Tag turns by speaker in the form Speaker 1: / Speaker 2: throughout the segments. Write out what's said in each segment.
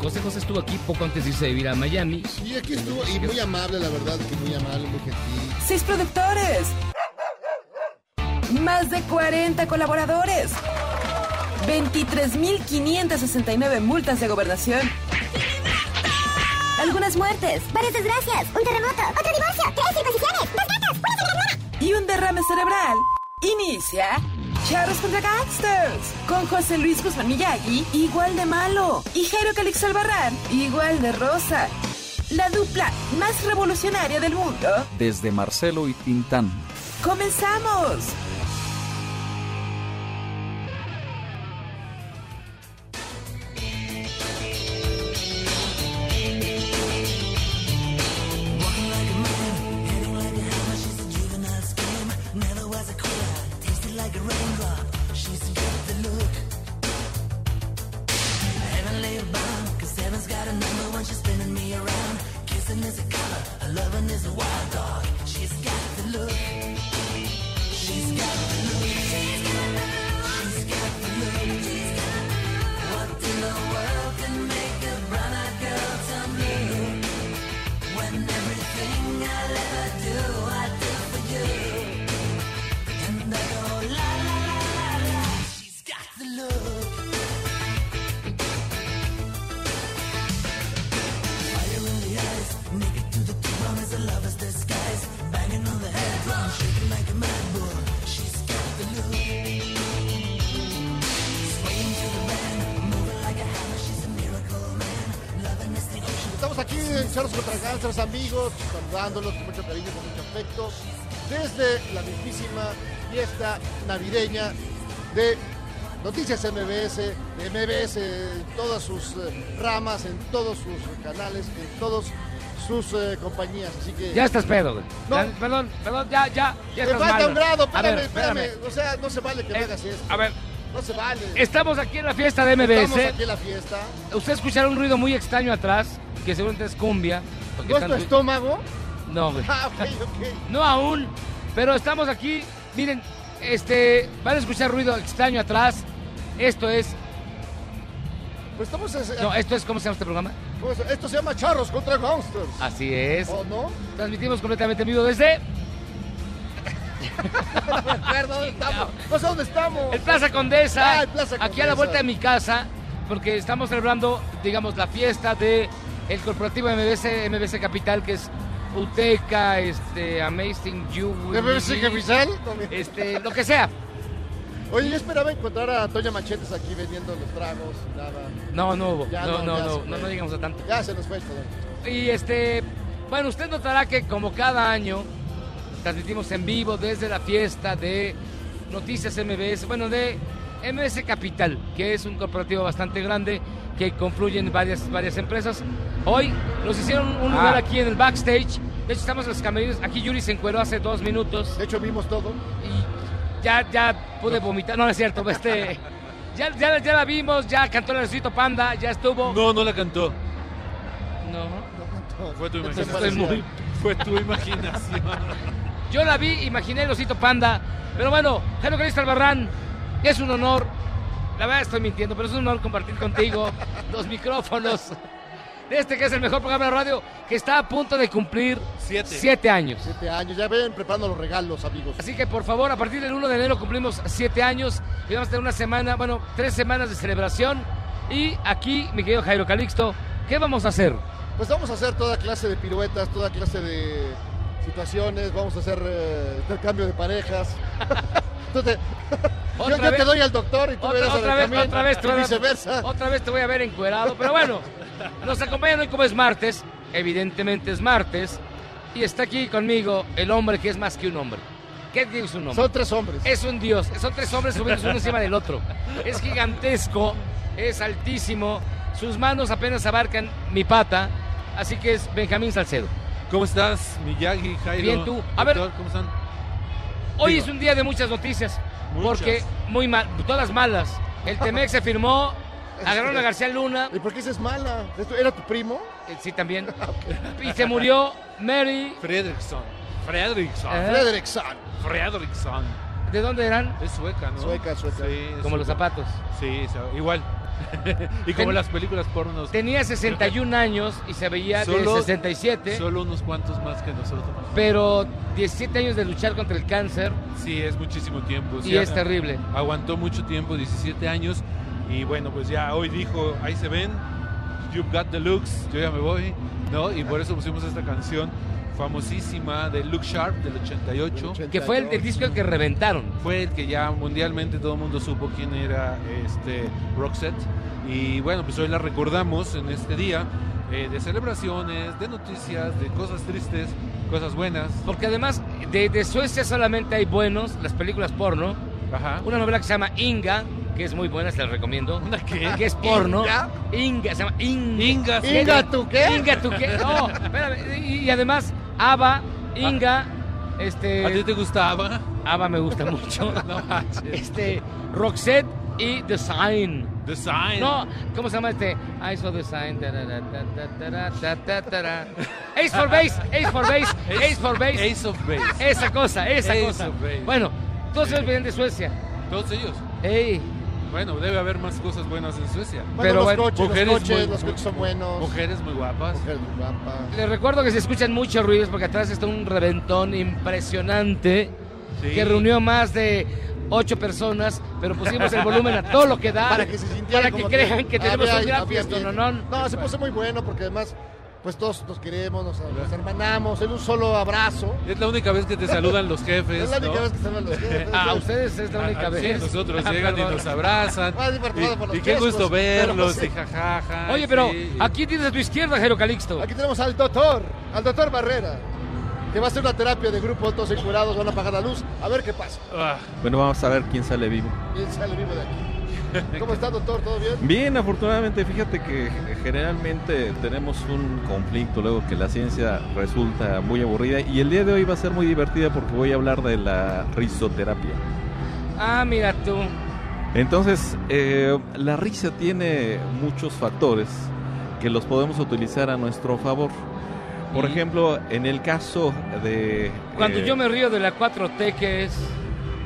Speaker 1: José José estuvo aquí poco antes de irse a vivir a Miami.
Speaker 2: Y aquí estuvo, y muy amable, la verdad, que muy amable, muy gentil.
Speaker 3: Seis productores. Más de 40 colaboradores. 23.569 multas de gobernación. Algunas muertes.
Speaker 4: Varias desgracias, un terremoto, otro divorcio, tres circuncisiones, dos gatos, una celebridad.
Speaker 3: y un derrame cerebral. Inicia Charros contra Gangsters con José Luis Guzmán Miyagi, igual de malo, y Jairo Calix Albarrán, igual de rosa. La dupla más revolucionaria del mundo.
Speaker 5: Desde Marcelo y Tintán.
Speaker 3: ¡Comenzamos!
Speaker 2: Estamos aquí en Charlos contra Cánceres, amigos, saludándolos con mucho cariño, con mucho afecto, desde la mismísima fiesta navideña de Noticias MBS, de MBS en todas sus eh, ramas, en todos sus canales, en todas sus eh, compañías. Así que.
Speaker 1: Ya estás pedo, güey.
Speaker 2: No.
Speaker 1: Ya, Perdón, perdón, ya, ya. ya
Speaker 2: ¡Me
Speaker 1: estás
Speaker 2: falta
Speaker 1: mal,
Speaker 2: un grado!
Speaker 1: güey. A ver,
Speaker 2: Espérame, espérame, O sea, no se vale que me
Speaker 1: Eh,
Speaker 2: hagas esto.
Speaker 1: a ver,
Speaker 2: No se vale.
Speaker 1: estamos aquí en la fiesta de
Speaker 2: Estamos
Speaker 1: MBS.
Speaker 2: aquí en la fiesta.
Speaker 1: Ustedes escucharon un ruido muy extraño atrás, que seguramente es cumbia.
Speaker 2: Pues
Speaker 1: porque
Speaker 2: ¿No es
Speaker 1: están-
Speaker 2: tu estómago?
Speaker 1: No, güey.
Speaker 2: Ah, ok, ok.
Speaker 1: No aún, pero estamos aquí. Miren, este, van a escuchar ruido extraño atrás. Esto es,
Speaker 2: Pues estamos. en-
Speaker 1: no, esto es, ¿cómo se llama este programa?
Speaker 2: ¿cómo se- Esto se llama Charros contra Monsters.
Speaker 1: Así es.
Speaker 2: ¿O no?
Speaker 1: Transmitimos completamente en vivo desde
Speaker 2: Claro, ¿dónde estamos? No sé dónde estamos.
Speaker 1: Ah, el Plaza Condesa,
Speaker 2: Ah, el Plaza
Speaker 1: aquí a
Speaker 2: Condesa.
Speaker 1: la vuelta de mi casa, porque estamos celebrando, digamos, la fiesta de el corporativo MBC, MBC Capital, que es Uteca, este, Amazing You.
Speaker 2: ¿De BBC Capital?
Speaker 1: Este, lo que sea.
Speaker 2: Oye, yo esperaba encontrar a Toña Machetes aquí vendiendo los tragos. Nada.
Speaker 1: No, no hubo.
Speaker 2: Ya no,
Speaker 1: No, no,
Speaker 2: ya
Speaker 1: no,
Speaker 2: se
Speaker 1: no,
Speaker 2: fue.
Speaker 1: no llegamos a tanto.
Speaker 2: Ya se nos fue todo.
Speaker 1: Y este, bueno, usted notará que como cada año transmitimos en vivo desde la fiesta de Noticias MBS, bueno, de MBS Capital, que es un corporativo bastante grande que confluyen varias, varias empresas. Hoy nos hicieron un lugar
Speaker 5: Ah.
Speaker 1: aquí en el backstage. De hecho, estamos en los camerinos. Aquí Yuri se encueró hace dos minutos
Speaker 2: De hecho, vimos todo.
Speaker 1: y ya, ya pude vomitar. No, no es cierto. Este, ya, ya, ya la vimos, ya cantó el Necesito Panda, ya estuvo.
Speaker 6: No, no la cantó.
Speaker 1: no.
Speaker 6: Fue tu
Speaker 2: Entonces,
Speaker 6: imaginación.
Speaker 2: estoy muy-
Speaker 6: Fue tu imaginación.
Speaker 1: Yo la vi, imaginé el osito panda. Pero bueno, Jalo Cristo Albarrán, es un honor. La verdad estoy mintiendo, pero es un honor compartir contigo los micrófonos de este que es el mejor programa de radio que está a punto de cumplir
Speaker 6: Siete.
Speaker 1: siete años.
Speaker 2: Siete años. Ya ven preparando los regalos, amigos.
Speaker 1: Así que por favor, a partir del 1 de enero cumplimos siete años y vamos a tener una semana, bueno, tres semanas de celebración. Y aquí, mi querido Jairo Calixto, ¿qué vamos a hacer?
Speaker 2: Pues vamos a hacer toda clase de piruetas, toda clase de situaciones. Vamos a hacer eh, intercambio de parejas. Entonces, yo,
Speaker 1: Otra
Speaker 2: yo te
Speaker 1: vez.
Speaker 2: doy al doctor y tú me
Speaker 1: Otra,
Speaker 2: das al
Speaker 1: otra vez,
Speaker 2: Benjamín,
Speaker 1: otra vez, te
Speaker 2: y
Speaker 1: voy a-
Speaker 2: viceversa.
Speaker 1: otra vez te voy a ver encuerado, pero bueno, nos acompañan hoy como es martes, evidentemente es martes, y está aquí conmigo el hombre que es más que un hombre. ¿Qué es un hombre?
Speaker 2: Son tres hombres.
Speaker 1: Es un dios, son tres hombres subidos uno encima del otro. Es gigantesco, es altísimo, sus manos apenas abarcan mi pata, así que es Benjamín Salcedo.
Speaker 7: ¿Cómo estás, Miyagi, Jairo?
Speaker 1: Bien, tú. A ver.
Speaker 7: Héctor, ¿Cómo están?
Speaker 1: Hoy
Speaker 7: Digo.
Speaker 1: es un día de muchas noticias.
Speaker 7: Muchas.
Speaker 1: Porque muy mal, todas malas. El Temec se firmó, agarraron a García Luna,
Speaker 2: ¿Y por qué dices mala? ¿Esto ¿Era tu primo?
Speaker 1: eh, sí también, y se murió Mary.
Speaker 7: Fredrickson. Eh. Fredrickson.
Speaker 1: Ajá.
Speaker 2: Fredrickson.
Speaker 7: Fredrickson.
Speaker 1: ¿De dónde eran?
Speaker 7: Es sueca, ¿no?
Speaker 2: Sueca, sueca.
Speaker 7: Sí, es
Speaker 1: Como los
Speaker 7: sueca.
Speaker 1: zapatos.
Speaker 7: Sí, se- igual. y como
Speaker 1: Ten-
Speaker 7: las películas pornos.
Speaker 1: Tenía 61 años y se veía
Speaker 7: Solo-
Speaker 1: de 67,
Speaker 7: Solo unos cuantos más que nosotros.
Speaker 1: pero 17 años de luchar contra el cáncer
Speaker 7: Sí, es muchísimo tiempo.
Speaker 1: y
Speaker 7: sí,
Speaker 1: es
Speaker 7: a-
Speaker 1: terrible.
Speaker 7: Aguantó mucho tiempo, 17 años. Y bueno, pues ya hoy dijo, ahí se ven, You've Got the Looks, yo ya me voy, ¿no? Y por eso pusimos esta canción famosísima de Luke Sharp del 88.
Speaker 1: Que fue el, el disco el que reventaron.
Speaker 7: Fue el que ya mundialmente todo el mundo supo quién era este Roxette. Y bueno, pues hoy la recordamos en este día eh, de celebraciones, de noticias, de cosas tristes, cosas buenas.
Speaker 1: Porque además, de, de Suecia solamente hay buenos, las películas porno.
Speaker 7: Ajá.
Speaker 1: Una novela que se llama Inga, que es muy buena, se la recomiendo.
Speaker 7: ¿Una qué?
Speaker 1: Que es porno.
Speaker 2: ¿Inga?
Speaker 1: Inga, se llama Inga.
Speaker 7: Inga, sí.
Speaker 2: ¿Inga tú qué?
Speaker 1: Inga, ¿tú qué? No, espérame. Y, y además, Ava, Inga,
Speaker 7: Ah. ¿A ti
Speaker 1: este...
Speaker 7: te gustaba?
Speaker 1: Ava me gusta mucho.
Speaker 7: No manches.
Speaker 1: Este, Roxette y The Sign.
Speaker 7: Design.
Speaker 1: No, ¿cómo se llama este? I saw the sign. tarara, ta, ta, tara, ta, ta, tara. Ace for base, ace for base, ace for base.
Speaker 7: Ace of Base.
Speaker 1: Esa cosa, esa
Speaker 7: Ace
Speaker 1: cosa.
Speaker 7: of Base.
Speaker 1: Bueno, todos ellos vienen de Suecia.
Speaker 7: Todos ellos.
Speaker 1: Ey,
Speaker 7: Bueno, debe haber más cosas buenas en Suecia.
Speaker 2: Bueno,
Speaker 1: Pero
Speaker 2: los
Speaker 1: bueno,
Speaker 2: coches, los
Speaker 7: mujeres
Speaker 2: coches,
Speaker 7: muy-
Speaker 2: los coches son buenos.
Speaker 7: Mujeres muy guapas.
Speaker 2: Mujeres muy guapas.
Speaker 1: les recuerdo que se escuchan muchos ruidos porque atrás está un reventón impresionante
Speaker 7: Sí.
Speaker 1: que reunió más de ocho personas, pero pusimos el volumen a todo lo que da
Speaker 2: Para que se sintieran
Speaker 1: para que
Speaker 2: como
Speaker 1: crean que tenemos
Speaker 2: Había-
Speaker 1: un gran
Speaker 2: había
Speaker 1: fiesta, no,
Speaker 2: ambiente. No, se puso muy bueno porque además, pues todos nos queremos, nos, nos hermanamos, en un solo abrazo.
Speaker 7: Es la única vez que te saludan los jefes.
Speaker 2: es la única
Speaker 7: ¿no?
Speaker 2: vez que están los jefes.
Speaker 1: A ustedes es la
Speaker 7: Ah,
Speaker 1: única
Speaker 7: ah, sí,
Speaker 1: vez.
Speaker 7: nosotros
Speaker 1: Ah,
Speaker 7: llegan y
Speaker 1: perdón.
Speaker 7: nos abrazan.
Speaker 2: Más importante por los
Speaker 7: Y, y qué
Speaker 2: chescos,
Speaker 7: gusto
Speaker 2: pero
Speaker 7: verlos.
Speaker 2: sí.
Speaker 7: Y jajaja.
Speaker 1: Oye, pero
Speaker 7: sí.
Speaker 1: aquí tienes a tu izquierda, Jero Calixto.
Speaker 2: Aquí tenemos al doctor, al doctor Barrera, que va a hacer una terapia de grupo, todos curados, van a apagar la luz, a ver qué pasa.
Speaker 7: Ah,
Speaker 8: Bueno, vamos a ver quién sale vivo.
Speaker 2: Bien sale vivo de aquí. ¿Cómo está, doctor? ¿Todo bien?
Speaker 8: Bien, afortunadamente, fíjate que generalmente tenemos un conflicto luego que la ciencia resulta muy aburrida y el día de hoy va a ser muy divertida porque voy a hablar de la risoterapia.
Speaker 1: Ah, mira tú.
Speaker 8: Entonces, eh, la risa tiene muchos factores que los podemos utilizar a nuestro favor. Por
Speaker 1: Y-
Speaker 8: ejemplo, en el caso de...
Speaker 1: Cuando
Speaker 8: eh,
Speaker 1: yo me río de la 4T, que es?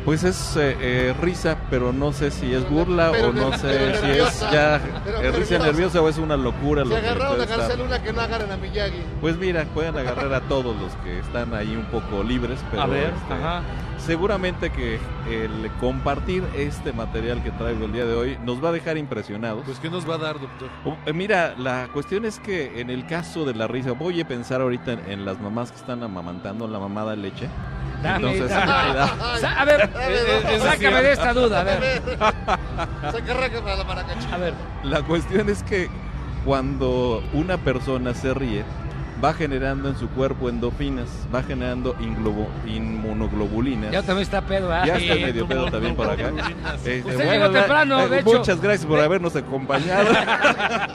Speaker 8: Pues es eh, eh, risa, pero no sé si es
Speaker 2: Pero-
Speaker 8: burla
Speaker 2: pero
Speaker 8: o no
Speaker 2: ner-
Speaker 8: sé
Speaker 2: pero
Speaker 8: si es
Speaker 2: nerviosa,
Speaker 8: ya
Speaker 2: pero
Speaker 8: eh, risa
Speaker 2: nerviosa.
Speaker 8: nerviosa o es una locura.
Speaker 2: Se
Speaker 8: lo que
Speaker 2: agarraron
Speaker 8: puede
Speaker 2: a
Speaker 8: estar.
Speaker 2: García Luna que no agarran a Miyagi.
Speaker 8: Pues mira, pueden agarrar a todos los que están ahí un poco libres, pero
Speaker 7: a ver,
Speaker 8: este,
Speaker 7: ajá.
Speaker 8: seguramente que el compartir este material que traigo el día de hoy nos va a dejar impresionados.
Speaker 7: Pues, ¿qué nos va a dar, doctor?
Speaker 8: Oh, eh, Mira, la cuestión es que en el caso de la risa, voy a pensar ahorita en, en las mamás que están amamantando la mamada de leche.
Speaker 1: Dame,
Speaker 8: Entonces,
Speaker 1: dame.
Speaker 2: Ay,
Speaker 1: Sa- A ver,
Speaker 2: Dame,
Speaker 1: eh,
Speaker 2: dame.
Speaker 1: eh, sácame de esta duda, a ver.
Speaker 2: se carga para la
Speaker 1: A
Speaker 2: maracacha.
Speaker 1: ver,
Speaker 8: La cuestión es que cuando una persona se ríe, va generando en su cuerpo endorfinas, va generando inglobo- inmunoglobulinas.
Speaker 1: ya también está pedo, ¿ah?
Speaker 8: Ya
Speaker 1: Sí.
Speaker 8: está medio pedo también por acá. Este,
Speaker 1: Usted llegó temprano,
Speaker 8: eh,
Speaker 1: de hecho.
Speaker 8: Muchas gracias por habernos acompañado.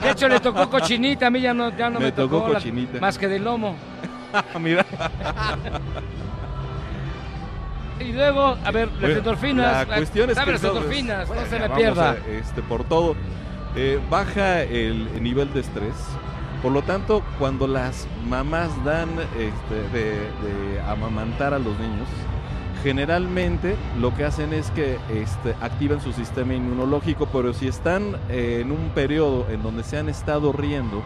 Speaker 1: De hecho, le tocó cochinita, a mí ya no, ya no me,
Speaker 8: Me tocó
Speaker 1: la-
Speaker 8: cochinita.
Speaker 1: más que de lomo.
Speaker 8: Mira.
Speaker 1: Y luego, a ver, las
Speaker 8: Bueno,
Speaker 1: endorfinas.
Speaker 8: La cuestión es
Speaker 1: dame
Speaker 8: que
Speaker 1: las
Speaker 8: entonces-
Speaker 1: endorfinas,
Speaker 8: Bueno,
Speaker 1: no se
Speaker 8: ya
Speaker 1: me
Speaker 8: vamos
Speaker 1: pierda.
Speaker 8: a- este, por todo. Eh, baja el nivel de estrés. Por lo tanto, cuando las mamás dan este, de, de amamantar a los niños, generalmente lo que hacen es que este, activan su sistema inmunológico, pero si están eh, en un periodo en donde se han estado riendo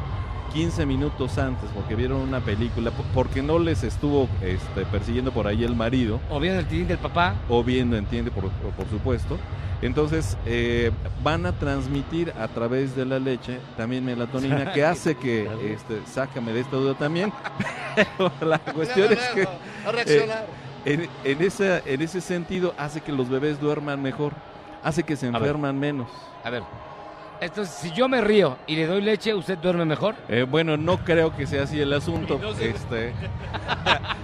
Speaker 8: 15 minutos antes porque vieron una película, po- porque no les estuvo este, persiguiendo por ahí el marido,
Speaker 1: O bien el tirín del papá.
Speaker 8: o viendo, entiende, por, por- por supuesto. Entonces, eh, van a transmitir a través de la leche también melatonina, que hace que, este, sácame de esta duda también. Pero la cuestión es que eh,
Speaker 2: A reaccionar.
Speaker 8: en, en esa, en ese sentido hace que los bebés duerman mejor, hace que se
Speaker 1: ver.
Speaker 8: enferman menos.
Speaker 1: A ver. Entonces, si yo me río y le doy leche, ¿usted duerme mejor?
Speaker 8: Eh, bueno, no creo que sea así el asunto.
Speaker 7: No sé.
Speaker 8: este,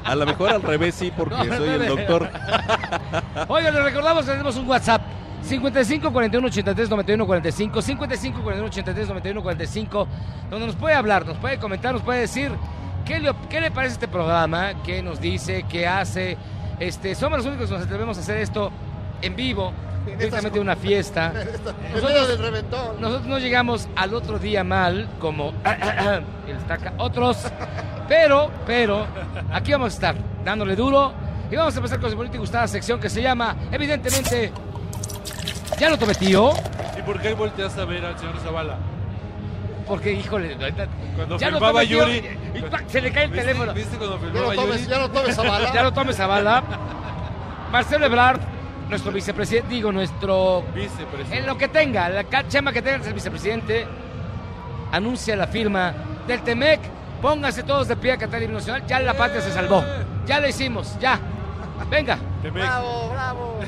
Speaker 8: a lo mejor al revés sí, porque
Speaker 1: No,
Speaker 8: soy el
Speaker 1: no, no.
Speaker 8: doctor.
Speaker 1: Oigan, les recordamos que tenemos un WhatsApp. 55 41 83 91 45 55 41 83 91 45 donde nos puede hablar, nos puede comentar, nos puede decir ¿Qué le, qué le parece este programa? ¿Qué nos dice? ¿Qué hace? Este, somos los únicos que nos atrevemos a hacer esto en vivo, directamente en una fiesta.
Speaker 2: El
Speaker 1: Nosotros-
Speaker 2: dedo del reventón.
Speaker 1: Nosotros no llegamos al otro día mal, como el taca, otros, pero, pero, aquí vamos a estar, dándole duro, y vamos a empezar con su bonita y gustada sección que se llama, evidentemente, ya lo tomé tío,
Speaker 6: ¿Y por qué volteaste a ver al señor Zavala?
Speaker 1: porque, híjole, ahorita-
Speaker 6: Cuando
Speaker 1: ya lo
Speaker 6: filmaba
Speaker 1: tomé tío,
Speaker 6: Yuri.
Speaker 1: y- y pa, se le cae el
Speaker 6: ¿Viste-
Speaker 1: teléfono,
Speaker 6: ¿Viste cuando
Speaker 2: Ya no
Speaker 6: filmaba Yuri?
Speaker 2: tomes, ya no tomes a bala.
Speaker 1: ya lo tomé Zavala, Marcelo Ebrard, nuestro vicepresidente, digo, nuestro
Speaker 6: Vicepresidente.
Speaker 1: En lo que tenga, la ca- chamba que tenga el vicepresidente, anuncia la firma del Temec. Pónganse todos de pie a cantar el himno nacional. Ya la patria se salvó. Ya lo hicimos, ya. Venga.
Speaker 6: Temec.
Speaker 2: Bravo, bravo.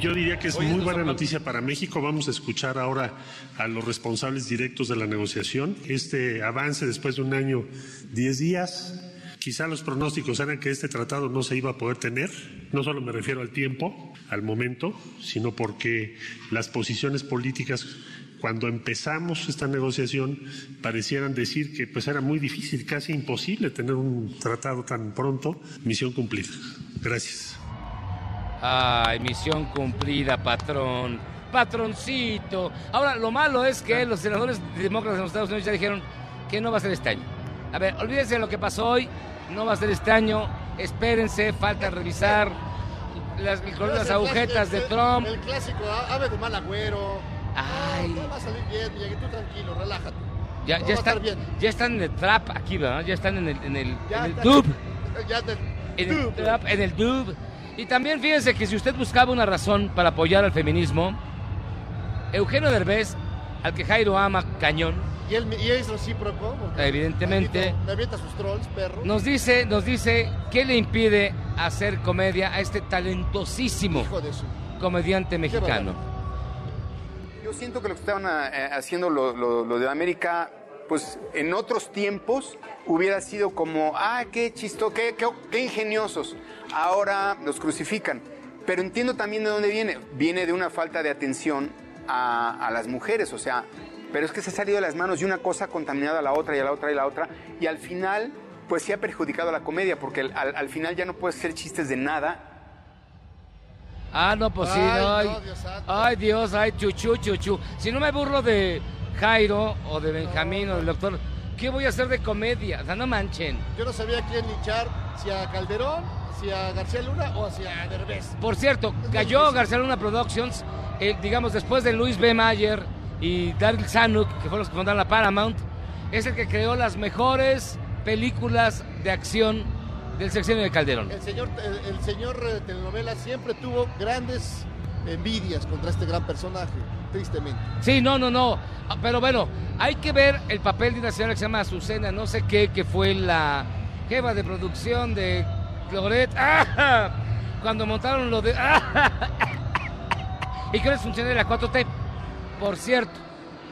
Speaker 9: Yo diría que es
Speaker 6: Oye,
Speaker 9: muy
Speaker 6: estos
Speaker 9: buena
Speaker 6: zapatos.
Speaker 9: noticia para México. Vamos a escuchar ahora a los responsables directos de la negociación. Este avance después de un año, 10 días. Quizá los pronósticos eran que este tratado no se iba a poder tener. No solo me refiero al tiempo, al momento, sino porque las posiciones políticas cuando empezamos esta negociación parecieran decir que pues era muy difícil, casi imposible tener un tratado tan pronto. Misión cumplida. Gracias.
Speaker 1: Ay, misión cumplida, patrón. Patroncito. Ahora, lo malo es que los senadores demócratas en los Estados Unidos ya dijeron que no va a ser este año. A ver, olvídense de lo que pasó hoy. No va a ser este año. Espérense, falta revisar las,
Speaker 2: Pero es
Speaker 1: las
Speaker 2: el
Speaker 1: agujetas
Speaker 2: clásico,
Speaker 1: de
Speaker 2: el-
Speaker 1: Trump.
Speaker 2: El clásico a- ave de mal agüero.
Speaker 1: Ay.
Speaker 2: No, todo va a salir bien, Miyagi, tú tranquilo, relájate. Todo va
Speaker 1: Ya, ya,
Speaker 2: a
Speaker 1: están,
Speaker 2: estar bien.
Speaker 1: ya están en el trap aquí, ¿verdad? Ya están en el, en el,
Speaker 2: Ya
Speaker 1: en el
Speaker 2: está-
Speaker 1: dub.
Speaker 2: Ya te-
Speaker 1: En el
Speaker 2: dub.
Speaker 1: trap, en el dub. Y también fíjense que si usted buscaba una razón para apoyar al feminismo, Eugenio Derbez, al que Jairo ama cañón,
Speaker 2: Y, él, y es recíproco. porque
Speaker 1: Evidentemente.
Speaker 2: Me avienta sus trolls, perro.
Speaker 1: nos dice, nos dice qué le impide hacer comedia a este talentosísimo
Speaker 2: Hijo de su.
Speaker 1: comediante mexicano.
Speaker 10: Yo siento que lo que estaban eh, haciendo lo, lo- lo de América, pues en otros tiempos hubiera sido como, ah, qué chisto, qué, qué- qué ingeniosos. Ahora los crucifican. Pero entiendo también de dónde viene. Viene de una falta de atención a, a las mujeres, o sea, pero es que se ha salido de las manos y una cosa ha contaminado a la otra y a la otra y a la otra. Y al final, pues sí ha perjudicado a la comedia, porque al- al- al final ya no puedes hacer chistes de nada
Speaker 1: Ah, no, pues sí,
Speaker 2: Ay,
Speaker 1: no, ay,
Speaker 2: no, Dios santo.
Speaker 1: ay, Dios, ay, chuchu, chuchu. Si no me burlo de Jairo o de Benjamín o del doctor, ¿qué voy a hacer de comedia? O sea, no manchen.
Speaker 2: Yo no sabía a quién linchar, si a Calderón, si a García Luna o si a Derbez.
Speaker 1: Por cierto,
Speaker 2: muy
Speaker 1: cayó
Speaker 2: difícil.
Speaker 1: García Luna Productions, eh, digamos, después de Luis B. Mayer y Daryl Zanuck, que fueron los que fundaron la Paramount, es el que creó las mejores películas de acción del sexenio de Calderón.
Speaker 2: El señor, el, el señor eh, telenovela siempre tuvo grandes envidias contra este gran personaje, tristemente.
Speaker 1: Sí, no, no, no. Ah, Pero bueno, hay que ver el papel de una señora que se llama Azucena, no sé qué, que fue la jefa de producción de Cloret. ¡Ah! Cuando montaron lo de. ¡Ah! Y que eres funcionaria de la 4T. Por cierto,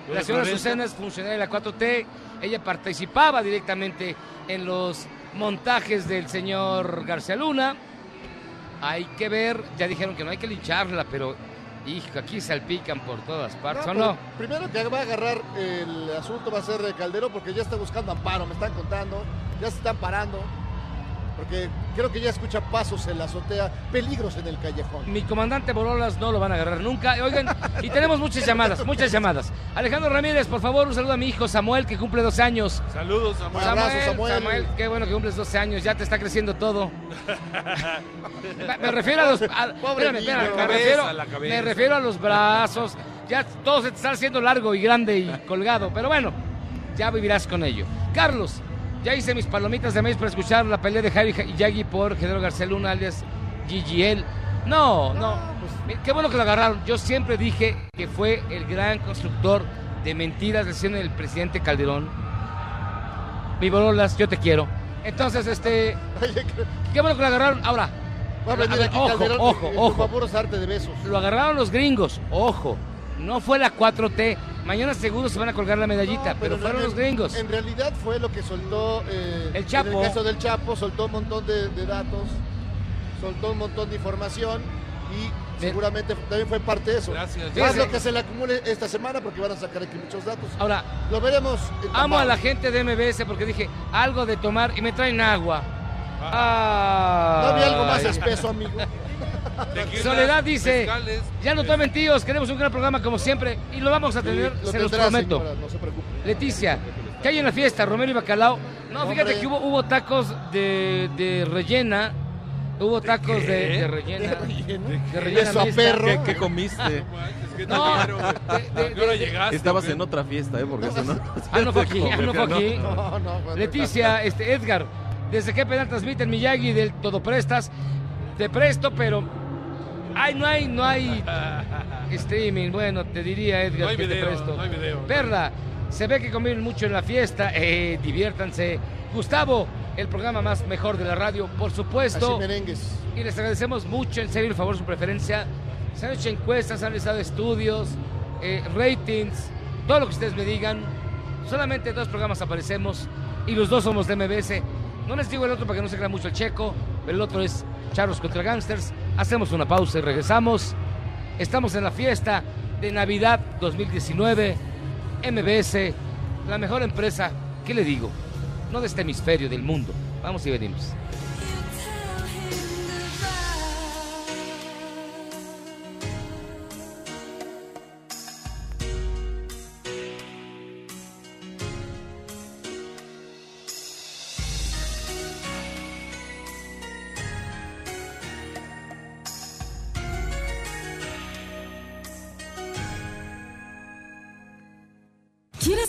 Speaker 6: Lo
Speaker 1: la
Speaker 6: de
Speaker 1: señora
Speaker 6: Cloret.
Speaker 1: Azucena es funcionaria de la 4T. Ella participaba directamente en los montajes del señor García Luna. Hay que ver, ya dijeron que no hay que lincharla, pero hijo, aquí salpican por todas partes, ¿o
Speaker 2: No, pues.
Speaker 1: no?
Speaker 2: pero Primero que va a agarrar el asunto va a ser eh, Caldero porque ya está buscando amparo, me están contando, ya se están parando. Porque creo que ya escucha pasos en la azotea, peligros en el callejón.
Speaker 1: Mi comandante Borolas no lo van a agarrar nunca. Oigan, y tenemos muchas llamadas, muchas llamadas. Alejandro Ramírez, por favor, un saludo a mi hijo Samuel, que cumple 12 años.
Speaker 6: Saludos, Samuel.
Speaker 2: Samuel. abrazo, Samuel.
Speaker 1: qué bueno que cumples 12 años, ya te está creciendo todo. me refiero a los. a-
Speaker 2: Pobre
Speaker 1: espérame, espérame,
Speaker 2: niño.
Speaker 1: me,
Speaker 6: La cabeza,
Speaker 1: refiero,
Speaker 6: la cabeza.
Speaker 1: me refiero a los brazos. Ya todo se te está haciendo largo y grande y colgado, pero bueno, ya vivirás con ello. Carlos, ya hice mis palomitas de maíz para escuchar la pelea de Javi y Yagi por Genaro García Luna, alias GGL. No, no. Mira, Qué bueno que lo agarraron. Yo siempre dije que fue el gran constructor de mentiras del cine del presidente Calderón. Mi borolas, yo te quiero. Entonces, este,
Speaker 2: Oye, que-
Speaker 1: qué bueno que lo agarraron. Ahora,
Speaker 2: va a venir
Speaker 1: ver,
Speaker 2: aquí
Speaker 1: ojo,
Speaker 2: Calderón
Speaker 1: ojo,
Speaker 2: en
Speaker 1: ojo.
Speaker 2: su famoso arte de besos.
Speaker 1: lo agarraron los gringos. Ojo, no fue la 4T. Mañana seguro se van a colgar la medallita,
Speaker 2: No,
Speaker 1: pero,
Speaker 2: en
Speaker 1: fueron
Speaker 2: realidad-
Speaker 1: los gringos.
Speaker 2: En realidad fue lo que soltó eh,
Speaker 1: El Chapo.
Speaker 2: En el caso del Chapo, soltó un montón de, de datos, soltó un montón de información y seguramente también fue parte de eso. Gracias.
Speaker 1: Fíjese.
Speaker 2: Más lo que se le acumule esta semana porque van a sacar aquí muchos datos.
Speaker 1: Ahora,
Speaker 2: lo veremos. en
Speaker 1: Amo a la
Speaker 2: Tamaulipas.
Speaker 1: gente de MBS porque dije algo de tomar y me traen agua. Ah.
Speaker 2: No había algo más espeso, amigo.
Speaker 1: Soledad dice, ya no tomen tíos, queremos un gran programa como siempre y lo vamos a tener,
Speaker 2: Sí, lo
Speaker 1: se los
Speaker 2: tendrá,
Speaker 1: prometo.
Speaker 2: señora, no se preocupe.
Speaker 1: Leticia, que hay en la fiesta, Romero y Bacalao. No,
Speaker 2: Hombre.
Speaker 1: fíjate que hubo, hubo tacos de, de rellena, hubo tacos de,
Speaker 8: qué?
Speaker 1: de rellena.
Speaker 8: ¿De rellena?
Speaker 1: De rellena
Speaker 8: Eso a
Speaker 1: mixta.
Speaker 8: perro. ¿Qué- qué comiste? No manches, ¿qué
Speaker 1: No,
Speaker 8: tal?
Speaker 1: de- de- de-
Speaker 8: Estabas en otra fiesta, ¿eh? Porque eso no.
Speaker 1: Ah, no fue aquí, ah, no fue aquí.
Speaker 2: No, no, fue
Speaker 1: Leticia, este, Edgar, desde qué penal transmiten Miyagi del Todo Prestas. Te presto, pero. Ay, no hay, no hay streaming. Bueno, te diría, Edgar,
Speaker 7: No hay
Speaker 1: que te
Speaker 7: video,
Speaker 1: presto.
Speaker 7: no hay video.
Speaker 1: Perla, se ve que comieron mucho en la fiesta. Eh, diviértanse. Gustavo, el programa más mejor de la radio, por supuesto.
Speaker 2: Así merengues.
Speaker 1: Y les agradecemos mucho, en serio, el favor, su preferencia. Se han hecho encuestas, se han realizado estudios, eh, ratings, todo lo que ustedes me digan. Solamente dos programas aparecemos y los dos somos de MBS. No les digo el otro para que no se crea mucho el checo, pero el otro es Charlos contra Gangsters. Hacemos una pausa y regresamos. Estamos en la fiesta de Navidad 2019. MBS, la mejor empresa, ¿qué le digo? No de este hemisferio del mundo. Vamos y venimos.
Speaker 3: ¿Quieres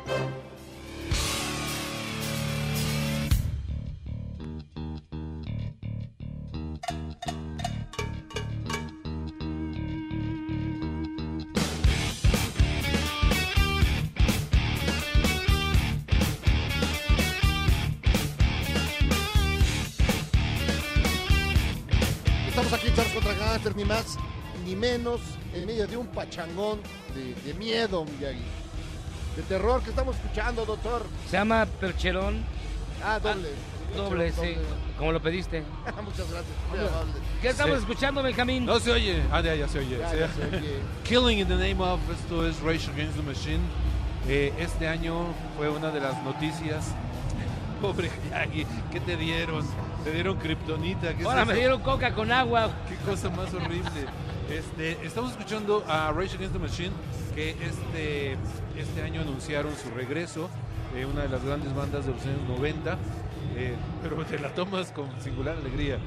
Speaker 2: Estamos aquí, Charles contra Gangster, ni más ni menos, en medio de un pachangón de, de miedo, Miyagi. De terror que estamos escuchando, doctor.
Speaker 1: Se llama Percherón.
Speaker 2: Ah, doble.
Speaker 1: Doble, sí. Como lo pediste.
Speaker 2: Muchas gracias. Muy amable.
Speaker 1: ¿Qué estamos escuchando, Benjamín?
Speaker 7: No se oye. Ah, ya, ya se oye.
Speaker 2: Ya,
Speaker 7: Sí.
Speaker 2: ya se oye.
Speaker 7: Killing in the Name of, esto es Rage Against the Machine. Eh, este año fue una de las noticias. Pobre Yagi, ¿qué te dieron? Te dieron kriptonita. ¿qué es
Speaker 1: Ahora me
Speaker 7: eso?
Speaker 1: dieron coca con agua.
Speaker 7: Qué cosa más horrible. Este, estamos escuchando a Rage Against the Machine, que este, este año anunciaron su regreso, eh, una de las grandes bandas de los años 90, eh, pero te la tomas con singular alegría.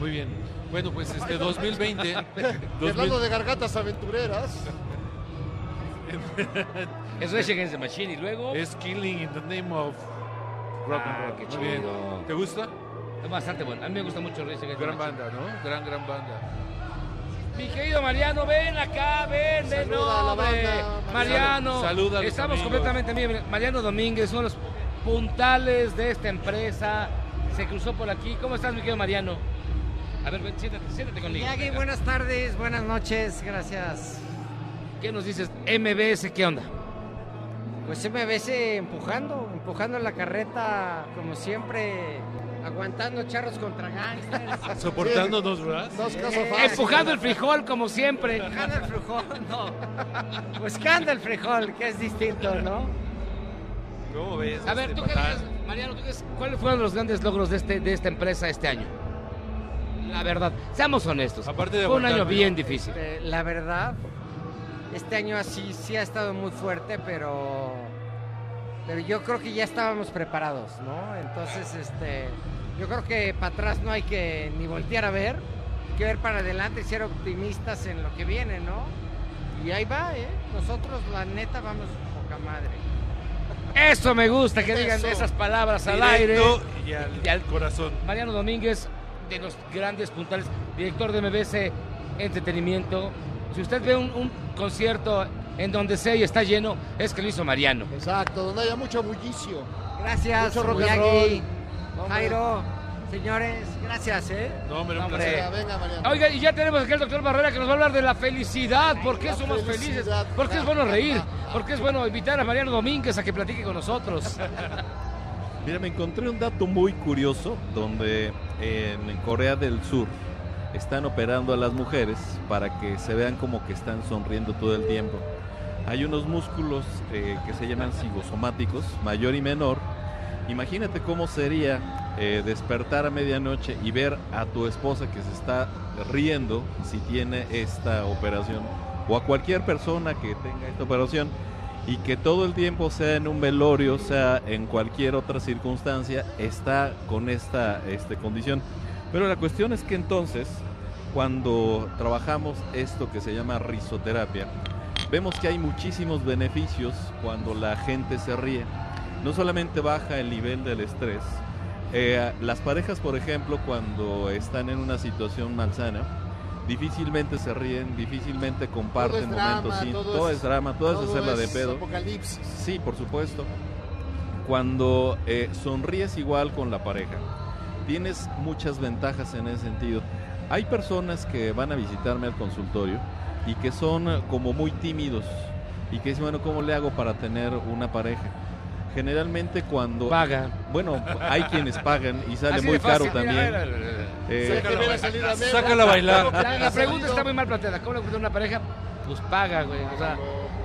Speaker 7: Muy bien. Bueno, pues este 2020.
Speaker 2: Y hablando
Speaker 7: 2000
Speaker 2: de gargatas aventureras,
Speaker 1: Es Rage Against the Machine y luego.
Speaker 7: es Killing in the Name of Rock and
Speaker 1: Ah,
Speaker 7: Roll.
Speaker 1: qué
Speaker 7: Muy bien.
Speaker 1: chido.
Speaker 7: ¿Te gusta?
Speaker 1: Es bastante bueno. A mí me gusta mucho Rage Against the
Speaker 7: Gran
Speaker 1: Machine.
Speaker 7: banda, ¿no? Gran, gran banda.
Speaker 1: Mi querido Mariano, ven acá, ven, ven,
Speaker 2: Saluda a la
Speaker 1: no, hombre.
Speaker 2: banda,
Speaker 1: Mariano,
Speaker 7: Mariano. Saluda a los
Speaker 1: estamos
Speaker 7: amigos.
Speaker 1: completamente bien. Mira, Mariano Domínguez, uno de los puntales de esta empresa, se cruzó por aquí. ¿Cómo estás, mi querido Mariano? A ver, ven, siéntate, siéntate conmigo.
Speaker 11: Miyagi,
Speaker 1: Venga.
Speaker 11: buenas tardes, buenas noches, gracias.
Speaker 1: ¿Qué nos dices? MBS, ¿qué onda?
Speaker 11: Pues MBS empujando, empujando la carreta como siempre, aguantando charros contra gangsters.
Speaker 7: Soportándonos, ¿verdad?
Speaker 2: no es caso fácil.
Speaker 1: Empujando el frijol como siempre.
Speaker 11: Buscando el frijol, no. Buscando el frijol, que es distinto, ¿no?
Speaker 7: ¿Cómo ves?
Speaker 1: A ver,
Speaker 7: este
Speaker 1: ¿tú qué
Speaker 7: patán?
Speaker 1: dices, Mariano, ¿tú qué dices? ¿cuáles fueron los grandes logros de, este, de esta empresa este año? La verdad, seamos honestos.
Speaker 7: Aparte de
Speaker 1: Fue un año
Speaker 7: aguantar,
Speaker 1: bien
Speaker 7: digo.
Speaker 1: difícil.
Speaker 11: Este, la verdad, este año así sí ha estado muy fuerte, pero, pero yo creo que ya estábamos preparados, ¿no? Entonces, este, yo creo que para atrás no hay que ni voltear a ver, hay que ver para adelante y ser optimistas en lo que viene, ¿no? Y ahí va, ¿eh? Nosotros, la neta, vamos poca madre.
Speaker 1: Eso me gusta, que digan
Speaker 2: Eso.
Speaker 1: esas palabras al aire.
Speaker 7: Directo y al,
Speaker 1: Y al-
Speaker 7: corazón.
Speaker 1: Mariano Domínguez, de los grandes puntales, director de MBC Entretenimiento. Si usted ve un, un concierto en donde sea y está lleno, es que lo hizo Mariano.
Speaker 2: Exacto, donde haya mucho bullicio.
Speaker 11: Gracias,
Speaker 2: mucho rock and
Speaker 11: Miyagi,
Speaker 2: roll.
Speaker 11: Jairo, señores, gracias, ¿eh?
Speaker 6: No, hombre,
Speaker 11: un
Speaker 1: placer.
Speaker 2: Venga, Mariano.
Speaker 1: Oiga, y ya tenemos aquí al doctor Barrera que nos va a hablar de la felicidad. ¿Por qué
Speaker 2: La
Speaker 1: somos felices?
Speaker 2: felicidad.
Speaker 1: ¿Por qué es bueno reír? ¿Por qué es bueno invitar a Mariano Domínguez a que platique con nosotros?
Speaker 8: Mira, me encontré un dato muy curioso donde en Corea del Sur están operando a las mujeres para que se vean como que están sonriendo todo el tiempo. Hay unos músculos eh, que se llaman cigosomáticos, mayor y menor. Imagínate cómo sería eh, despertar a medianoche y ver a tu esposa que se está riendo si tiene esta operación o a cualquier persona que tenga esta operación y que todo el tiempo, sea en un velorio, sea en cualquier otra circunstancia, está con esta este, condición. Pero la cuestión es que entonces, cuando trabajamos esto que se llama risoterapia, vemos que hay muchísimos beneficios cuando la gente se ríe. No solamente baja el nivel del estrés, eh, las parejas, por ejemplo, cuando están en una situación malsana, difícilmente se ríen, difícilmente
Speaker 2: Todo
Speaker 8: comparten
Speaker 2: es drama,
Speaker 8: momentos sin-
Speaker 2: todo
Speaker 8: todo
Speaker 2: es-
Speaker 8: es drama, todo, es
Speaker 2: todo
Speaker 8: hacerla de
Speaker 2: es
Speaker 8: pedo.
Speaker 2: apocalipsis.
Speaker 8: Sí, por supuesto. Cuando eh, sonríes igual con la pareja, tienes muchas ventajas en ese sentido. Hay personas que van a visitarme al consultorio y que son eh, como muy tímidos y que dicen, bueno, ¿cómo le hago para tener una pareja? Generalmente cuando...
Speaker 1: Paga.
Speaker 8: Bueno, hay quienes pagan y sale
Speaker 1: Así
Speaker 8: muy
Speaker 1: de fácil,
Speaker 8: caro
Speaker 1: mira,
Speaker 8: también.
Speaker 1: mira, mira, mira.
Speaker 8: Eh,
Speaker 1: Sácalo a bailar.
Speaker 8: Sácalo a bailar.
Speaker 1: La, la pregunta está muy mal planteada. ¿Cómo le gusta a una pareja? Pues paga, güey. O sea,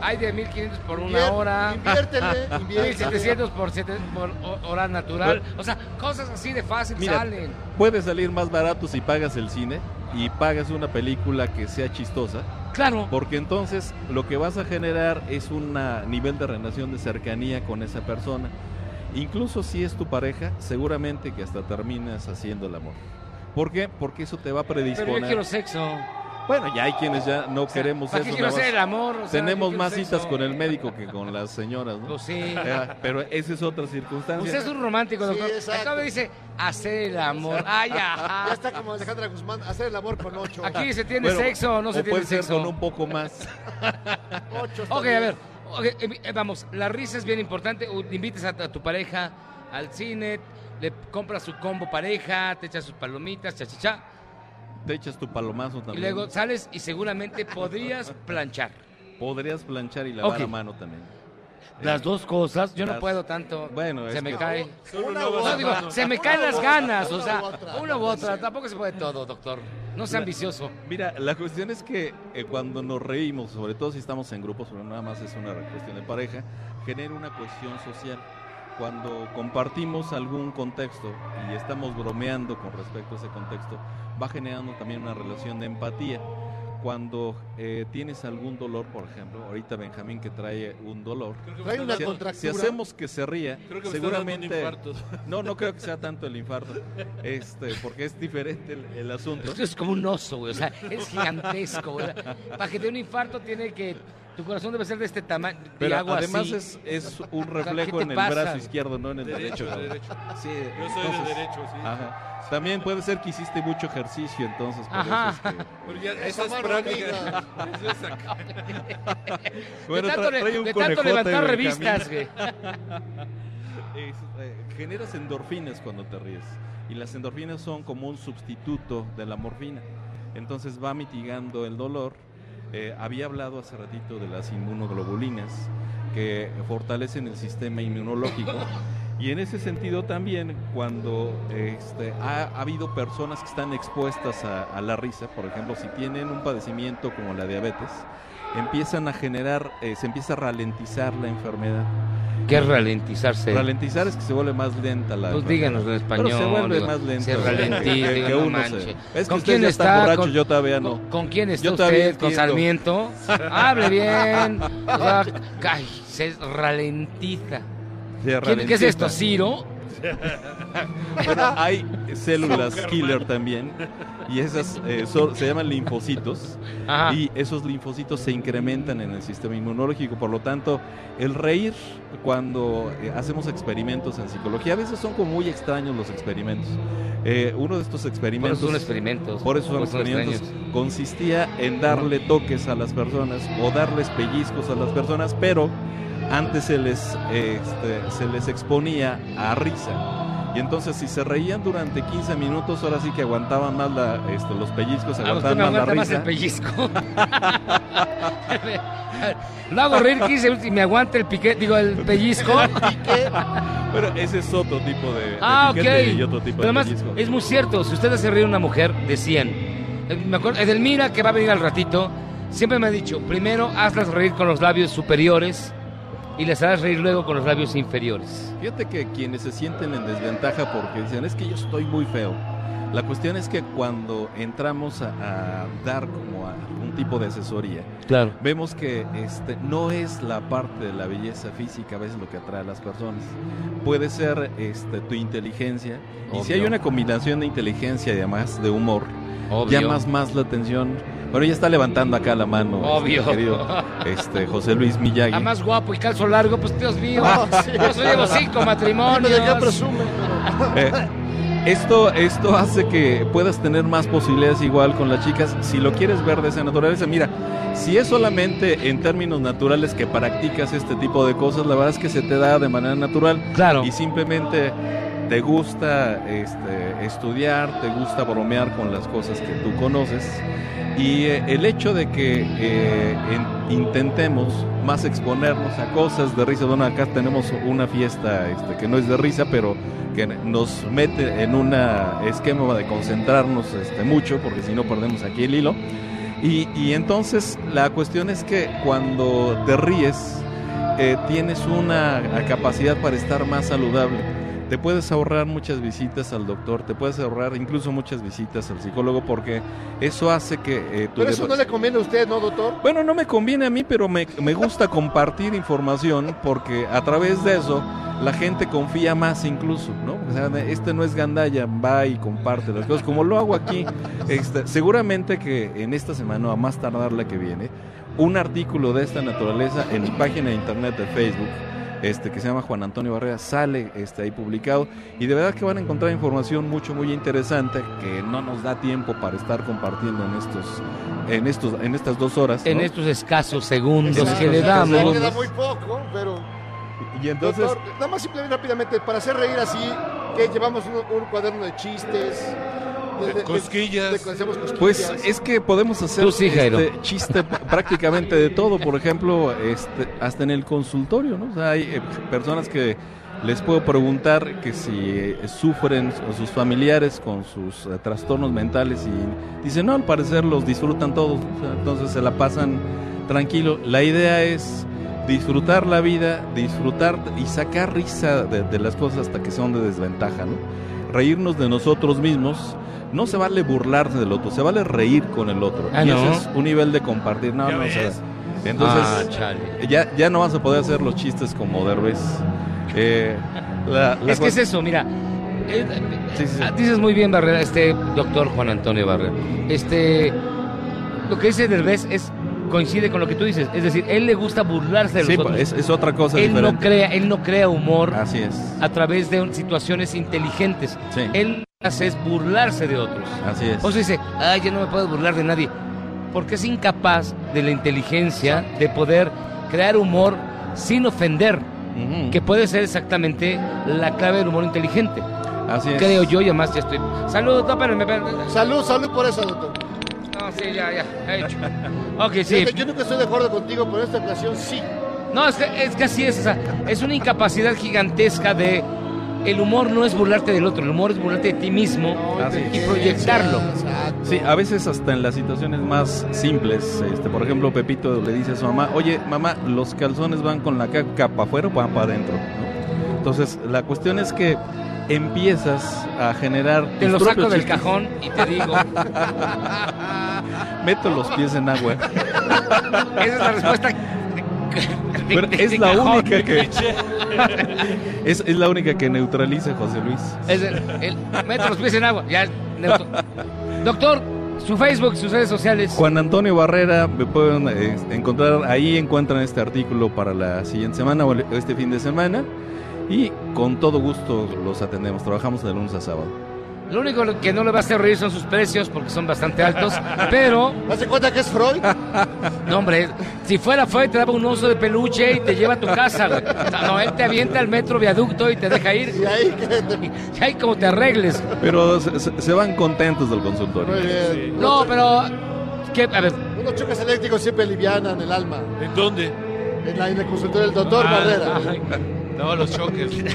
Speaker 1: hay de 1500 por una
Speaker 2: Invier-
Speaker 1: hora.
Speaker 2: inviértele, inviértele.
Speaker 1: 1700 Ah, por, siete- por ho- hora natural. O sea, cosas así de fácil
Speaker 8: Mira,
Speaker 1: salen.
Speaker 8: puede salir más barato si pagas el cine y pagas una película que sea chistosa.
Speaker 1: Claro.
Speaker 8: Porque entonces lo que vas a generar es un nivel de relación de cercanía con esa persona. Incluso si es tu pareja, seguramente que hasta terminas haciendo el amor. ¿Por qué? Porque eso te va a predisponer.
Speaker 1: Pero yo quiero sexo.
Speaker 8: Bueno, ya hay quienes ya no queremos
Speaker 1: ¿para qué
Speaker 8: eso.
Speaker 1: quiero
Speaker 8: nada más.
Speaker 1: hacer el amor? O sea,
Speaker 8: Tenemos
Speaker 1: yo quiero
Speaker 8: más
Speaker 1: sexo.
Speaker 8: citas con el médico que con las señoras, ¿no?
Speaker 1: Pues sí.
Speaker 8: Ya, pero esa es otra circunstancia.
Speaker 1: Usted Pues es un romántico,
Speaker 2: Sí,
Speaker 1: doctor.
Speaker 2: exacto.
Speaker 1: Acá me dice hacer el amor. Ah, Ay, ajá.
Speaker 2: Ya está como Alejandra Guzmán, hacer el amor con ocho.
Speaker 1: Aquí se tiene sexo o no se
Speaker 8: o
Speaker 1: tiene
Speaker 8: puede ser
Speaker 1: sexo.
Speaker 8: con un poco más.
Speaker 2: Ocho está
Speaker 1: Ok,
Speaker 2: bien.
Speaker 1: a ver. ok, eh, eh, vamos, la risa es bien importante. U- Invites a, a tu pareja al cine, le compras su combo pareja, te echas sus palomitas, cha, cha, cha,
Speaker 8: Te echas tu palomazo también.
Speaker 1: y luego sales y seguramente podrías planchar.
Speaker 8: Podrías planchar y lavar
Speaker 1: Ok.
Speaker 8: a mano también. Eh,
Speaker 1: Las dos cosas, yo no
Speaker 8: Las-
Speaker 1: puedo tanto.
Speaker 8: Bueno,
Speaker 1: se
Speaker 8: es
Speaker 1: me
Speaker 8: que-
Speaker 1: cae.
Speaker 2: Solo una
Speaker 1: No,
Speaker 2: u otra.
Speaker 1: digo, se me
Speaker 2: Una
Speaker 1: caen
Speaker 2: u
Speaker 1: las
Speaker 2: otra,
Speaker 1: ganas, o
Speaker 2: una
Speaker 1: sea,
Speaker 2: u otra.
Speaker 1: una u otra. Tampoco se puede todo, doctor. No sea
Speaker 8: La-
Speaker 1: ambicioso.
Speaker 8: Mira, la cuestión es que eh, cuando nos reímos, sobre todo si estamos en grupos, pero nada más es una cuestión de pareja, genera una cuestión social. Cuando compartimos algún contexto y estamos bromeando con respecto a ese contexto, va generando también una relación de empatía. Cuando eh, tienes algún dolor, por ejemplo, ahorita Benjamín que trae un dolor,
Speaker 2: que Trae una
Speaker 8: si, si
Speaker 2: contractura.
Speaker 8: hacemos que se ría,
Speaker 6: Creo que me está dando un
Speaker 8: seguramente...
Speaker 6: infarto.
Speaker 8: No, no creo que sea tanto el infarto, este, porque es diferente el, el asunto.
Speaker 1: Esto es como un oso, güey. O sea, es gigantesco, güey. Para que te dé un infarto tiene que. Tu corazón debe ser de este tamaño. de
Speaker 8: Pero
Speaker 1: algo
Speaker 8: además
Speaker 1: así.
Speaker 8: es, es un
Speaker 1: O sea, ¿qué
Speaker 8: reflejo
Speaker 1: te
Speaker 8: en el
Speaker 1: pasa?
Speaker 8: brazo izquierdo, no en el
Speaker 6: Derecho,
Speaker 8: derecho. ¿no?
Speaker 6: derecho.
Speaker 8: Sí,
Speaker 6: Yo soy de derecho, sí.
Speaker 8: Ajá. También puede ser que hiciste mucho ejercicio, entonces. por
Speaker 1: Ajá.
Speaker 8: eso es que-
Speaker 6: Pero ya,
Speaker 2: Esa
Speaker 6: eso es
Speaker 2: mano
Speaker 6: práctica.
Speaker 2: amiga.
Speaker 6: Eso es acá.
Speaker 8: Bueno,
Speaker 1: de
Speaker 8: tra-
Speaker 1: tanto, le-
Speaker 8: trae un
Speaker 1: de tanto
Speaker 8: conejote,
Speaker 1: levantar
Speaker 8: güey,
Speaker 1: revistas, güey.
Speaker 8: camina. Es, eh, generas endorfinas cuando te ríes. Y las endorfinas son como un sustituto de la morfina. Entonces va mitigando el dolor. Eh, había hablado hace ratito de las inmunoglobulinas que fortalecen el sistema inmunológico. Y en ese sentido también, cuando este, ha, ha habido personas que están expuestas a, a la risa, por ejemplo, si tienen un padecimiento como la diabetes, empiezan a generar, eh, se empieza a ralentizar la enfermedad.
Speaker 1: ¿Qué es ralentizarse?
Speaker 8: Ralentizar es que se vuelve más lenta la.
Speaker 1: Pues
Speaker 8: enfermedad.
Speaker 1: díganos en español.
Speaker 8: Pero se vuelve
Speaker 1: digo,
Speaker 8: más lenta.
Speaker 1: Se
Speaker 8: ¿no?
Speaker 1: ralentiza,
Speaker 8: Que-
Speaker 1: digo,
Speaker 8: que
Speaker 1: no
Speaker 8: uno se-
Speaker 1: manche.
Speaker 8: Es que usted ya está borracho, yo todavía no.
Speaker 1: ¿Con, con quién está
Speaker 8: Yo todavía
Speaker 1: usted? ¿Con
Speaker 8: entiendo.
Speaker 1: Sarmiento? Hable bien. O sea, ay, se
Speaker 8: Se
Speaker 1: ralentiza. ¿Quién- ¿Qué es
Speaker 8: ralentiza.
Speaker 1: esto, Ciro?
Speaker 8: Bueno, hay células killer también y esas eh, son- se llaman linfocitos y esos linfocitos se incrementan en el sistema inmunológico. Por lo tanto, el reír cuando eh, hacemos experimentos en psicología, a veces son como muy extraños los experimentos. Eh, uno de estos experimentos,
Speaker 1: son experimentos,
Speaker 8: por eso son
Speaker 1: por eso son
Speaker 8: experimentos, consistía en darle toques a las personas o darles pellizcos a las personas, pero antes se les, eh, este, se les exponía a risa. Y entonces si se reían durante 15 minutos, ahora sí que aguantaban más la, este, los pellizcos,
Speaker 1: Ah, usted
Speaker 8: aguantaban
Speaker 1: me
Speaker 8: más la risa.
Speaker 1: aguanta más el pellizco. Lo hago reír 15 minutos y me aguanta el piqué, digo, el pellizco.
Speaker 8: Pero ese es otro tipo de, de
Speaker 1: Ah, ok.
Speaker 8: piquete y otro tipo
Speaker 1: Pero además,
Speaker 8: de pellizco.
Speaker 1: es muy cierto. Si usted hace reír a una mujer, decían. eh, Me acuerdo, Edelmira, que va a venir al ratito, siempre me ha dicho: primero hazlas reír con los labios superiores y las harás reír luego con los labios inferiores.
Speaker 8: Fíjate que quienes se sienten en desventaja porque dicen, es que yo estoy muy feo. La cuestión es que cuando entramos a, a dar como a un tipo de asesoría,
Speaker 1: Claro.
Speaker 8: vemos que este, no es la parte de la belleza física a veces lo que atrae a las personas. Puede ser este, tu inteligencia. Y si
Speaker 1: Obvio.
Speaker 8: hay una combinación de inteligencia y además de humor,
Speaker 1: Obvio.
Speaker 8: llamas más la atención. Bueno, ya está levantando acá la mano. este,
Speaker 1: Obvio.
Speaker 8: querido, este, José Luis Miyagi.
Speaker 1: A más guapo y calzo largo, pues Dios mío.
Speaker 8: Ah, sí.
Speaker 1: Yo soy llevo cinco matrimonios.
Speaker 2: Dime de qué presume,
Speaker 8: Eh, esto, esto hace que puedas tener más posibilidades igual con las chicas si lo quieres ver de esa naturaleza. Mira, si es solamente en términos naturales que practicas este tipo de cosas, la verdad es que se te da de manera natural.
Speaker 1: Claro.
Speaker 8: Y simplemente te gusta este, estudiar, te gusta bromear con las cosas que tú conoces. Y eh, el hecho de que eh, en- intentemos más exponernos a cosas de risa, bueno, acá tenemos una fiesta este, que no es de risa, pero que nos mete en un esquema de concentrarnos este, mucho, porque si no perdemos aquí el hilo. Y, y entonces la cuestión es que cuando te ríes, eh, tienes una capacidad para estar más saludable. Te puedes ahorrar muchas visitas al doctor, te puedes ahorrar incluso muchas visitas al psicólogo porque eso hace que eh, tu
Speaker 2: Pero eso
Speaker 8: diagnóstico-
Speaker 2: no le conviene a usted, ¿no, doctor?
Speaker 8: bueno, no me conviene a mí, pero me, me gusta compartir información porque a través de eso la gente confía más incluso, ¿no? O sea, de- este no es gandalla, va y comparte las cosas, como lo hago aquí. Este, seguramente que en esta semana, o a más tardar la que viene, un artículo de esta naturaleza en mi página de internet de Facebook este que se llama Juan Antonio Barrera sale este ahí publicado y de verdad que van a encontrar información mucho muy interesante que no nos da tiempo para estar compartiendo en estos en estos en estas dos horas
Speaker 1: En
Speaker 8: ¿no?
Speaker 1: estos escasos segundos
Speaker 8: Exacto,
Speaker 1: que le
Speaker 8: exacto,
Speaker 1: damos.
Speaker 8: exacto.
Speaker 2: Queda muy poco, pero...
Speaker 8: y entonces
Speaker 2: Doctor, nada más simplemente rápidamente, para hacer reír así, que llevamos un, un cuaderno de chistes. de- de-
Speaker 8: Cosquillas.
Speaker 2: de- de- hacemos cosquillas.
Speaker 8: Pues es que podemos hacer
Speaker 1: Tú sí, Jairo.
Speaker 8: este chiste p- prácticamente de todo, por ejemplo, este, hasta en el consultorio, ¿no? O sea, hay eh, personas que les puedo preguntar que si eh, sufren o sus familiares con sus eh, trastornos mentales y dicen, no, al parecer los disfrutan todos, o sea, entonces se la pasan tranquilo. La idea es disfrutar la vida, disfrutar y sacar risa de, de las cosas hasta que son de desventaja, ¿no? reírnos de nosotros mismos. No se vale burlarse del otro, se vale reír con el otro.
Speaker 1: Ah,
Speaker 8: y
Speaker 1: ¿no?
Speaker 8: ese es un nivel de compartir. No, no se vale. Entonces,
Speaker 1: Ah, chale.
Speaker 8: ya, ya no vas a poder hacer los chistes como Derbez. Eh, la- la
Speaker 1: Es que es
Speaker 8: cual-
Speaker 1: eso, mira. eh, ah, Dices muy bien, Barrera, este doctor Juan Antonio Barrera. Este, lo que dice Derbez es, coincide con lo que tú dices. Es decir, él le gusta burlarse de
Speaker 8: Sí,
Speaker 1: los otros.
Speaker 8: es, es otra cosa
Speaker 1: él no
Speaker 8: diferente.
Speaker 1: crea, él no crea humor
Speaker 8: Así es.
Speaker 1: a través de un- situaciones inteligentes. Él lo que hace es burlarse de otros.
Speaker 8: Así es.
Speaker 1: O sea, dice, ay, yo no me puedo burlar de nadie. Porque es incapaz de la inteligencia de poder crear humor sin ofender. Que puede ser exactamente la clave del humor inteligente.
Speaker 8: Así es.
Speaker 1: Creo yo, y además ya estoy. Salud, no, espérame, espérame.
Speaker 2: Salud, salud por eso, doctor.
Speaker 1: No, sí, ya, ya. he hecho. Ok, sí.
Speaker 2: Fíjate, Yo nunca estoy de acuerdo contigo, pero en esta ocasión sí.
Speaker 1: No, es que, es que así es. o sea, es una incapacidad gigantesca de. El humor no es burlarte del otro, el humor es burlarte de ti mismo
Speaker 8: Así
Speaker 1: y
Speaker 8: es.
Speaker 1: proyectarlo.
Speaker 8: Sí, a veces hasta en las situaciones más simples, este, por ejemplo, Pepito le dice a su mamá, oye, mamá, los calzones van con la caca para afuera o para adentro. ¿no? Entonces, la cuestión es que empiezas a generar...
Speaker 1: Te
Speaker 8: tus
Speaker 1: lo saco
Speaker 8: propios
Speaker 1: del
Speaker 8: chistes.
Speaker 1: cajón y te digo.
Speaker 8: Meto los pies en agua.
Speaker 1: Esa es la respuesta.
Speaker 8: Pero
Speaker 1: de- de
Speaker 8: es la
Speaker 1: cajón.
Speaker 8: única que... Es, es la única que neutraliza José Luis.
Speaker 1: Es el, el- meto los pies en agua. Ya, neutro. Doctor, su Facebook, sus redes sociales.
Speaker 8: Juan Antonio Barrera, me pueden eh, encontrar, ahí encuentran este artículo para la siguiente semana o el- este fin de semana. Y con todo gusto los atendemos, trabajamos de lunes a sábado.
Speaker 1: Lo único que no le va a hacer reír son sus precios porque son bastante altos, pero...
Speaker 2: ¿Hace cuenta que es Freud?
Speaker 1: No, hombre, si fuera Freud te daba un oso de peluche y te lleva a tu casa, güey. No, él te avienta al metro viaducto y te deja ir. Y
Speaker 2: ahí,
Speaker 1: como te arregles.
Speaker 8: Pero se, se- se van contentos del consultorio.
Speaker 2: Muy bien.
Speaker 1: No, pero. ¿Qué? A ver.
Speaker 2: Unos choques eléctricos siempre alivianan el alma.
Speaker 7: ¿En dónde?
Speaker 2: En la, en el consultorio del doctor
Speaker 7: Ah,
Speaker 2: Barrera.
Speaker 7: ay, No, los choques.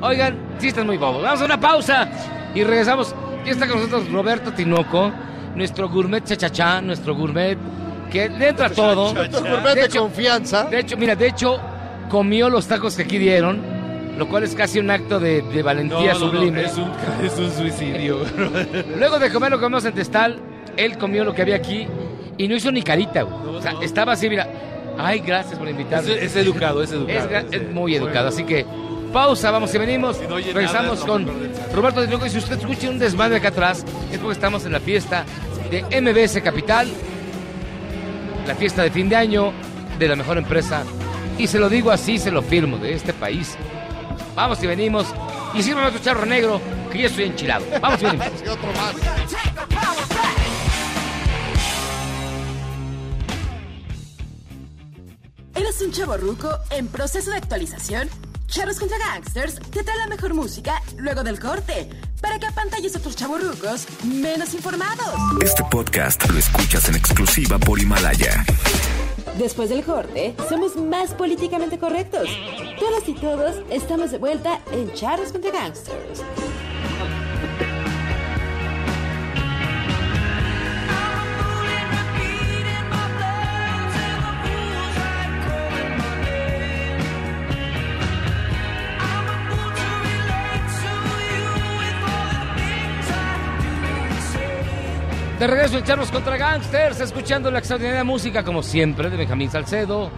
Speaker 1: Oigan, sí están muy bobos. Vamos a una pausa y regresamos. Ya está con nosotros Roberto Tinoco, nuestro gourmet chachachá, nuestro gourmet que le entra todo.
Speaker 2: Nuestro gourmet de confianza.
Speaker 1: De hecho, mira, de hecho, comió los tacos que aquí dieron, lo cual es casi un acto de, de valentía
Speaker 7: No, no, no,
Speaker 1: sublime.
Speaker 7: es un- es un suicidio, bro.
Speaker 1: Luego de comer lo que comimos en Testal, él comió lo que había aquí y no hizo ni carita, güey. o sea, estaba así, mira. Ay, gracias por invitarme.
Speaker 7: Es- es educado, es educado.
Speaker 1: gra- Es, muy educado, así que pausa, vamos y venimos.
Speaker 7: oye
Speaker 1: Regresamos
Speaker 7: nada,
Speaker 1: con
Speaker 7: no me acuerdo.
Speaker 1: Roberto de Tinoco. Y si usted escucha un desmadre acá atrás, es porque estamos en la fiesta de MBS Capital, la fiesta de fin de año de la mejor empresa. Y se lo digo así, se lo firmo, de este país. Vamos y venimos. Y sírvame otro charro negro, que yo estoy enchilado. Vamos y venimos.
Speaker 2: Y otro más.
Speaker 3: ¿Eres un chavo ruco en proceso de actualización? Charros contra Gangsters te trae la mejor música luego del corte para que apantalles a tus chavorrucos menos informados.
Speaker 12: Este podcast lo escuchas en exclusiva por Himalaya.
Speaker 13: Después del corte, somos más políticamente correctos. Todas y todos estamos de vuelta en Charles contra Gangsters.
Speaker 1: De regreso en Charlos contra Gangsters, escuchando la extraordinaria música, como siempre, de Benjamín Salcedo.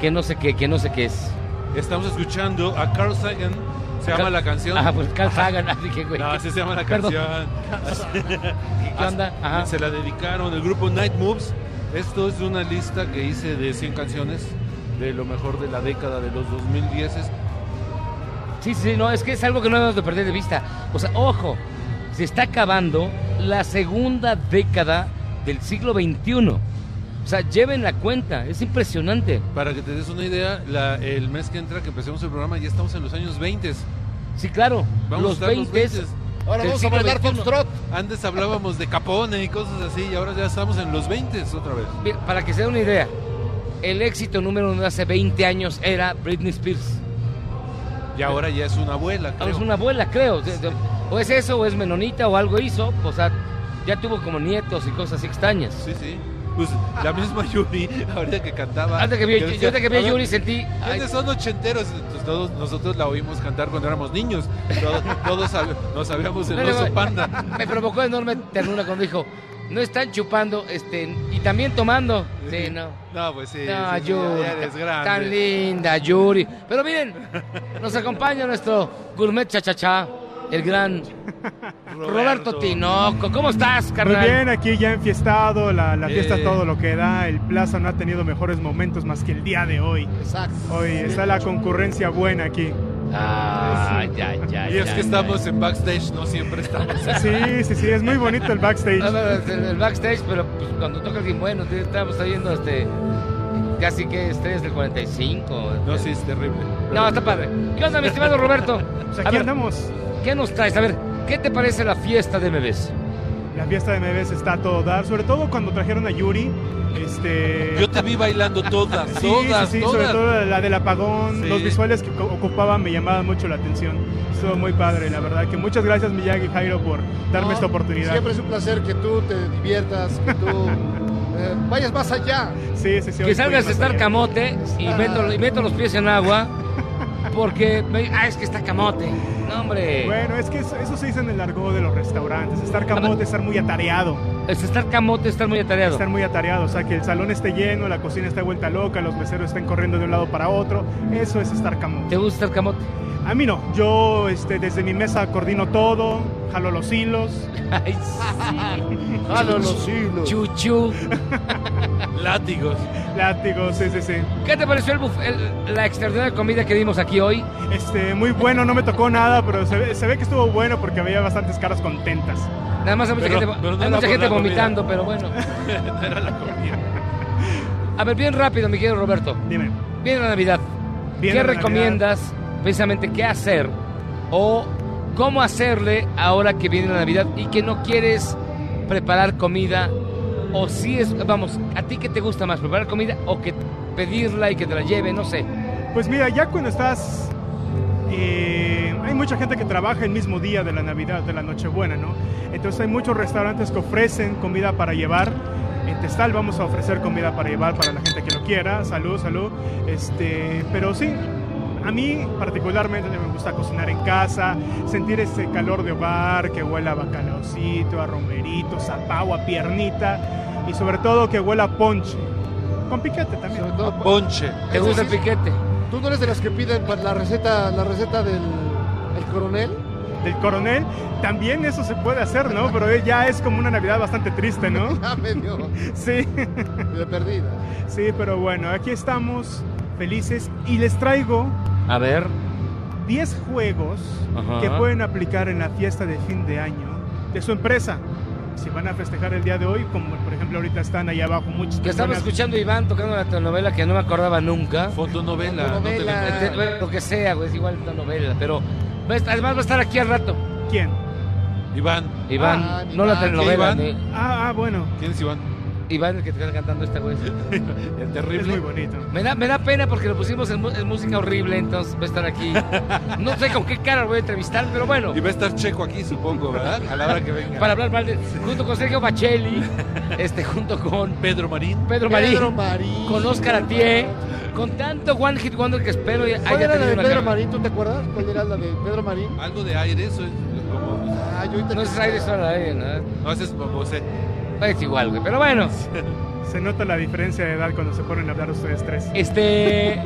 Speaker 1: Que no sé qué, que no sé qué es.
Speaker 7: Estamos escuchando a Carl Sagan. Se llama
Speaker 1: Carl-
Speaker 7: la canción.
Speaker 1: Ah, pues Carl Sagan, ah, dije, güey.
Speaker 7: No, así se llama la
Speaker 1: Perdón.
Speaker 7: canción.
Speaker 1: ¿Qué onda? Ajá.
Speaker 7: Se la dedicaron el grupo Night Moves. Esto es una lista que hice de 100 canciones de lo mejor de la década de los 2010.
Speaker 1: Sí, sí, no, es que es algo que no debemos de perder de vista. O sea, ojo, se está acabando la segunda década del siglo XXI. O sea, lleven la cuenta, es impresionante.
Speaker 7: Para que te des una idea, la- eh, el mes que entra que empecemos el programa ya estamos en los años 20.
Speaker 1: Sí, claro.
Speaker 7: Vamos
Speaker 1: los
Speaker 7: a estar en
Speaker 1: 20s.
Speaker 7: 20s.
Speaker 1: Ahora Del vamos a siglo bailar XXI. foxtrot.
Speaker 7: Antes hablábamos de Capone y cosas así y ahora ya estamos en los 20 otra vez.
Speaker 1: Mira, para que se den una idea, el éxito número uno de hace 20 años era Britney Spears.
Speaker 7: Y ahora ya es una abuela,
Speaker 1: Ahora
Speaker 7: creo.
Speaker 1: es una abuela, creo. De- de- O es eso, o es menonita, o algo hizo. O sea, ya tuvo como nietos y cosas así extrañas.
Speaker 7: Sí, sí. Pues la misma Yuri, ahorita que cantaba.
Speaker 1: Antes que vi- yo-
Speaker 7: decía,
Speaker 1: yo te que vi a
Speaker 7: ver,
Speaker 1: Yuri sentí, ay.
Speaker 7: ¿Quiénes son ochenteros? Entonces, todos nosotros la oímos cantar cuando éramos niños. Todos, todos sabe- nos sabíamos el
Speaker 1: No le
Speaker 7: oso
Speaker 1: voy-
Speaker 7: panda.
Speaker 1: Me provocó enorme ternura cuando dijo, no están chupando este y también tomando. Sí, no.
Speaker 7: No, pues sí.
Speaker 1: No,
Speaker 7: sí, sí,
Speaker 1: Yuri,
Speaker 7: ya eres
Speaker 1: ta-
Speaker 7: grande.
Speaker 1: tan linda, Yuri. Pero miren, nos acompaña nuestro gourmet chachachá, el gran Roberto, Tinoco. ¿Cómo estás, carnal?
Speaker 14: Muy bien, aquí ya enfiestado, la, la fiesta
Speaker 1: Eh.
Speaker 14: todo lo que da. El Plaza no ha tenido mejores momentos más que el día de hoy.
Speaker 2: Exacto.
Speaker 14: Hoy está la concurrencia buena aquí.
Speaker 1: Ah, ya, ya.
Speaker 7: Y es
Speaker 1: ya,
Speaker 7: que
Speaker 1: ya.
Speaker 7: estamos en backstage, no siempre estamos.
Speaker 14: Sí, sí, sí, es muy bonito el backstage.
Speaker 1: No, no, es el, el backstage, pero pues, cuando toca alguien bueno, te- estamos oyendo este, casi que estrellas del 45.
Speaker 7: No, sí, es terrible.
Speaker 1: este. No, está padre. ¿Qué onda, mi estimado Roberto?
Speaker 14: Pues
Speaker 1: A
Speaker 14: aquí
Speaker 1: ver,
Speaker 14: andamos.
Speaker 1: ¿Qué nos traes? A ver, ¿qué te parece la fiesta de MBS?
Speaker 14: La fiesta de MBS está a todo dar, sobre todo cuando trajeron a Yuri. Este...
Speaker 7: Yo te vi bailando todas,
Speaker 14: Sí,
Speaker 7: todas,
Speaker 14: sí, sí, sobre
Speaker 7: todas.
Speaker 14: todo la del apagón,
Speaker 7: Sí.
Speaker 14: los visuales que co- ocupaban me llamaban mucho la atención. Estuvo muy padre, la verdad que muchas gracias Miyagi Jairo por darme esta oportunidad.
Speaker 2: Siempre es un placer que tú te diviertas, que tú eh, vayas más allá.
Speaker 14: Sí, sí, sí. Ah.
Speaker 1: Que salgas a estar camote y meto, y meto los pies en agua. porque. me- Ah, es que está camote. No, hombre.
Speaker 14: Bueno, es que eso, eso se dice en el argot de los restaurantes. Estar camote, estar muy atareado.
Speaker 1: Es estar camote, estar muy atareado.
Speaker 14: Estar muy atareado, o sea, que el salón esté lleno, la cocina esté vuelta loca, los meseros estén corriendo de un lado para otro. Eso es estar camote.
Speaker 1: ¿Te gusta estar camote?
Speaker 14: A mí no. Yo este, desde mi mesa coordino todo, jalo los hilos.
Speaker 2: Ah,
Speaker 1: Jalo los
Speaker 14: hilos.
Speaker 1: Chuchu.
Speaker 6: Látigos.
Speaker 14: Látigos, sí, sí, sí.
Speaker 1: ¿Qué te pareció el buf- el- la extraordinaria comida que dimos aquí hoy?
Speaker 14: Este, muy bueno, no me tocó nada, pero se ve, se ve que estuvo bueno porque había bastantes caras contentas.
Speaker 1: Nada más hay mucha gente, hay mucha gente vomitando, pero bueno. A ver, bien rápido, mi querido Roberto.
Speaker 14: Dime.
Speaker 1: Viene la Navidad.
Speaker 14: Viene
Speaker 1: ¿Qué
Speaker 14: la
Speaker 1: recomiendas precisamente qué hacer o cómo hacerle ahora que viene la Navidad y que no quieres preparar comida o si es, vamos, a ti qué te gusta más, preparar comida o que pedirla y que te la lleve, no sé.
Speaker 14: Pues mira, ya cuando estás... eh, hay mucha gente que trabaja el mismo día de la Navidad, de la Nochebuena, ¿no? Entonces hay muchos restaurantes que ofrecen comida para llevar. En Testal vamos a ofrecer comida para llevar para la gente que lo quiera. Salud, salud. Este, pero sí, a mí particularmente me gusta cocinar en casa, sentir ese calor de hogar, que huela a bacalaucito, a romerito, zapau, a piernita y sobre todo que huela a ponche. Con piquete también.
Speaker 6: Ponche.
Speaker 1: ¿Te gusta el piquete?
Speaker 2: ¿Tú no eres de las que piden pa- la receta, la receta del, del coronel?
Speaker 14: del coronel, también eso se puede hacer, ¿no? Pero eh, ya es como una Navidad bastante triste, ¿no?
Speaker 2: Ya medio.
Speaker 14: Sí.
Speaker 2: De perdida.
Speaker 14: Sí, pero bueno, aquí estamos felices y les traigo
Speaker 1: A ver.
Speaker 14: 10 juegos
Speaker 1: Ajá.
Speaker 14: que pueden aplicar en la fiesta de fin de año de su empresa. Si van a festejar el día de hoy, como por ejemplo ahorita están ahí abajo muchos
Speaker 1: Que estaba escuchando a Iván tocando la telenovela que no me acordaba nunca.
Speaker 6: Fotonovela. no te
Speaker 1: Telenovela.
Speaker 6: vengas.
Speaker 1: Este, Lo que sea, güey, es igual una novela, pero va a estar- además va a estar aquí al rato.
Speaker 14: ¿Quién?
Speaker 6: Iván.
Speaker 1: Iván,
Speaker 6: Ah,
Speaker 1: no la
Speaker 6: Iván.
Speaker 1: telenovela.
Speaker 6: ¿Qué,
Speaker 1: ni-
Speaker 6: Iván?
Speaker 14: Ah, ah, bueno.
Speaker 6: ¿Quién es Iván?
Speaker 1: Iván, el que te está cantando esta güey.
Speaker 6: El terrible.
Speaker 14: Es muy bonito.
Speaker 1: Me da, me da pena porque lo pusimos en, mu- en música horrible, entonces va a estar aquí. No sé con qué cara lo voy a entrevistar, pero bueno.
Speaker 6: Y va a estar Checo aquí, supongo, ¿verdad? A la hora que venga.
Speaker 1: Para hablar mal de. Junto con Sergio Bacelli, este, junto con.
Speaker 6: Pedro Marín.
Speaker 1: Pedro Marín.
Speaker 2: Pedro Marín.
Speaker 1: Con Oscar Atié. Con tanto One Hit Wonder que espero haya
Speaker 2: ¿Cuál era la
Speaker 1: tenido
Speaker 2: de
Speaker 1: una
Speaker 2: Pedro
Speaker 1: carrera.
Speaker 2: Marín? ¿Tú te acuerdas? ¿Cuál era la de Pedro Marín?
Speaker 6: Algo de aire, eso es como.
Speaker 2: Ah, yo ahorita
Speaker 1: No es aire solo aire, ¿no?
Speaker 6: No, ese es Bobose.
Speaker 1: Es igual, güey. Pero bueno.
Speaker 14: Se nota la diferencia de edad cuando se ponen a hablar ustedes tres.
Speaker 1: Este.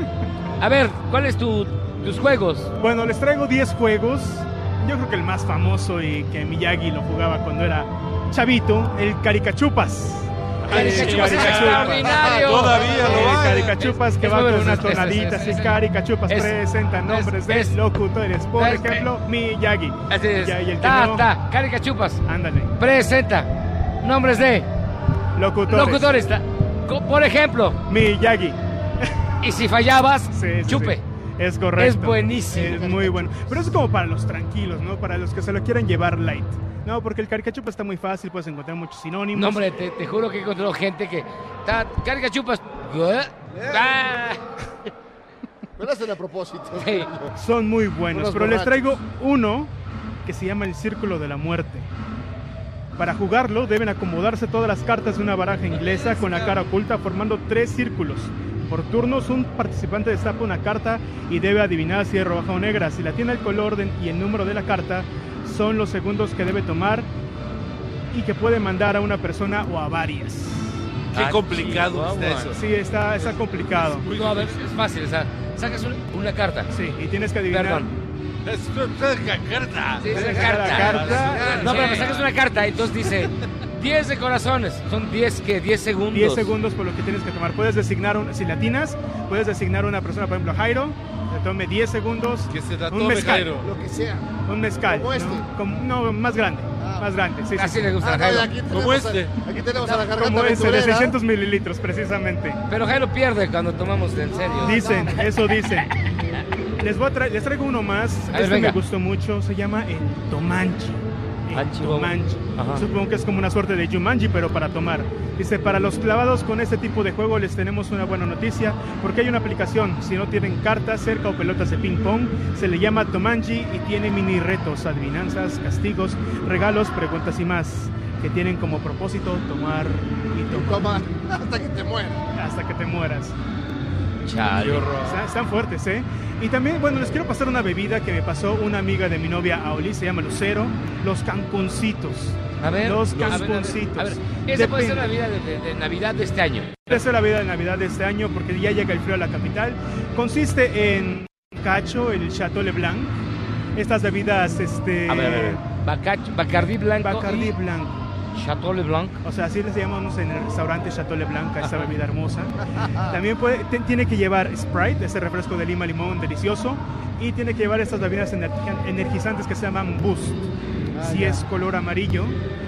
Speaker 1: A ver, ¿cuáles tu, tus juegos?
Speaker 14: Bueno, les traigo 10 juegos. Yo creo que el más famoso y que Miyagi lo jugaba cuando era chavito, el Caricachupas.
Speaker 1: Caricachupas es extraordinario. Todavía lo
Speaker 14: El
Speaker 1: hay.
Speaker 14: Caricachupas que
Speaker 1: Es
Speaker 14: va
Speaker 1: muy
Speaker 14: con
Speaker 1: bueno,
Speaker 14: unas
Speaker 1: es- es-
Speaker 14: tonaditas.
Speaker 1: es-
Speaker 14: El
Speaker 1: es-
Speaker 14: Caricachupas
Speaker 1: es-
Speaker 14: presenta nombres de
Speaker 1: es-
Speaker 14: locutores. Por
Speaker 1: es-
Speaker 14: ejemplo, Miyagi.
Speaker 1: Así es.
Speaker 14: Ya, y el que
Speaker 1: Ta,
Speaker 14: no-
Speaker 1: ta, Caricachupas.
Speaker 14: Ándale.
Speaker 1: Presenta. Nombres de.
Speaker 14: Locutores.
Speaker 1: Locutores. ta- co- Por ejemplo.
Speaker 14: Miyagi.
Speaker 1: Y si fallabas,
Speaker 14: Sí, sí,
Speaker 1: chupe.
Speaker 14: sí. Es correcto.
Speaker 1: Es buenísimo.
Speaker 14: Es muy bueno. Pero eso es como para los tranquilos, ¿no? Para los que se lo quieran llevar light. No, porque el caricachupa está muy fácil, puedes encontrar muchos sinónimos.
Speaker 1: No, hombre, te, te juro que he encontrado gente que. Ta, Caricachupas. ¿Qué?
Speaker 14: Eh.
Speaker 1: Ah,
Speaker 2: Me lo hacen a propósito.
Speaker 1: sí.
Speaker 14: Son muy buenos,
Speaker 2: Unos
Speaker 14: pero les
Speaker 2: borrachos.
Speaker 14: traigo uno que se llama el Círculo de la Muerte. Para jugarlo deben acomodarse todas las cartas de una baraja inglesa con la cara oculta formando tres círculos. Por turnos un participante destapa una carta y debe adivinar si es roja o negra. Si la tiene el color de- y el número de la carta son los segundos que debe tomar y que puede mandar a una persona o a varias.
Speaker 6: Qué
Speaker 2: Ah,
Speaker 6: complicado está eso.
Speaker 14: Sí, está, está complicado.
Speaker 1: No, a ver, es fácil. O sea, sacas un- una carta.
Speaker 14: Sí, y tienes que adivinar.
Speaker 1: Perdón.
Speaker 6: Es una carta.
Speaker 1: Sí, es una
Speaker 14: Saca la
Speaker 1: carta.
Speaker 14: carta.
Speaker 1: No, pero
Speaker 14: Sí.
Speaker 1: me sacas una carta y entonces dice 10 de corazones. Son 10 que 10 segundos.
Speaker 14: 10 segundos por lo que tienes que tomar. Puedes designar, un, si latinas, puedes designar una persona, por ejemplo, Jairo, que tome 10 segundos,
Speaker 6: Que se la
Speaker 14: Un
Speaker 6: tome,
Speaker 14: mezcal.
Speaker 6: Jairo.
Speaker 2: Lo que sea.
Speaker 14: un mezcal.
Speaker 2: Como
Speaker 14: ¿no?
Speaker 2: este.
Speaker 14: Como- no, más grande, más grande. Sí, sí,
Speaker 1: Así
Speaker 14: sí.
Speaker 1: le gusta a
Speaker 2: Ah, no,
Speaker 1: Jairo.
Speaker 2: aquí tenemos
Speaker 6: Como
Speaker 2: a-
Speaker 6: este.
Speaker 2: Aquí tenemos a la garganta
Speaker 14: Como ese, de
Speaker 2: aventurera.
Speaker 14: 600 mililitros, precisamente.
Speaker 1: Pero Jairo pierde cuando tomamos en serio.
Speaker 14: Dicen, eso dicen. Les, voy a tra- les traigo uno más,
Speaker 1: A ver,
Speaker 14: este
Speaker 1: venga.
Speaker 14: me gustó mucho, se llama el Tomanchi. El
Speaker 1: Ah, chihuahua.
Speaker 14: Tomanchi.
Speaker 1: Ajá.
Speaker 14: Supongo que es como una suerte de Jumanji, pero para tomar. Dice, para los clavados con este tipo de juego les tenemos una buena noticia, porque hay una aplicación, si no tienen cartas, cerca o pelotas de ping pong, se le llama Tomanji y tiene mini retos, adivinanzas, castigos, regalos, preguntas y más, que tienen como propósito tomar y tomar
Speaker 2: Toma, hasta que te mueras.
Speaker 14: hasta que te mueras.
Speaker 1: Chale.
Speaker 14: Está- Están fuertes, ¿eh? Y también, bueno, les quiero pasar una bebida que me pasó una amiga de mi novia Aoli, se llama Lucero, los canconcitos.
Speaker 1: A ver,
Speaker 14: los
Speaker 1: a ver, a ver,
Speaker 14: canconcitos.
Speaker 1: A ver, esa puede ser la bebida de- de- de Navidad de este año.
Speaker 14: Esa es la vida de Navidad de este año porque ya llega el frío a la capital. Consiste en cacho, el Chateau Leblanc, estas bebidas, este...
Speaker 1: A ver, a ver, a ver. Bacacho- Bacardí blanco.
Speaker 14: Bacardí
Speaker 1: y
Speaker 14: blanco.
Speaker 1: Chateau Leblanc.
Speaker 14: O sea, así les llamamos en el restaurante Chateau Leblanc a esta bebida hermosa.
Speaker 15: Ah.
Speaker 14: También puede- te- tiene que llevar Sprite, ese refresco de lima limón delicioso, y tiene que llevar estas bebidas energi- energizantes que se llaman Boost. si
Speaker 2: ya.
Speaker 14: es color amarillo,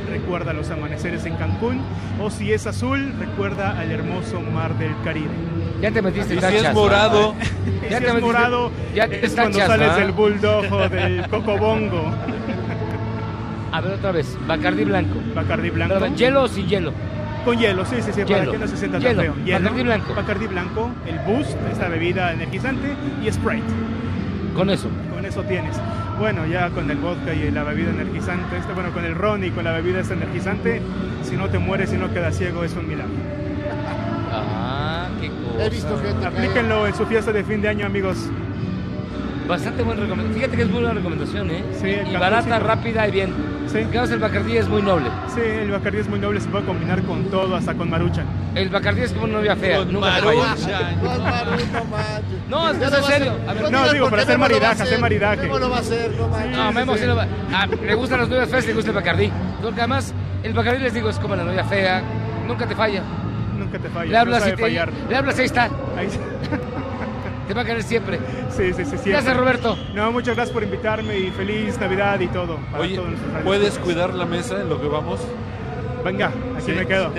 Speaker 14: recuerda los amaneceres en Cancún, o si es azul, recuerda al hermoso mar del Caribe.
Speaker 1: Ya te metiste
Speaker 14: Y
Speaker 1: en tachas, ¿no?
Speaker 14: Y
Speaker 1: Ya
Speaker 14: si
Speaker 1: te
Speaker 14: es
Speaker 1: metiste-
Speaker 14: morado,
Speaker 1: ya te
Speaker 14: es cuando
Speaker 1: tachas,
Speaker 14: sales
Speaker 1: ¿ah?
Speaker 14: del bulldog o del cocobongo.
Speaker 1: A ver otra vez. Bacardí blanco.
Speaker 14: Bacardí blanco.
Speaker 1: ¿Hielo o sin hielo?
Speaker 14: Con hielo, sí, sí, sí, para
Speaker 1: Hielo.
Speaker 14: que no se sienta
Speaker 1: Hielo.
Speaker 14: tan feo. Hielo,
Speaker 1: Bacardí blanco.
Speaker 14: Bacardí blanco, el boost, esta bebida energizante, y Sprite.
Speaker 1: Con eso.
Speaker 14: Con eso tienes. Bueno, ya con el vodka y la bebida energizante, este, bueno, con el ron y con la bebida esta energizante, si no te mueres y no quedas ciego, es un milagro.
Speaker 1: Ah, qué cosa.
Speaker 14: Aplíquenlo en su fiesta de fin de año, amigos.
Speaker 1: Bastante buena recomendación. Fíjate que es muy buena recomendación, ¿eh?
Speaker 14: Sí,
Speaker 1: y
Speaker 14: el
Speaker 1: barata,
Speaker 14: Cancún, sí.
Speaker 1: rápida y bien.
Speaker 14: Sí.
Speaker 1: el Bacardí es muy noble.
Speaker 14: Sí, el Bacardí es muy noble, se puede combinar con todo, hasta con marucha.
Speaker 1: El Bacardí es como una novia fea. nunca se falla. No, es que es en serio. A ver,
Speaker 14: No, digo, para hacer maridaje, hacer maridaje.
Speaker 2: ¿Cómo lo va a hacer? No manches.
Speaker 1: No, Memo sí lo va- Ah, le gustan las novias feas, le gusta el Bacardí. Porque además, el Bacardí les digo, es como la novia fea. Nunca te falla.
Speaker 14: Nunca te falla.
Speaker 1: Le hablas
Speaker 14: no
Speaker 1: y
Speaker 14: sabe
Speaker 1: te-
Speaker 14: fallar.
Speaker 1: le hablas y ahí está.
Speaker 14: Ahí sí.
Speaker 1: Te va a querer siempre.
Speaker 14: Sí, sí, sí. siempre.
Speaker 1: Gracias, Roberto.
Speaker 14: No, muchas gracias por invitarme y feliz Navidad y todo. para
Speaker 6: Oye,
Speaker 14: todos nuestros
Speaker 6: ¿puedes
Speaker 14: radioescuchas.
Speaker 6: cuidar la mesa en lo que vamos?
Speaker 14: Venga, aquí
Speaker 6: Sí.
Speaker 14: me quedo.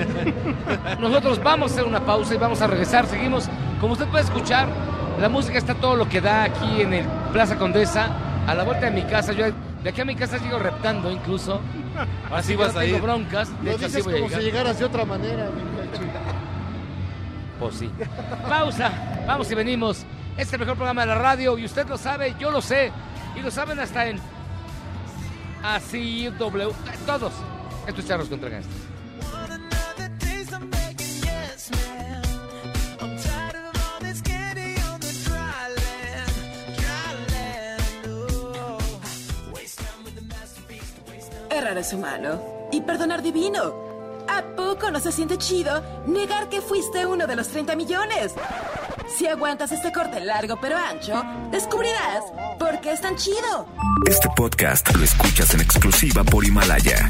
Speaker 1: Nosotros vamos a hacer una pausa y vamos a regresar. Seguimos. Como usted puede escuchar, la música está todo lo que da aquí en el Plaza Condesa. A la vuelta de mi casa, yo de aquí a mi casa sigo reptando incluso.
Speaker 6: Así
Speaker 1: que
Speaker 6: vas
Speaker 1: no
Speaker 6: a
Speaker 1: tengo
Speaker 6: ir.
Speaker 1: broncas. De
Speaker 2: Lo
Speaker 1: hecho, así
Speaker 2: dices
Speaker 1: voy a
Speaker 2: como si
Speaker 1: llegar.
Speaker 2: llegaras de otra manera, mi muchacho.
Speaker 1: Pues sí. Pausa. Vamos y venimos. Este es el mejor programa de la radio y usted lo sabe, yo lo sé. Y lo saben hasta en así W. eh, Todos. Esto es Charros contra Gangsters.
Speaker 15: oh.
Speaker 3: Errar es humano y perdonar divino. ¿A poco no se siente chido negar que fuiste uno de los 30 millones? Si aguantas este corte largo pero ancho, descubrirás por qué es tan chido.
Speaker 12: Este podcast lo escuchas en exclusiva por Himalaya.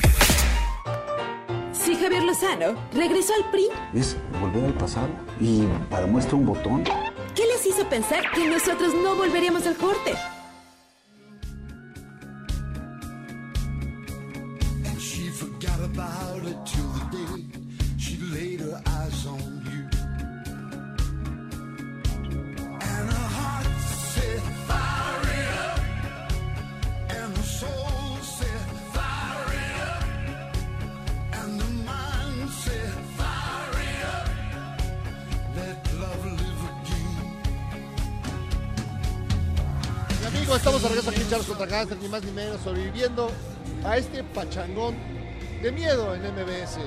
Speaker 16: Si Javier Lozano regresó al PRI,
Speaker 17: Es volver al pasado y para muestra un botón.
Speaker 16: ¿qué les hizo pensar que nosotros no volveríamos al corte?
Speaker 15: And she forgot about it till the day she laid her eyes on you. And her heart said, Fire it up. And her soul said, Fire it up. And the mind said, Fire it up. Let love live again.
Speaker 2: Y amigos, estamos de regreso aquí en Charlos contra Gánster, ni más ni menos, sobreviviendo a este pachangón de miedo en MBS.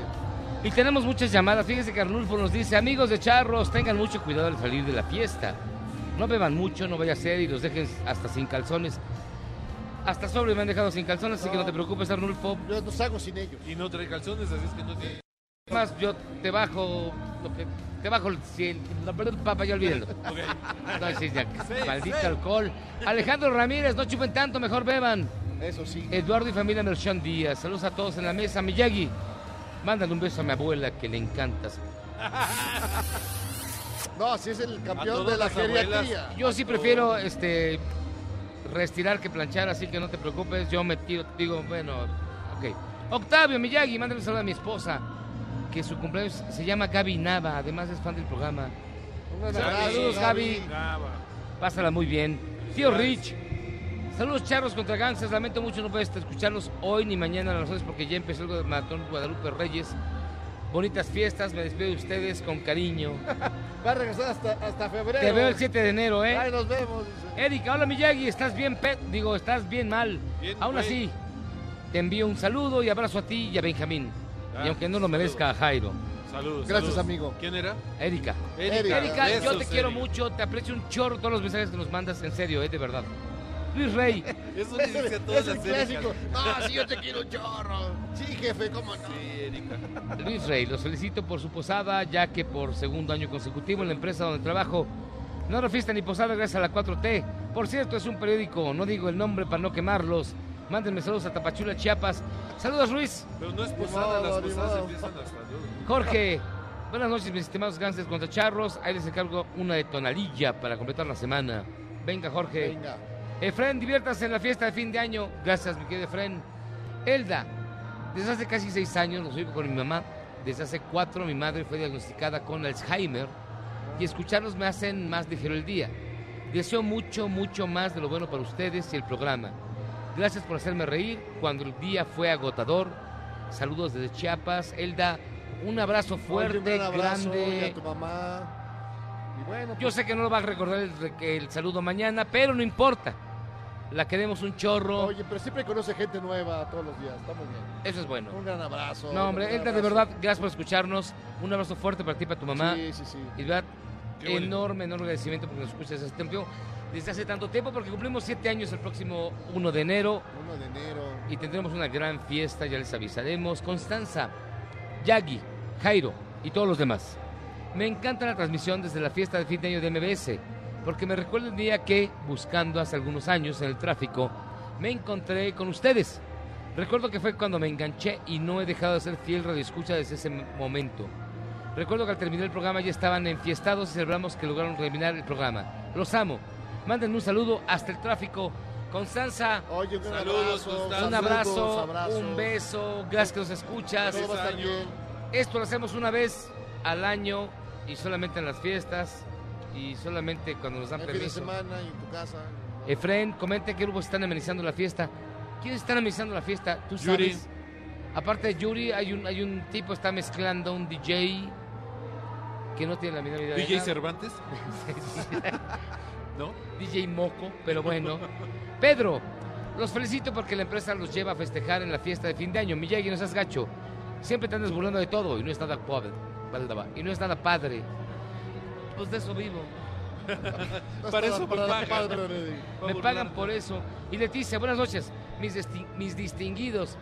Speaker 1: Y tenemos muchas llamadas. Fíjense que Arnulfo nos dice, amigos de charros, tengan mucho cuidado al salir de la fiesta. No beban mucho, no vaya a ser y los dejen hasta sin calzones. Hasta sobre me han dejado sin calzones, así que no te preocupes, Arnulfo.
Speaker 2: Yo los hago sin ellos.
Speaker 6: Y no trae calzones, así es que no tiene.
Speaker 1: Más, yo te bajo lo que- Te bajo el cien- la verdad, papá, ya olvídalo. No, sí, ya, maldito
Speaker 2: sí.
Speaker 1: alcohol. Alejandro Ramírez, no chupen tanto, mejor beban.
Speaker 2: Eso sí.
Speaker 1: Eduardo y familia Merchan Díaz, saludos a todos en la mesa. Miyagi, mándale un beso a mi abuela que le encantas.
Speaker 2: No, si es el campeón
Speaker 6: todas
Speaker 2: de la
Speaker 6: las abuelas.
Speaker 2: geriatría.
Speaker 1: Yo sí prefiero este restirar que planchar, así que no te preocupes. Yo me tiro, digo, bueno, ok. Octavio Miyagi, mándale un saludo a mi esposa, que su cumpleaños se llama Gaby Nava, además es fan del programa. Saludos, Gaby. Pásala muy bien. Tío Rich, saludos charros contra gangsters. Lamento mucho no puedes escucharlos hoy ni mañana a las 11 porque ya empezó el maratón Guadalupe Reyes. Bonitas fiestas, me despido de ustedes con cariño.
Speaker 2: Va a regresar hasta, hasta febrero.
Speaker 1: Te veo el 7 de enero, ¿eh?
Speaker 2: Ahí nos vemos.
Speaker 1: Erika, hola Miyagi, estás bien, pe- digo, estás bien mal.
Speaker 2: Bien,
Speaker 1: Aún
Speaker 2: güey.
Speaker 1: así, te envío un saludo y abrazo a ti y a Benjamín. y aunque no lo merezca, a Jairo.
Speaker 6: Saludos.
Speaker 2: Gracias,
Speaker 6: saludos.
Speaker 2: amigo.
Speaker 6: ¿Quién era?
Speaker 1: Erika.
Speaker 6: Erika,
Speaker 1: Erika, yo
Speaker 6: besos,
Speaker 1: te quiero
Speaker 6: Erika.
Speaker 1: mucho, te aprecio un chorro todos los mensajes que nos mandas, en serio, eh, de verdad. Luis Rey.
Speaker 6: Es
Speaker 2: un inicio a todas Es el las Ericas. clásico. Ah, sí, yo te quiero un chorro. Sí, jefe, ¿cómo no? Sí, Erika.
Speaker 1: Luis Rey, los felicito por su posada, ya que por segundo año consecutivo en la empresa donde trabajo no habrá fiesta ni posada gracias a la 4T. Por cierto, es un periódico, no digo el nombre para no quemarlos. Mándenme saludos a Tapachula, Chiapas. Saludos, Luis.
Speaker 6: Pero no es posada, las
Speaker 1: Ni modo, ni
Speaker 6: posadas
Speaker 1: modo.
Speaker 6: empiezan hasta luego.
Speaker 1: Jorge, buenas noches, mis estimados gangsters contra charros. Ahí les encargo una de tonalilla para completar la semana. Venga, Jorge.
Speaker 2: Venga.
Speaker 1: Efren, diviértase en la fiesta de fin de año. Gracias, mi querido Efren. Elda, desde hace casi seis años los vivo con mi mamá. Desde hace cuatro mi madre fue diagnosticada con Alzheimer y escucharlos me hacen más ligero el día. Deseo mucho, mucho más de lo bueno para ustedes y el programa. Gracias por hacerme reír cuando el día fue agotador. Saludos desde Chiapas. Elda, un abrazo fuerte,
Speaker 2: Oye, un gran abrazo y
Speaker 1: grande.
Speaker 2: a tu mamá. Y bueno,
Speaker 1: Yo sé que no lo va a recordar el, el saludo mañana, pero no importa. La queremos un chorro.
Speaker 2: Oye, pero siempre conoce gente nueva todos los días. Está muy bien.
Speaker 1: Eso es bueno.
Speaker 2: Un gran abrazo.
Speaker 1: No, hombre,
Speaker 2: un gran
Speaker 1: Elda, de
Speaker 2: abrazo.
Speaker 1: verdad, gracias por escucharnos. Un abrazo fuerte para ti, para tu mamá.
Speaker 2: Sí, sí, sí.
Speaker 1: Y de verdad,
Speaker 2: Qué bonito.
Speaker 1: enorme, enorme agradecimiento porque nos escuchas hace tiempo, desde hace tanto tiempo, porque cumplimos siete años el próximo 1 de enero
Speaker 2: 1 de enero.
Speaker 1: y tendremos una gran fiesta, ya les avisaremos. Constanza, Yagi, Jairo y todos los demás. Me encanta la transmisión desde la fiesta de fin de año de MBS, porque me recuerda el día que, buscando hace algunos años en el tráfico, me encontré con ustedes. Recuerdo que fue cuando me enganché y no he dejado de ser fiel radioescucha desde ese momento. Recuerdo que al terminar el programa ya estaban enfiestados y celebramos que lograron terminar el programa. Los amo. Mándenme un saludo hasta el tráfico. Constanza.
Speaker 2: Oye, un
Speaker 6: Saludos,
Speaker 2: abrazo.
Speaker 6: Constanza.
Speaker 1: Un abrazo,
Speaker 2: Saludos, abrazos.
Speaker 1: un beso, gracias que nos escuchas.
Speaker 2: Todo va a estar bien.
Speaker 1: Esto lo hacemos una vez al año y solamente en las fiestas y solamente cuando nos dan
Speaker 2: El fin de
Speaker 1: permiso.
Speaker 2: semana y en tu casa.
Speaker 1: Efren, comenta qué grupos están amenizando la fiesta. ¿Quiénes están amenizando la fiesta? Tú
Speaker 6: Yuri.
Speaker 1: sabes. Aparte de Yuri, hay un, hay un tipo que está mezclando un DJ que no tiene la menor idea. de
Speaker 6: ¿DJ
Speaker 1: nada.
Speaker 6: Cervantes? ¿No?
Speaker 1: DJ Moco, pero bueno. Pedro, los felicito porque la empresa los lleva a festejar en la fiesta de fin de año. Miyagi, no seas gacho. Siempre te andas burlando de todo y no es nada pobre. Y no es nada padre. Pues de eso vivo.
Speaker 6: Para eso me pagan.
Speaker 1: Me pagan por eso. Y Leticia, buenas noches. Mis, desti- mis distinguidos.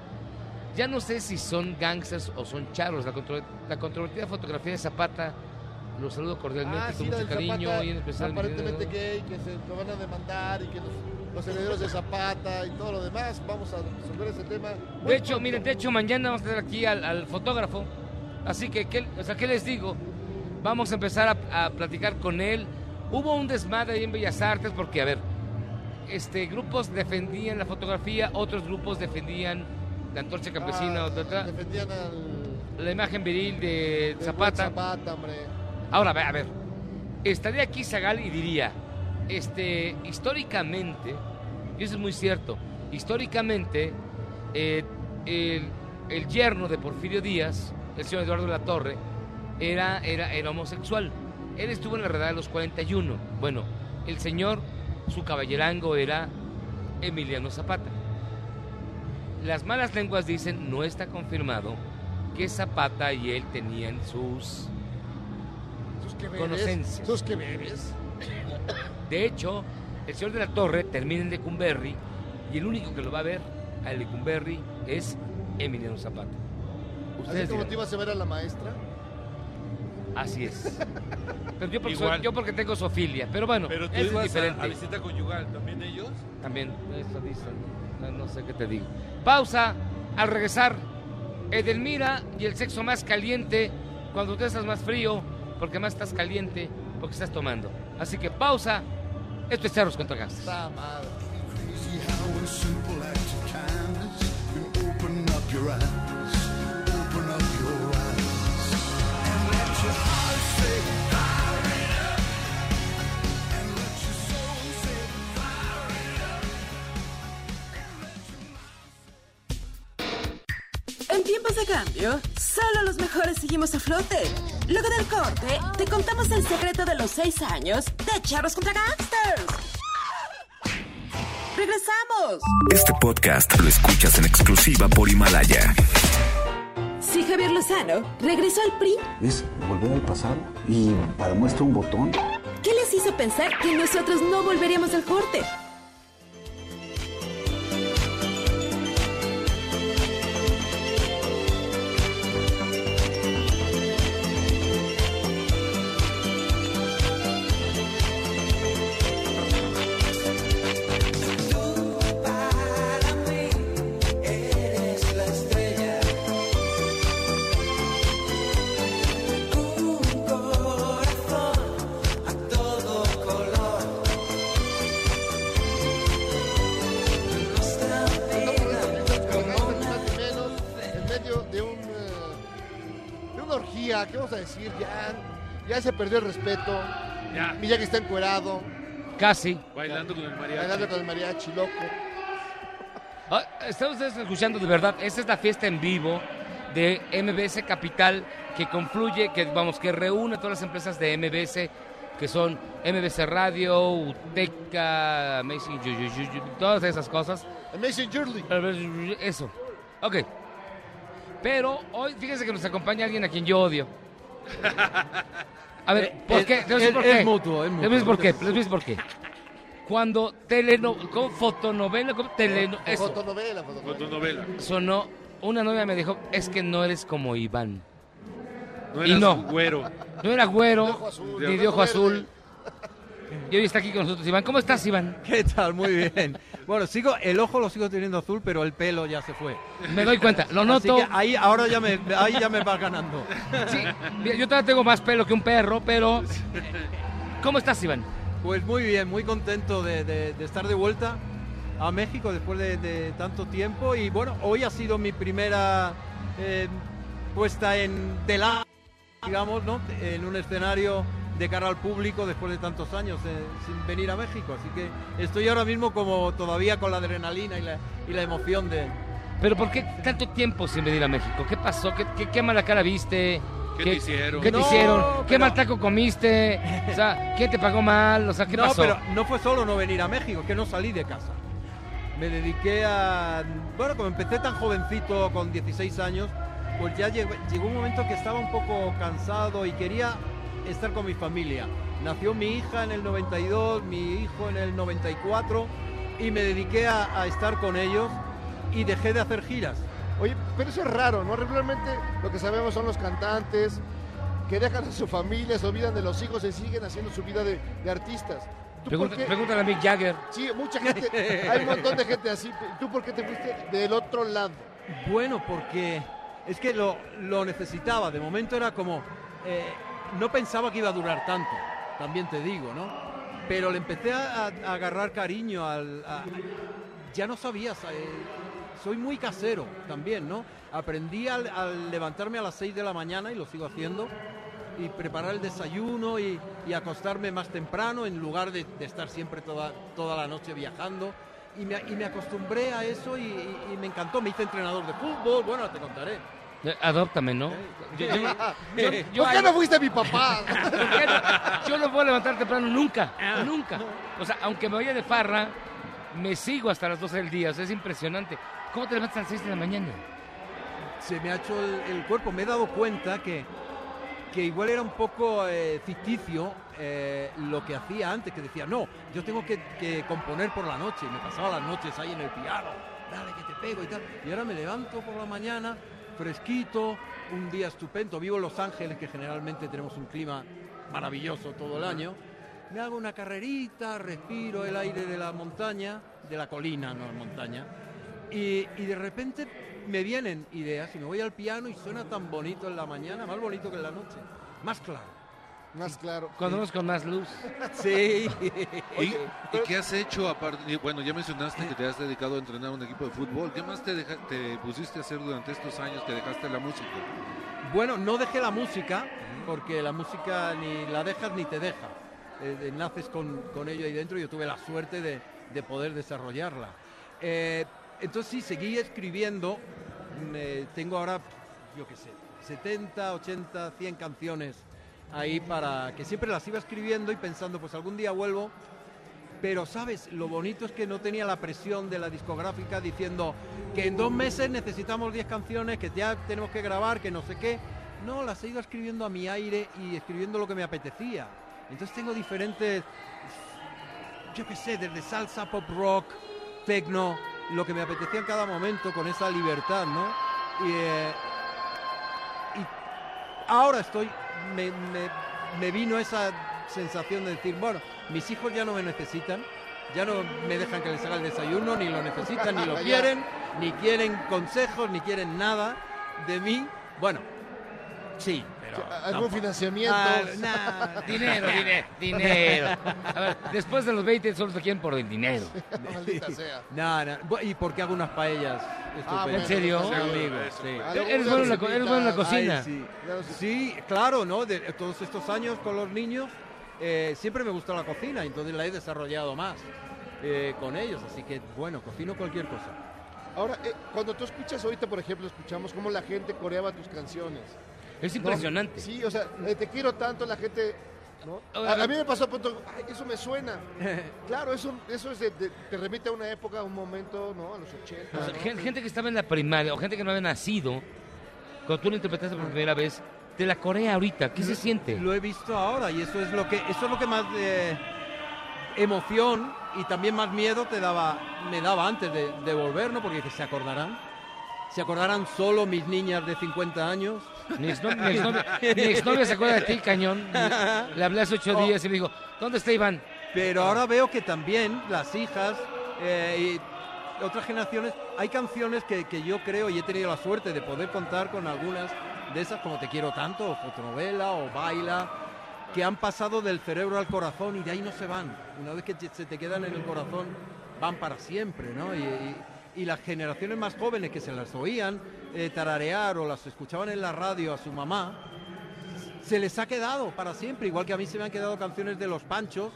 Speaker 1: Ya no sé si son gangsters o son charros. La, contro- la controvertida fotografía de Zapata. Los saludo cordialmente,
Speaker 2: Ah, sí,
Speaker 1: con
Speaker 2: la
Speaker 1: mucho
Speaker 2: del
Speaker 1: cariño.
Speaker 2: Zapata,
Speaker 1: y en especial mi
Speaker 2: aparentemente
Speaker 1: querido-
Speaker 2: gay, que se lo van a demandar y que los, los herederos de Zapata y todo lo demás. Vamos a resolver ese tema.
Speaker 1: De hecho, miren, de hecho, mañana vamos a tener aquí al, al fotógrafo. Así que, ¿qué, o sea, ¿qué les digo? Vamos a empezar a, a platicar con él. Hubo un desmadre ahí en Bellas Artes porque, a ver, este, grupos defendían la fotografía, otros grupos defendían la antorcha campesina,
Speaker 2: Ah,
Speaker 1: otra, otra,
Speaker 2: Defendían al
Speaker 1: la imagen viril de
Speaker 2: del buen
Speaker 1: Zapata.
Speaker 2: Zapata, hombre.
Speaker 1: Ahora, a ver, a ver, estaría aquí Zagal y diría, este, históricamente, y eso es muy cierto, históricamente, eh, el, el yerno de Porfirio Díaz, el señor Eduardo de la Torre, era, era, era homosexual. Él estuvo en la redada de los 41. Bueno, el señor, su caballerango era Emiliano Zapata. Las malas lenguas dicen, no está confirmado, que Zapata y él tenían sus
Speaker 2: Sus que
Speaker 1: Conocencias.
Speaker 2: Sus que bebes.
Speaker 1: De hecho, el señor de la Torre termina en Lecumberri y el único que lo va a ver a Lecumberri es Emiliano Zapata.
Speaker 2: Así
Speaker 1: Ustedes
Speaker 2: como
Speaker 1: dirán,
Speaker 2: te ibas a ver a la maestra.
Speaker 1: así es. Pero yo porque, soy-
Speaker 6: Igual.
Speaker 1: yo porque tengo sofilia, pero bueno,
Speaker 6: Pero tú
Speaker 1: eso
Speaker 6: ibas a-
Speaker 1: es diferente.
Speaker 6: A, visita conyugal, ¿también ellos?
Speaker 1: También, eso dicen, no, no sé qué te digo. Pausa, al regresar, Edelmira y el sexo más caliente, cuando tú estás más frío, porque más estás caliente, porque estás tomando. Así que pausa, esto es Cerros contra Gangsters.
Speaker 2: Está madre.
Speaker 15: Crazy how a simple act of kindness can open up your eyes, open up your eyes, and let your heart say fire it up, and let your soul say fire it up.
Speaker 3: En tiempos de cambio, solo los mejores seguimos a flote. Luego del corte, te contamos el secreto de los seis años de Charros contra Gangsters. ¡Regresamos!
Speaker 12: Este podcast lo escuchas en exclusiva por Himalaya.
Speaker 3: Si
Speaker 16: Soy Javier Lozano. Regresó al PRI.
Speaker 17: Es volver al pasado y para muestra un botón.
Speaker 16: ¿Qué les hizo pensar que nosotros no volveríamos al corte?
Speaker 15: Para mí eres la estrella, un corazón a todo color. Nuestra vida como una
Speaker 2: más o menos en medio de un eh, de una orgía, ¿qué vamos a decir? Ya, ya se perdió el respeto.
Speaker 6: Ya.
Speaker 2: Miyagi está encuerado,
Speaker 1: Casi.
Speaker 6: Bailando con el mariachi.
Speaker 2: bailando con el mariachi loco.
Speaker 1: Ah, Están ustedes escuchando de verdad. Esta es la fiesta en vivo de MBS Capital que confluye, que vamos, que reúne todas las empresas de MBS que son MBS Radio, Uteca, Amazing Yu- Yu- Yu- Yu- todas esas cosas.
Speaker 2: Amazing Journey.
Speaker 1: Eso. Ok. Pero hoy, fíjense que nos acompaña alguien a quien yo odio. A ver, ¿por
Speaker 18: eh,
Speaker 1: qué? Te voy a decir
Speaker 18: eh,
Speaker 1: por qué.
Speaker 18: es mutuo, es mutuo.
Speaker 1: Les voy a decir por qué, les voy a decir por qué. Cuando teleno, con fotonovela, con teleno, eso.
Speaker 2: Fotonovela, fotonovela.
Speaker 6: Fotonovela.
Speaker 1: sonó, una novia me dijo, es que no eres como Iván.
Speaker 6: No
Speaker 1: y
Speaker 6: eras
Speaker 1: no,
Speaker 6: güero.
Speaker 1: no era güero,
Speaker 6: De ojo azul.
Speaker 1: ni de ojo azul. Y hoy está aquí con nosotros Iván. ¿Cómo estás, Iván?
Speaker 18: ¿Qué tal? Muy bien. Bueno, sigo, el ojo lo sigo teniendo azul, pero el pelo ya se fue.
Speaker 1: Me doy cuenta, lo
Speaker 18: Así
Speaker 1: noto.
Speaker 18: que ahí ahora ya me, ahí ya me vas ganando.
Speaker 1: Mira, Yo todavía tengo más pelo que un perro, pero... ¿Cómo estás, Iván?
Speaker 18: Pues muy bien, muy contento de, de- de estar de vuelta a México después de, de tanto tiempo. Y bueno, hoy ha sido mi primera eh, puesta en tela, digamos, ¿no? En un escenario de cara al público después de tantos años eh, sin venir a México. Así que estoy ahora mismo como todavía con la adrenalina y la, y la emoción de...
Speaker 1: ¿Pero por qué tanto tiempo sin venir a México? ¿Qué pasó? ¿Qué, qué, qué mala cara viste?
Speaker 6: ¿Qué te hicieron?
Speaker 1: ¿Qué te
Speaker 18: No,
Speaker 1: hicieron?
Speaker 18: pero-
Speaker 1: ¿Qué mal taco comiste? O sea, ¿quién te pagó mal? O sea, ¿qué
Speaker 18: no,
Speaker 1: pasó?
Speaker 18: pero no fue solo no venir a México, es que no salí de casa. Me dediqué a... Bueno, como empecé tan jovencito, con 16 años, pues ya llegó, llegó un momento que estaba un poco cansado y quería estar con mi familia. Nació mi hija en el 92, mi hijo en el 94 y me dediqué a, a estar con ellos y dejé de hacer giras.
Speaker 2: Oye, pero eso es raro, ¿no? Regularmente lo que sabemos son los cantantes que dejan a su familia, se olvidan de los hijos y siguen haciendo su vida de, de artistas. ¿Tú por
Speaker 1: Pregunta-
Speaker 2: qué-
Speaker 1: Pregúntale a Mick Jagger.
Speaker 2: Sí, mucha gente, hay un montón de gente así. ¿Tú por qué te fuiste del otro lado?
Speaker 18: Bueno, porque es que lo, lo necesitaba. De momento era como. eh, no pensaba que iba a durar tanto, también te digo, ¿no? Pero le empecé a, a- a agarrar cariño al. a- ya no sabías. eh, soy muy casero también, ¿no? Aprendí al, al levantarme a las 6 de la mañana y lo sigo haciendo. Y preparar el desayuno y, y acostarme más temprano en lugar de, de estar siempre toda, toda la noche viajando. Y me, y me acostumbré a eso y, y- y me encantó. Me hice entrenador de fútbol, bueno, te contaré.
Speaker 1: Eh, Adóptame, ¿no? Yo, yo- yo- yo-
Speaker 2: ¿Por qué no fuiste mi papá?
Speaker 1: yo no puedo levantar temprano nunca,
Speaker 18: Ah,
Speaker 1: nunca. O sea, aunque me vaya de farra, me sigo hasta las 12 del día. O sea, es impresionante. ¿Cómo te levantas a las 6 de la mañana?
Speaker 18: se me ha hecho el, el cuerpo. Me he dado cuenta que, que igual era un poco eh, ficticio eh, lo que hacía antes, que decía, no, yo tengo que, que componer por la noche. Y me pasaba las noches ahí en el piano, dale que te pego y tal. Y ahora me levanto por la mañana, fresquito, un día estupendo. Vivo en Los Ángeles, que generalmente tenemos un clima maravilloso todo el año. Me hago una carrerita, respiro el aire de la montaña, de la colina, no montaña. Y, y de repente me vienen ideas y me voy al piano y suena tan bonito en la mañana, más bonito que en la noche. Más claro.
Speaker 2: Más claro.
Speaker 1: Conozco con más luz.
Speaker 18: Sí.
Speaker 6: ¿Y, y qué has hecho aparte? y Bueno, ya mencionaste que te has dedicado a entrenar un equipo de fútbol. ¿Qué más te, deja- te pusiste a hacer durante estos años que dejaste la música?
Speaker 18: Bueno, no dejé la música, porque la música ni la dejas ni te deja. Eh, eh, naces con, con ello ahí dentro y yo tuve la suerte de, de poder desarrollarla. Eh, entonces sí, seguí escribiendo. Mm, eh, tengo ahora, yo qué sé, 70, 80, 100 canciones ahí para que siempre las iba escribiendo y pensando, pues algún día vuelvo Pero, ¿sabes? Lo bonito es que no tenía la presión de la discográfica diciendo que en dos meses necesitamos 10 canciones, que ya tenemos que grabar, que no sé qué. No, las he ido escribiendo a mi aire y escribiendo lo que me apetecía. Entonces tengo diferentes, yo qué sé, desde salsa, pop rock, techno, lo que me apetecía en cada momento con esa libertad, ¿no? Y, eh, y ahora estoy, me, me- me vino esa sensación de decir, bueno, mis hijos ya no me necesitan, ya no me dejan que les haga el desayuno, ni lo necesitan, ni lo
Speaker 2: Ya.
Speaker 18: quieren, ni quieren consejos, ni quieren nada de mí. Bueno, sí, pero...
Speaker 2: Algún
Speaker 18: tampoco.
Speaker 2: financiamiento.
Speaker 18: Ah, nah,
Speaker 1: Dinero, dinero, dinero. A ver, después de los 20 solo te quieren por el dinero.
Speaker 2: Maldita sea.
Speaker 18: No, no. Bu- ¿Y por qué hago unas paellas? estupendas?
Speaker 2: bueno, ¿En serio?
Speaker 18: Sí, amigo,
Speaker 2: Eso,
Speaker 18: sí.
Speaker 2: pues. Eres- eres bueno en la co- eres bueno en la cocina.
Speaker 18: Ay, sí. Sí, claro, ¿no? De todos estos años con los niños eh, siempre me gustó la cocina, entonces la he desarrollado más eh, con ellos. Así que, bueno, cocino cualquier cosa.
Speaker 2: Ahora, eh, cuando tú escuchas ahorita, por ejemplo, escuchamos cómo la gente coreaba tus canciones.
Speaker 1: Es
Speaker 2: ¿no?
Speaker 1: impresionante.
Speaker 2: Sí, o sea, eh, te quiero tanto, la gente... ¿no? A, a mí me pasó punto, "Ay, eso me suena. Claro, eso, eso es de- de- te remite a una época, a un momento, ¿no? A los 80.
Speaker 1: O sea,
Speaker 2: ¿no?
Speaker 1: gen- gente que estaba en la primaria o gente que no había nacido, cuando tú la interpretaste por primera vez, te la corea ahorita. ¿Qué se siente?
Speaker 18: Lo he visto ahora y eso es lo que, eso es lo que más eh, emoción y también más miedo te daba, me daba antes de, de volver, ¿no? Porque dices, se acordarán. Se acordarán solo mis niñas de 50 años.
Speaker 1: Mi exno- mi exnovia mi exnovia se acuerda de ti, cañón. Le hablé hace ocho días y me dijo, ¿dónde está Iván?
Speaker 18: Pero ahora veo que también las hijas eh, y otras generaciones, hay canciones que, que yo creo y he tenido la suerte de poder contar con algunas de esas, como Te quiero tanto, o Fotonovela, o Baila, que han pasado del cerebro al corazón y de ahí no se van. Una vez que te- se te quedan en el corazón, van para siempre, ¿no? Y, y- y las generaciones más jóvenes que se las oían eh, tararear o las escuchaban en la radio a su mamá, se les ha quedado para siempre, igual que a mí se me han quedado canciones de los Panchos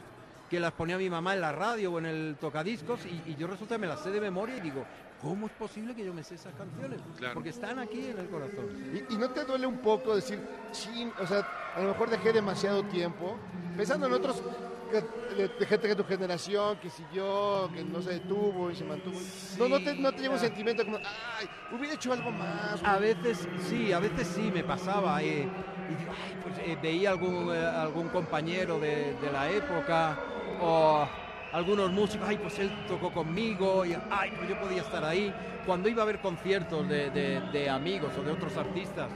Speaker 18: que las ponía mi mamá en la radio o en el tocadiscos y, y yo resulta que me las sé de memoria y digo, ¿cómo es posible que yo me sé esas canciones? Porque están aquí en el corazón.
Speaker 2: Y, y no te duele un poco decir, sí, o sea, a lo mejor dejé demasiado tiempo, pensando en otros, que- de, de gente de tu generación que siguió, que no se detuvo y se mantuvo. No, no te, no te lleva un sentimiento como, "Ah, ay, hubiera hecho algo más.
Speaker 18: A veces sí, a veces sí me pasaba eh, y digo, "Ay, pues, eh, veía algún, eh, algún compañero de, de la época o algunos músicos, ay, pues él tocó conmigo, y, ay, pues yo podía estar ahí. Cuando iba a ver conciertos de, de- de amigos o de otros artistas,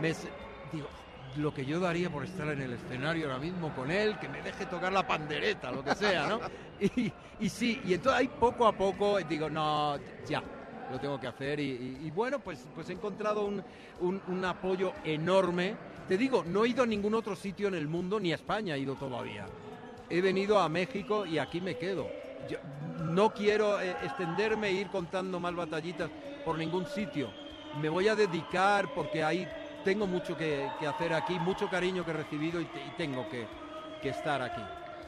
Speaker 18: me se- digo, lo que yo daría por estar en el escenario ahora mismo con él, que me deje tocar la pandereta, lo que sea, ¿no? Y, y sí, y entonces ahí poco a poco digo, no, ya, lo tengo que hacer. Y, y- y bueno, pues, pues he encontrado un, un- un apoyo enorme. Te digo, no he ido a ningún otro sitio en el mundo, ni a España he ido todavía. He venido a México y aquí me quedo. Yo no quiero eh, extenderme e ir contando más batallitas por ningún sitio. Me voy a dedicar porque ahí tengo mucho que, que hacer aquí, mucho cariño que he recibido y, te- y tengo que, que estar aquí.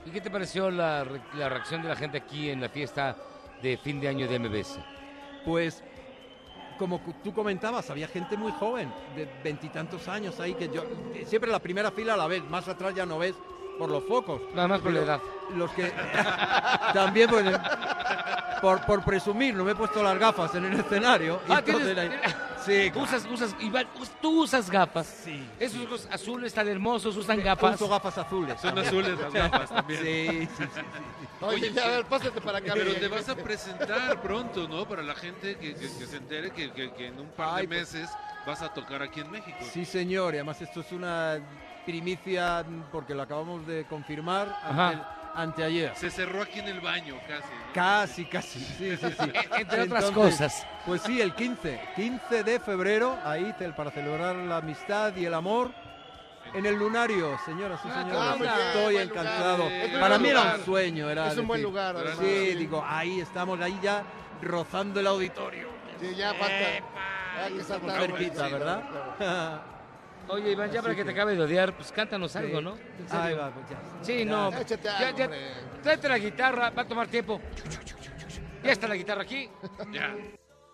Speaker 1: ¿Y qué te pareció la, re- la reacción de la gente aquí en la fiesta de fin de año de MBS?
Speaker 18: Pues como cu- tú comentabas, había gente muy joven, de veintitantos años ahí, que yo que siempre la primera fila la ves, más atrás ya no ves por los focos.
Speaker 1: Nada más por la
Speaker 18: Pero
Speaker 1: edad.
Speaker 18: Los que también pues, por, por presumir, no me he puesto las gafas en el escenario. y
Speaker 1: Ah, tienes-
Speaker 18: entonces ahí- sí, claro.
Speaker 1: Usas, usas, Iván, us- tú usas gafas. Sí. Esos ojos azules tan hermosos usan gafas.
Speaker 18: Uso gafas azules.
Speaker 1: Son
Speaker 18: también.
Speaker 1: azules las gafas también.
Speaker 18: Sí, sí, sí.
Speaker 2: Oye, ya, a ver, pásate para acá.
Speaker 6: Pero
Speaker 2: mira.
Speaker 6: te vas a presentar pronto, ¿no? Para la gente que, que- que se entere que, que- que en un par de meses vas a tocar aquí en México.
Speaker 18: Sí, señor, y además esto es una primicia mm, porque lo acabamos de confirmar
Speaker 6: Ajá.
Speaker 18: ante, anteayer.
Speaker 6: Se cerró aquí en el baño casi. ¿no?
Speaker 18: Casi, casi, sí, sí, sí.
Speaker 6: E-, Entre otras cosas.
Speaker 18: Pues sí, el 15, 15 de febrero, ahí te- para celebrar la amistad y el amor. En el lunario, señoras y
Speaker 2: Ah,
Speaker 18: señores,
Speaker 2: ah, muy bien,
Speaker 18: estoy
Speaker 2: buen lugar,
Speaker 18: encantado.
Speaker 2: eh. Es muy
Speaker 18: Para
Speaker 2: buen
Speaker 18: mí era
Speaker 2: lugar.
Speaker 18: un sueño, era.
Speaker 2: Es un buen
Speaker 18: decir,
Speaker 2: lugar, además,
Speaker 18: Sí,
Speaker 2: sí.
Speaker 18: digo, ahí estamos, ahí ya rozando el auditorio.
Speaker 2: Sí, ya falta. Ya que
Speaker 18: Estamos
Speaker 2: saltar, bueno,
Speaker 18: cerquita,
Speaker 2: sí,
Speaker 18: ¿verdad?
Speaker 1: Oye, Iván, ya
Speaker 18: Así
Speaker 1: para que,
Speaker 18: que-
Speaker 1: te acabe de odiar, pues cántanos algo,
Speaker 18: Sí.
Speaker 1: ¿no? ¿En serio?
Speaker 18: Ahí va, pues ya.
Speaker 1: Sí, no.
Speaker 18: Échate
Speaker 1: ya,
Speaker 18: algo,
Speaker 1: ya,
Speaker 18: hombre.
Speaker 1: tráete la guitarra, va a tomar tiempo. Ya está la guitarra aquí.
Speaker 6: Ya.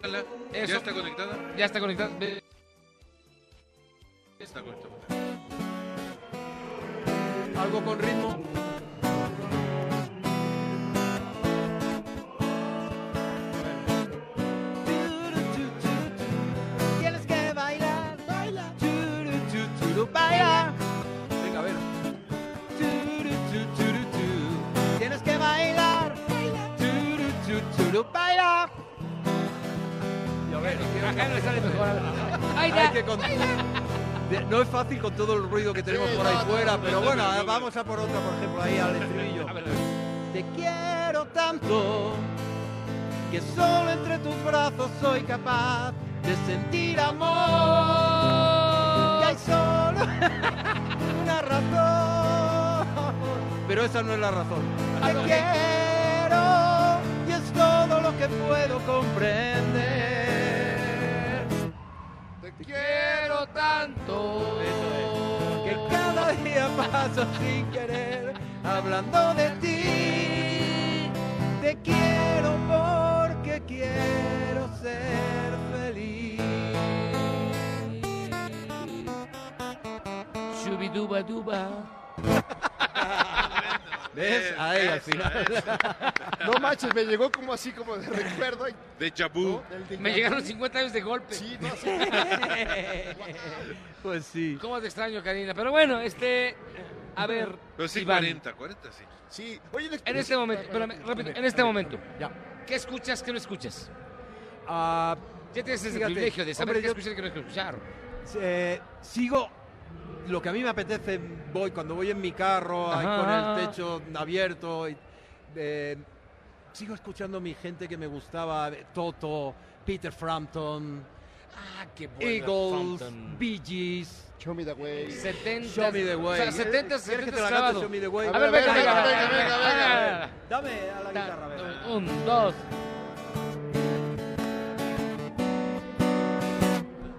Speaker 6: Hola,
Speaker 1: Eso.
Speaker 6: ¿Ya está conectada?
Speaker 1: Ya está conectada. Ve-
Speaker 6: Está conectada.
Speaker 18: Algo con ritmo. yo baila. Y a ver,
Speaker 1: acá no sale mejor.
Speaker 18: Hay que con- De- No es fácil con todo el ruido que tenemos
Speaker 11: Sí,
Speaker 18: por
Speaker 11: no,
Speaker 18: ahí
Speaker 11: no,
Speaker 18: fuera,
Speaker 11: no, no,
Speaker 18: pero
Speaker 11: no,
Speaker 18: bueno,
Speaker 11: no, no,
Speaker 18: eh, vamos a por otra, por ejemplo, ahí al estribillo. Te quiero tanto que solo entre tus brazos soy capaz de sentir amor. Y hay solo una razón. Pero esa no es la razón. Te quiero y es todo lo que puedo comprender.
Speaker 1: Te quiero tanto.
Speaker 18: que cada día paso sin querer hablando de ti. Te quiero porque quiero ser feliz.
Speaker 1: Shubiduba duba.
Speaker 18: ¿Ves? Ahí al final.
Speaker 2: No manches, me llegó como así, como de recuerdo. ay,
Speaker 6: De Chabú.
Speaker 2: del de-
Speaker 1: Me llegaron 50 años de golpe.
Speaker 2: Sí, no, sí.
Speaker 18: Pues sí.
Speaker 1: ¿Cómo te extraño, Karina? Pero bueno, este. A ver.
Speaker 6: Pero sí,
Speaker 1: Iván.
Speaker 6: 40, 40, sí.
Speaker 2: Sí, oye, la
Speaker 1: En este
Speaker 2: expresión-
Speaker 1: momento, espérame, rápido, en este momento.
Speaker 18: Ya.
Speaker 1: ¿Qué escuchas, qué no escuchas?
Speaker 18: Ah,
Speaker 1: Ya tienes ese
Speaker 18: fíjate,
Speaker 1: privilegio de saber
Speaker 18: hombre,
Speaker 1: qué
Speaker 18: yo-
Speaker 1: escuchar y qué no escuchar.
Speaker 18: eh, sigo lo que a mí me apetece voy cuando voy en mi carro ahí
Speaker 1: Ajá.
Speaker 18: con el techo abierto y, eh, sigo escuchando mi gente que me gustaba eh, Toto Peter Frampton
Speaker 1: Ah, qué
Speaker 18: Eagles Bee Gees
Speaker 2: Show me the way.
Speaker 1: 70.
Speaker 18: Show me the way.
Speaker 1: O sea, 70,
Speaker 18: ¿Quieres que te
Speaker 1: 70
Speaker 18: la cante,
Speaker 1: clavado.
Speaker 18: Show me the way?
Speaker 1: A ver, venga, venga, venga, venga,
Speaker 18: venga.
Speaker 1: venga.
Speaker 18: Dame a la guitarra,
Speaker 1: venga. Un, dos.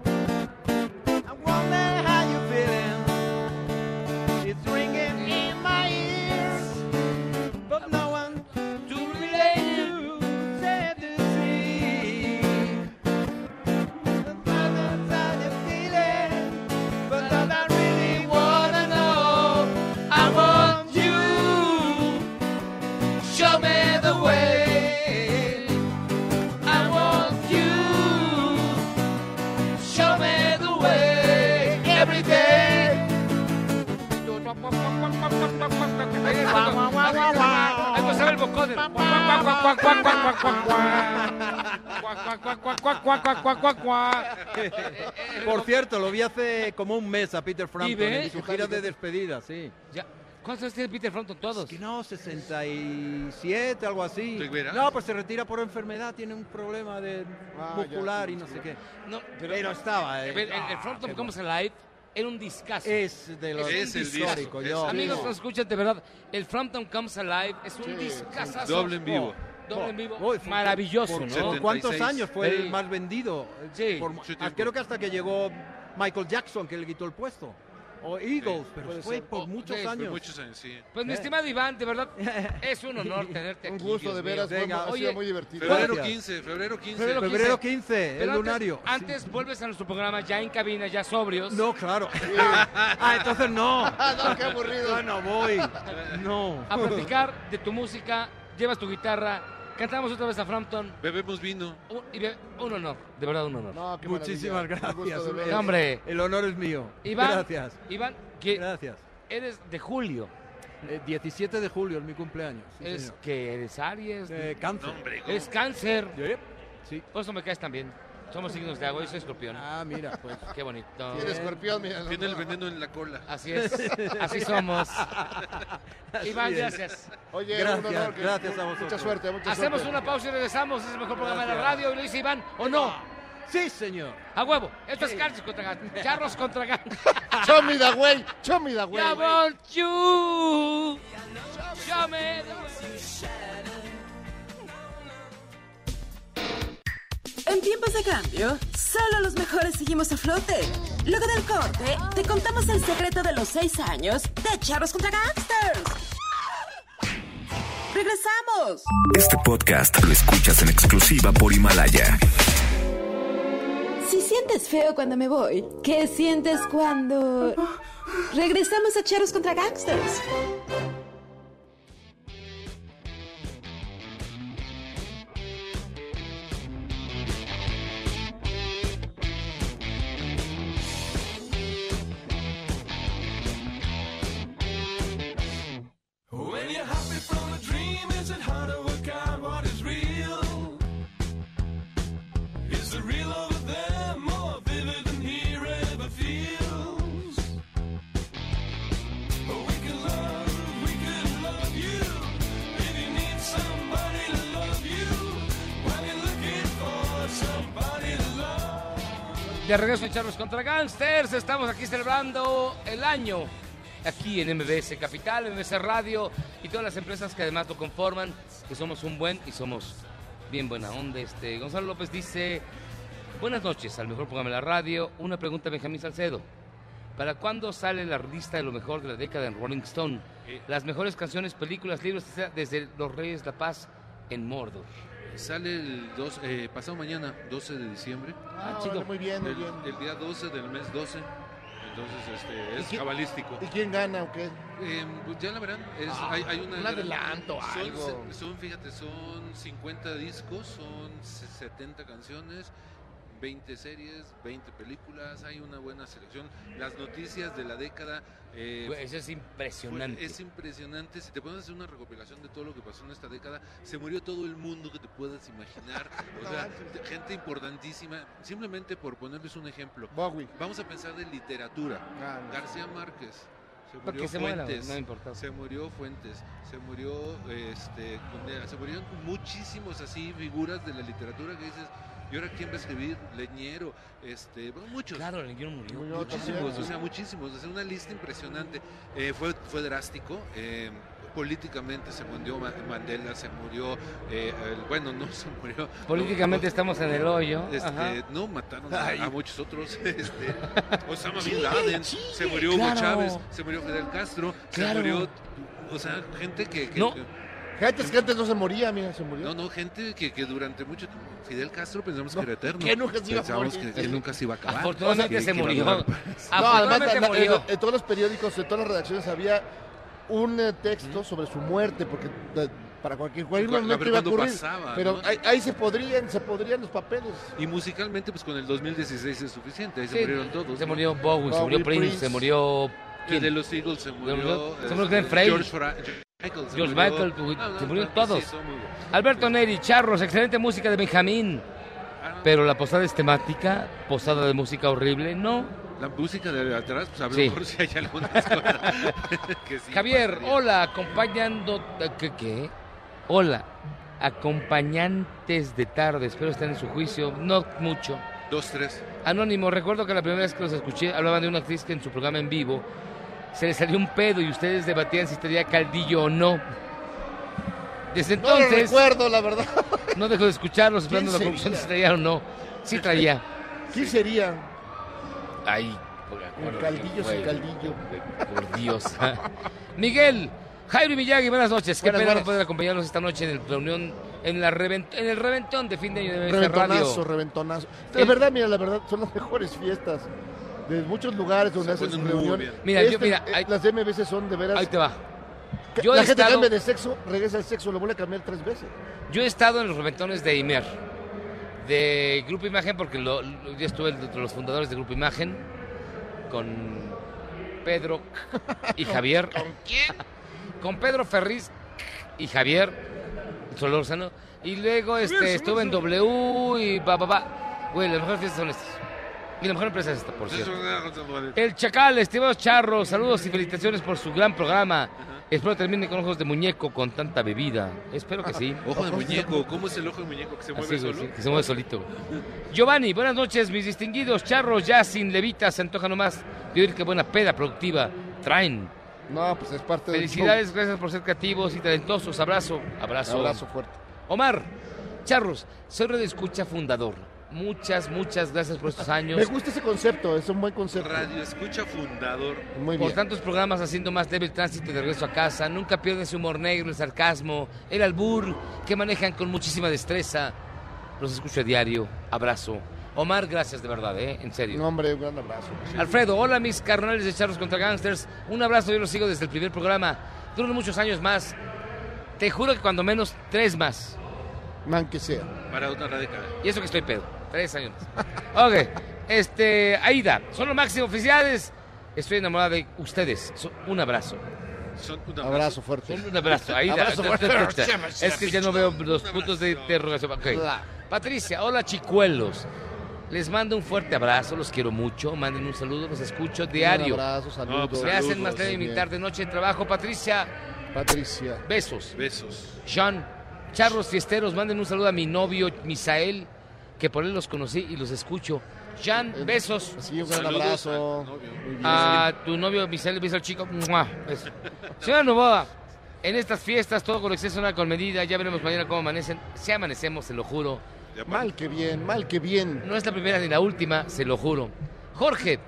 Speaker 18: I wonder how you feeling. It's ringing in my ears, but no one to relate you. Sad to see. Sometimes I'm just feeling, but all I really wanna know, I want you. Show me the way. I want you. Show me the way every day.
Speaker 1: Ahí pasaba el vocoder. Cuac, cuac, cuac, cuac, cuac, cuac, cuac, cuac. Cuac, cuac, cuac, cuac, cuac, cuac, cuac, cuac. Eh, eh,
Speaker 18: Por cierto, lo vi hace como un mes a Peter
Speaker 1: ¿Y
Speaker 18: Frampton
Speaker 1: ves?
Speaker 18: en su gira de despedida, sí.
Speaker 1: Ya. ¿Cuántos años tiene Peter Frampton todos?
Speaker 18: Es que no, 67, algo así.
Speaker 1: ¿Te verás?
Speaker 18: No, pues se retira por enfermedad, tiene un problema de
Speaker 1: Ah,
Speaker 18: muscular
Speaker 1: ya,
Speaker 18: y no sé qué.
Speaker 1: No,
Speaker 18: pero, estaba. eh.
Speaker 1: El, el, el
Speaker 18: Ah,
Speaker 1: Frampton
Speaker 18: qué
Speaker 1: Comes Alive era un discazo.
Speaker 18: Es de los
Speaker 1: Es un
Speaker 18: discos
Speaker 1: discazo.
Speaker 18: históricos, yo.
Speaker 1: Amigos,
Speaker 18: Sí.
Speaker 1: no escuchan de verdad. El Frampton Comes Alive es un discazazo.
Speaker 6: Doble en vivo.
Speaker 1: Doble en vivo.
Speaker 18: Oh, fue-
Speaker 1: Maravilloso,
Speaker 18: por-
Speaker 1: ¿no?
Speaker 18: por ¿Cuántos años fue
Speaker 1: Sí.
Speaker 18: el más vendido?
Speaker 1: Sí.
Speaker 18: Por-
Speaker 1: Mucho
Speaker 18: ah,
Speaker 1: tiempo.
Speaker 18: creo que hasta que llegó Michael Jackson, que le quitó el puesto. O Eagles,
Speaker 6: Sí.
Speaker 18: pero
Speaker 6: Puede
Speaker 18: fue
Speaker 6: ser.
Speaker 18: por
Speaker 6: Oh,
Speaker 18: muchos
Speaker 6: sí, por
Speaker 18: años.
Speaker 6: muchos años, sí.
Speaker 1: Pues mi
Speaker 18: Eh.
Speaker 1: estimado Iván, de verdad, es un honor tenerte aquí.
Speaker 2: Un gusto,
Speaker 1: Dios
Speaker 2: de
Speaker 1: mío.
Speaker 2: veras, fue
Speaker 1: Venga,
Speaker 2: mu- ha sido muy divertido.
Speaker 6: Febrero
Speaker 2: Gracias.
Speaker 6: 15, febrero 15.
Speaker 18: Febrero 15, el
Speaker 1: Pero antes- Ah,
Speaker 18: lunario. Sí.
Speaker 1: Antes, vuelves a nuestro programa ya en cabina, ya sobrios.
Speaker 18: No, claro. ah, entonces no.
Speaker 2: no, qué aburrido.
Speaker 18: Yo no voy. No.
Speaker 1: A platicar de tu música, llevas tu guitarra, cantamos otra vez a Frampton.
Speaker 6: Bebemos vino.
Speaker 1: Un, y be- un honor, de verdad un honor.
Speaker 2: No, qué
Speaker 18: Muchísimas
Speaker 2: maravilla. Un gusto
Speaker 18: gracias.
Speaker 2: de
Speaker 1: No,
Speaker 2: veras.
Speaker 1: hombre.
Speaker 18: El honor es mío.
Speaker 1: Iván,
Speaker 18: Gracias.
Speaker 1: Iván, que
Speaker 18: Gracias.
Speaker 1: eres de julio.
Speaker 18: Eh, 17 de julio es mi cumpleaños. sí,
Speaker 1: es
Speaker 18: señor.
Speaker 1: que eres Aries.
Speaker 18: Eh, cáncer.
Speaker 6: No, hombre, ¿cómo?
Speaker 1: eres cáncer.
Speaker 18: Sí.
Speaker 1: Por eso me caes tan bien. Somos signos de agua, yo soy escorpión.
Speaker 18: Ah, mira, pues.
Speaker 1: Qué bonito.
Speaker 2: Tiene escorpión, mira.
Speaker 6: Tiene el veneno en la cola.
Speaker 1: Así es, así somos. Iván,
Speaker 18: es.
Speaker 1: gracias.
Speaker 2: Oye,
Speaker 18: Gracias,
Speaker 2: un honor. que-
Speaker 18: gracias a
Speaker 2: Mucha
Speaker 18: vosotros.
Speaker 2: suerte, mucha suerte.
Speaker 1: Hacemos una pausa y regresamos. Es el mejor programa de la
Speaker 18: Gracias.
Speaker 1: radio. Y lo dice Iván, ¿o no?
Speaker 18: Sí, señor.
Speaker 1: A huevo. Esto es Carlos contra Gatos. Charros contra Gatos.
Speaker 2: Show me the way, show me the way.
Speaker 1: I want you. Show me the way.
Speaker 3: En tiempos de cambio, solo los mejores seguimos a flote. Luego del corte, te contamos el secreto de los seis años de Charros contra Gangsters. ¡Regresamos!
Speaker 12: Este podcast lo escuchas en exclusiva por Himalaya.
Speaker 16: Si sientes feo cuando me voy, ¿qué sientes cuando regresamos a Charros contra Gangsters?
Speaker 15: When you're happy from a dream, is it hard to work out what is real? Oh,
Speaker 1: De regreso en Charlos contra Gangsters, estamos aquí celebrando el año aquí en MBS Capital, MBS Radio y todas las empresas que además lo conforman, que somos un buen y somos bien buena onda. Este, Gonzalo López dice, buenas noches al mejor programa de la radio, una pregunta a Benjamín Salcedo. ¿Para cuándo sale la lista de lo mejor de la década en Rolling Stone? Las mejores canciones, películas, libros, etcétera, desde Los Reyes de la Paz en Mordor.
Speaker 7: Sale el dos, eh, pasado mañana, 12 de diciembre.
Speaker 2: Ah, chido. órale, muy bien, muy
Speaker 7: el,
Speaker 2: bien.
Speaker 7: El día 12 del mes 12. Entonces, este,
Speaker 2: ¿Y
Speaker 7: es
Speaker 2: quién-
Speaker 7: cabalístico.
Speaker 2: ¿Y quién gana o qué?
Speaker 7: Eh, pues ya la verán. Es-
Speaker 2: Ah,
Speaker 7: hay, hay una
Speaker 2: un
Speaker 7: gran-
Speaker 2: adelanto,
Speaker 7: son,
Speaker 2: algo.
Speaker 7: se- Son, fíjate, son 50 discos, son se- 70 canciones, 20 series, 20 películas. Hay una buena selección. Las noticias de la década. eh,
Speaker 1: Güey, eso es impresionante.
Speaker 7: fue- es impresionante. Si te pones a hacer una recopilación de todo lo que pasó en esta década, se murió todo el mundo que te puedas imaginar. O sea, gente importantísima. Simplemente por ponerles un ejemplo. Vamos a pensar de literatura. García Márquez. Se
Speaker 1: Porque
Speaker 7: murió
Speaker 1: se muera,
Speaker 7: Fuentes.
Speaker 1: no importa.
Speaker 7: Se murió Fuentes. Se murió este Condera. Se murieron muchísimos así figuras de la literatura que dices. ¿Y ahora quién va a escribir? Leñero, este, bueno, muchos.
Speaker 1: Claro, Leñero murió. Murió
Speaker 7: Muchísimos,
Speaker 1: también.
Speaker 7: o sea, muchísimos. Es una lista impresionante. Eh, fue, fue drástico. eh, políticamente se murió Ma- Mandela, se murió. eh, el- bueno, no se murió.
Speaker 1: Políticamente
Speaker 7: No,
Speaker 1: estamos en el hoyo.
Speaker 7: este,
Speaker 1: Ajá.
Speaker 7: no mataron a,
Speaker 1: Ay.
Speaker 7: a muchos otros. Este, Osama
Speaker 1: Chile,
Speaker 7: Bin Laden,
Speaker 1: Chile,
Speaker 7: se murió Hugo
Speaker 1: claro.
Speaker 7: Chávez, se murió Fidel Castro,
Speaker 2: Claro.
Speaker 7: se murió. O sea, gente que. que- que-
Speaker 2: Gente, es que antes no se moría, mira, se murió.
Speaker 7: no, no, gente que, que durante mucho tiempo. Fidel Castro pensamos que era eterno.
Speaker 2: que nunca se iba a
Speaker 7: Pensamos
Speaker 2: morir.
Speaker 7: Que, que nunca se iba a acabar.
Speaker 1: Afortunadamente se
Speaker 7: iba a
Speaker 1: murió.
Speaker 7: durar.
Speaker 2: No, además,
Speaker 1: Afortunadamente
Speaker 2: la- la-
Speaker 1: murió.
Speaker 2: en, en todos los periódicos, en todas las redacciones había un eh, texto sobre su muerte, porque eh, para cualquier, cualquier
Speaker 7: Cu- a
Speaker 2: momento
Speaker 7: ver
Speaker 2: iba a
Speaker 7: cuándo
Speaker 2: ocurrir.
Speaker 7: pasaba,
Speaker 2: pero
Speaker 7: ¿no?
Speaker 2: ahí, ahí se podrían, se podrían los papeles.
Speaker 7: Y musicalmente, pues con el 2016 es suficiente. Ahí se
Speaker 2: Sí,
Speaker 7: murieron todos.
Speaker 1: Se
Speaker 7: ¿no?
Speaker 1: murió Bowie, se murió Prince, se murió.
Speaker 7: El de los Eagles se murió.
Speaker 1: se murió
Speaker 7: este,
Speaker 1: Glenn Frey.
Speaker 7: George Fra- George Michael. se
Speaker 1: George
Speaker 7: murió.
Speaker 1: Michael, güey,
Speaker 7: No, no,
Speaker 1: se murieron
Speaker 7: sí,
Speaker 1: todos.
Speaker 7: son muy buenos.
Speaker 1: Alberto Neri, Charros, excelente música de Benjamín. Pero la posada es temática, posada de música horrible, no.
Speaker 7: La música de atrás, pues a lo
Speaker 1: Sí.
Speaker 7: mejor si hay algunas cosas que sí
Speaker 1: Javier,
Speaker 7: pasarían.
Speaker 1: hola, acompañando. eh, ¿Qué? qué? Hola, acompañantes de tarde, espero estén en su juicio, no mucho.
Speaker 7: Dos, tres.
Speaker 1: Anónimo, recuerdo que la primera vez que los escuché hablaban de una actriz que en su programa en vivo se le salió un pedo y ustedes debatían si tenía caldillo o no. Desde
Speaker 2: No lo
Speaker 1: entonces.
Speaker 2: recuerdo, la verdad.
Speaker 1: No dejo de escucharlos,
Speaker 2: ¿Quién
Speaker 1: esperando la conclusión
Speaker 2: sería?
Speaker 1: si traía o no. Sí traía.
Speaker 2: ¿Quién sería?
Speaker 1: Ay, por la-
Speaker 2: El caldillo
Speaker 1: güey,
Speaker 2: sin caldillo.
Speaker 1: Por Dios. Miguel, Jairo Miyagi, buenas noches. Qué
Speaker 2: Buenas,
Speaker 1: pena no
Speaker 2: buenas.
Speaker 1: poder acompañarnos esta noche en la reunión, en, la reven- en el reventón de fin de año de esta
Speaker 2: Reventonazo,
Speaker 1: radio.
Speaker 2: reventonazo. La verdad, mira, la verdad, son las mejores fiestas. De muchos lugares donde hacen sus
Speaker 1: ponen muy
Speaker 2: reuniones.
Speaker 1: bien. Mira, yo- mira,
Speaker 2: eh, las MBC son de veras.
Speaker 1: Ahí te va.
Speaker 2: Ca-
Speaker 1: Yo he
Speaker 2: la gente
Speaker 1: estado-
Speaker 2: cambia de sexo, regresa al sexo, lo vuelve a cambiar tres veces.
Speaker 1: Yo he estado en los reventones de Imer, de Grupo Imagen, porque lo- lo- yo estuve entre los fundadores de Grupo Imagen, con Pedro y Javier. ¿Con quién? Con Pedro Ferriz y Javier Solórzano. Y luego este, estuve en W y va, va, va. Güey, las mejores fiestas son estas. Y la mejor empresa es esta, por cierto. El Chacal, estimados charros, saludos y felicitaciones por su gran programa. Espero termine con ojos de muñeco con tanta bebida. Espero que sí.
Speaker 7: Ojo de muñeco, ¿cómo es el ojo de muñeco que se
Speaker 1: Así,
Speaker 7: mueve
Speaker 1: güey,
Speaker 7: solo?
Speaker 1: sí, que se mueve solito. güey. Giovanni, buenas noches, mis distinguidos charros, ya sin levitas, se antoja nomás de oír qué buena peda productiva traen.
Speaker 2: No, pues es parte del
Speaker 1: Felicidades, gracias por ser creativos y talentosos. Abrazo, abrazo.
Speaker 2: Abrazo fuerte.
Speaker 1: Omar, charros, soy Radio Escucha fundador. Muchas, muchas gracias por estos años.
Speaker 2: Me gusta ese concepto, es un buen concepto.
Speaker 7: Radio Escucha Fundador.
Speaker 2: Muy
Speaker 1: Por
Speaker 2: bien.
Speaker 1: tantos programas haciendo más leve el tránsito de regreso a casa, nunca pierden su humor negro, el sarcasmo, el albur, que manejan con muchísima destreza. Los escucho a diario. Abrazo. Omar, gracias de verdad, ¿eh? En serio.
Speaker 2: No, hombre, un gran abrazo.
Speaker 1: Alfredo, hola mis carnales de Charlos contra Gangsters. Un abrazo, yo los sigo desde el primer programa. Duran muchos años más. Te juro que cuando menos, tres más.
Speaker 2: Man que sea.
Speaker 7: Para otra década.
Speaker 1: Y eso que estoy pedo. Tres años más. Ok. Este, Aida, son lo máximo. Felicidades. Estoy enamorada de ustedes. So- un abrazo.
Speaker 7: Son un
Speaker 2: Abrazo, fuerte.
Speaker 1: Un abrazo. Ahí
Speaker 2: Abrazo
Speaker 1: da- da- da-
Speaker 2: fuerte.
Speaker 1: da- da- Es que ya no veo los puntos de interrogación. Ok. Patricia, hola chicuelos. Les mando un fuerte abrazo, los quiero mucho. Manden un saludo, los escucho diario.
Speaker 2: abrazo, saludos. No, pues,
Speaker 1: Me
Speaker 2: saludos,
Speaker 1: hacen más leve mi
Speaker 2: bien.
Speaker 1: tarde, noche de trabajo. Patricia,
Speaker 2: Patricia.
Speaker 1: besos.
Speaker 7: Besos.
Speaker 1: Sean, charros fiesteros, manden un saludo a mi novio Misael, que por él los conocí y los escucho. Jan, besos.
Speaker 2: Sí, un gran abrazo.
Speaker 1: ah, A tu novio, Michelle, beso al chico. ¡Mua! Beso. Señora Novoa, en estas fiestas todo con exceso, nada con medida. Ya veremos mañana cómo amanecen. Si amanecemos, se lo juro.
Speaker 2: Mal que bien, mal que bien.
Speaker 1: No es la primera ni la última, se lo juro. Jorge,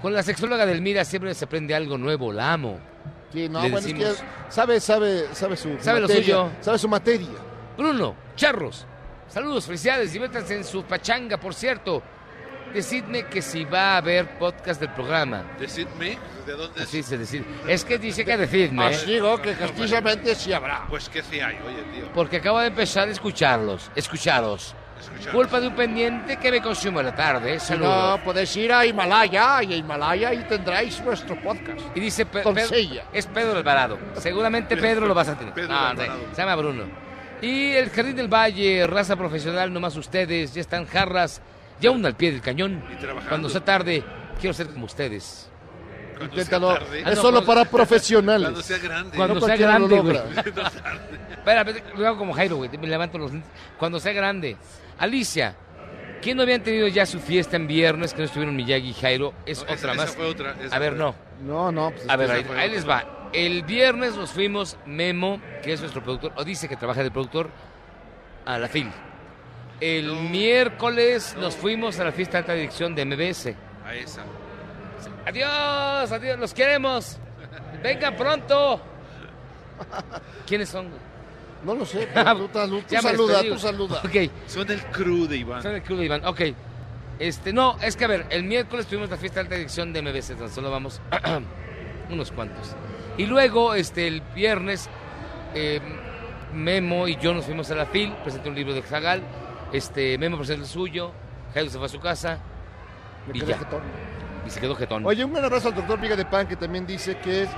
Speaker 1: con la sexóloga del Mira siempre se aprende algo nuevo. La amo.
Speaker 2: Sí, no,
Speaker 1: Le
Speaker 2: bueno, es que
Speaker 1: decimos.
Speaker 2: sabe, sabe, sabe su
Speaker 1: Sabe lo
Speaker 2: materia,
Speaker 1: suyo.
Speaker 2: Sabe su materia.
Speaker 1: Bruno, charros. Saludos, felicidades y métanse en su pachanga, por cierto. Decidme que si va a haber podcast del programa.
Speaker 7: Decidme, ¿de dónde
Speaker 1: Así se decide. Es que dice que decidme.
Speaker 7: Así digo, que
Speaker 1: justamente sí habrá.
Speaker 7: Pues que sí hay, oye, tío.
Speaker 1: Porque acabo de empezar a escucharlos. Escucharos.
Speaker 7: Escucharos.
Speaker 1: Culpa de un pendiente que me consume la tarde.
Speaker 19: Si
Speaker 1: Saludos.
Speaker 19: no, podéis ir a Himalaya y a Himalaya y tendráis vuestro podcast.
Speaker 1: Y dice Pe- Pedro-
Speaker 19: Doncella.
Speaker 1: es Pedro Alvarado. Seguramente Pedro lo vas a tener.
Speaker 19: Pedro
Speaker 1: No, no,
Speaker 19: Alvarado.
Speaker 1: se llama Bruno. Y el Jardín del Valle, raza profesional, nomás ustedes, ya están jarras, ya aún al pie del cañón. Cuando sea tarde, quiero ser como ustedes.
Speaker 2: Inténtalo.
Speaker 1: tarde. Ah,
Speaker 2: Es
Speaker 1: no,
Speaker 2: solo
Speaker 1: cuando-
Speaker 2: para profesionales.
Speaker 1: cuando sea grande.
Speaker 2: No
Speaker 1: Cuando sea
Speaker 2: cualquiera lo
Speaker 1: grande,
Speaker 2: logra.
Speaker 1: güey. Espera, espera, lo hago como Jairo, güey, me levanto los lentes. Cuando sea grande. Alicia, ¿quién no habían tenido ya su fiesta en viernes que no estuvieron Miyagi y Jairo? Es
Speaker 7: No, esa-
Speaker 1: otra
Speaker 7: esa
Speaker 1: más.
Speaker 7: fue otra, esa
Speaker 1: A ver,
Speaker 7: fue.
Speaker 1: no.
Speaker 2: No, no. pues,
Speaker 1: A ver,
Speaker 2: esa
Speaker 1: ahí,
Speaker 2: fue
Speaker 1: ahí
Speaker 2: otra.
Speaker 1: les va. El viernes nos fuimos Memo, que es nuestro productor, o dice que trabaja de productor, a la FIL. El miércoles nos fuimos a la fiesta de alta dirección de MBS.
Speaker 7: A esa.
Speaker 1: Adiós, adiós, los queremos. Vengan pronto. ¿Quiénes son? güey?
Speaker 2: No lo sé, pero tú, tal- tú
Speaker 1: Ya me
Speaker 2: saluda,
Speaker 1: despedí,
Speaker 2: tú saluda.
Speaker 1: güey. Ok.
Speaker 7: Son del crew de Iván.
Speaker 1: Son del crew de Iván, ok. Este, no, es que a ver, el miércoles tuvimos la fiesta de alta dirección de MBC, tan solo vamos unos cuantos. Y luego, este, el viernes, eh, Memo y yo nos fuimos a la FIL, presenté un libro de Zagal, este, Memo presentó el suyo, Jairo se fue a su casa y
Speaker 2: quedé
Speaker 1: ya.
Speaker 2: jetón.
Speaker 1: Y se quedó jetón.
Speaker 2: Oye, un gran abrazo al doctor Viga de Pan, que también dice que es,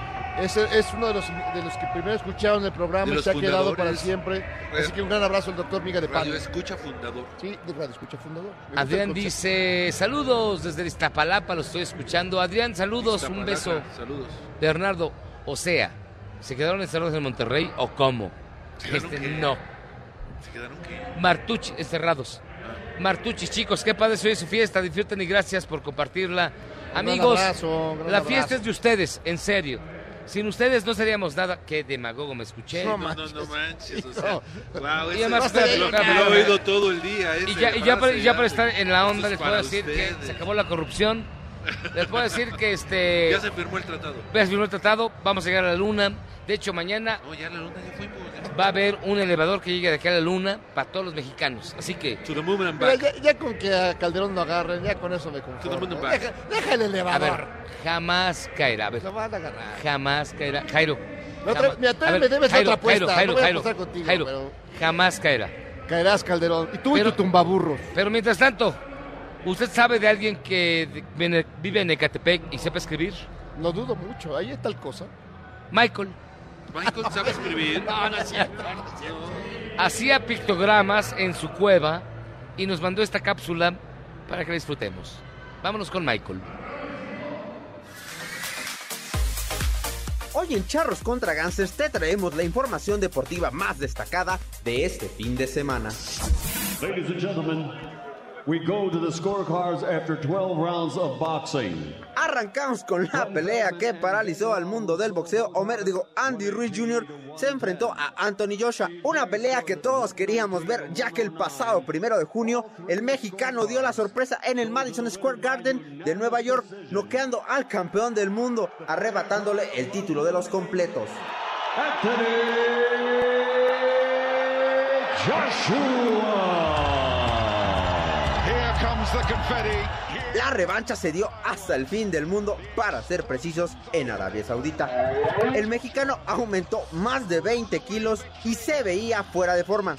Speaker 2: es, es uno de los, de los que primero escucharon el
Speaker 7: De
Speaker 2: programa y
Speaker 7: los
Speaker 2: se ha quedado para
Speaker 7: fundadores.
Speaker 2: siempre. Así que un gran abrazo al doctor Viga de Pan.
Speaker 7: Radio Escucha Fundador.
Speaker 2: Sí, de Radio Escucha Fundador. Me gusta el
Speaker 1: Adrián
Speaker 2: concepto.
Speaker 1: dice, saludos desde Iztapalapa, lo estoy escuchando. Adrián, saludos, un beso.
Speaker 7: Iztapalapa, Saludos.
Speaker 1: Bernardo, o sea, ¿se quedaron encerrados en Monterrey o cómo?
Speaker 7: ¿Se quedaron
Speaker 1: Este,
Speaker 7: qué?
Speaker 1: no.
Speaker 7: ¿Se quedaron qué?
Speaker 1: Martucci, encerrados.
Speaker 7: Ah.
Speaker 1: Martucci, chicos, qué padre soy su fiesta. Disfruten y gracias por compartirla.
Speaker 2: Un gran
Speaker 1: Amigos,
Speaker 2: abrazo, un gran
Speaker 1: la
Speaker 2: abrazo.
Speaker 1: fiesta es de ustedes, en serio. Sin ustedes no seríamos nada. Qué demagogo me escuché.
Speaker 7: No, no, no, no manches. O sea, wow,
Speaker 1: Y
Speaker 7: ese
Speaker 1: además
Speaker 7: lo,
Speaker 1: está bien
Speaker 7: lo
Speaker 1: cabrón.
Speaker 7: he oído todo el día.
Speaker 1: Y
Speaker 7: ese,
Speaker 1: ya, y ya para,
Speaker 7: frase,
Speaker 1: y ya para
Speaker 7: ya.
Speaker 1: estar en la
Speaker 7: Eso
Speaker 1: onda les
Speaker 7: es
Speaker 1: puedo
Speaker 7: para
Speaker 1: decir que
Speaker 7: ustedes.
Speaker 1: se acabó la corrupción. Les puedo decir que este...
Speaker 7: Ya se firmó el tratado.
Speaker 1: Ya se firmó el tratado, vamos a llegar a la luna. De hecho, mañana
Speaker 7: No, Oh, ya la luna ya fuimos.
Speaker 1: va a haber un elevador que llegue de acá a la luna para todos los mexicanos. Así que...
Speaker 2: Mira, ya, ya con que a Calderón no agarren, ya con eso me conformo.
Speaker 1: mundo en paz.
Speaker 2: Deja, deja el
Speaker 1: A ver,
Speaker 2: elevador.
Speaker 1: jamás caerá. A ver,
Speaker 2: Lo van a agarrar.
Speaker 1: jamás caerá. Jairo.
Speaker 2: La otra-
Speaker 1: jamás-
Speaker 2: mira, tú
Speaker 1: a ver,
Speaker 2: me debes
Speaker 1: Jairo,
Speaker 2: otra apuesta,
Speaker 1: Jairo, Jairo,
Speaker 2: no voy a
Speaker 1: Jairo,
Speaker 2: apostar contigo,
Speaker 1: Jairo,
Speaker 2: pero-
Speaker 1: jamás caerá.
Speaker 2: Caerás, Calderón. Y tú y tu tumbaburros.
Speaker 1: Pero mientras tanto, ¿usted sabe de alguien que de- viene- vive en Ecatepec y sepa escribir?
Speaker 2: No dudo mucho, ahí es tal cosa.
Speaker 1: Michael
Speaker 7: Michael sabe escribir.
Speaker 2: No, no es cierto, no es
Speaker 1: hacía pictogramas en su cueva y nos mandó esta cápsula para que la disfrutemos. Vámonos con Michael.
Speaker 20: Hoy en Charros contra Gangsters te traemos la información deportiva más destacada de este fin de semana.
Speaker 21: Ladies and gentlemen, we go to the scorecards after 12 rounds of boxing.
Speaker 20: Arrancamos con la pelea que paralizó al mundo del boxeo. Homer, digo, Andy Ruiz Jr. se enfrentó a Anthony Joshua. Una pelea que todos queríamos ver, ya que el pasado primero de junio, el mexicano dio la sorpresa en el Madison Square Garden de Nueva York, noqueando al campeón del mundo, arrebatándole el título de los completos. La revancha se dio hasta el fin del mundo, para ser precisos, en Arabia Saudita. El mexicano aumentó más de 20 kilos y se veía fuera de forma,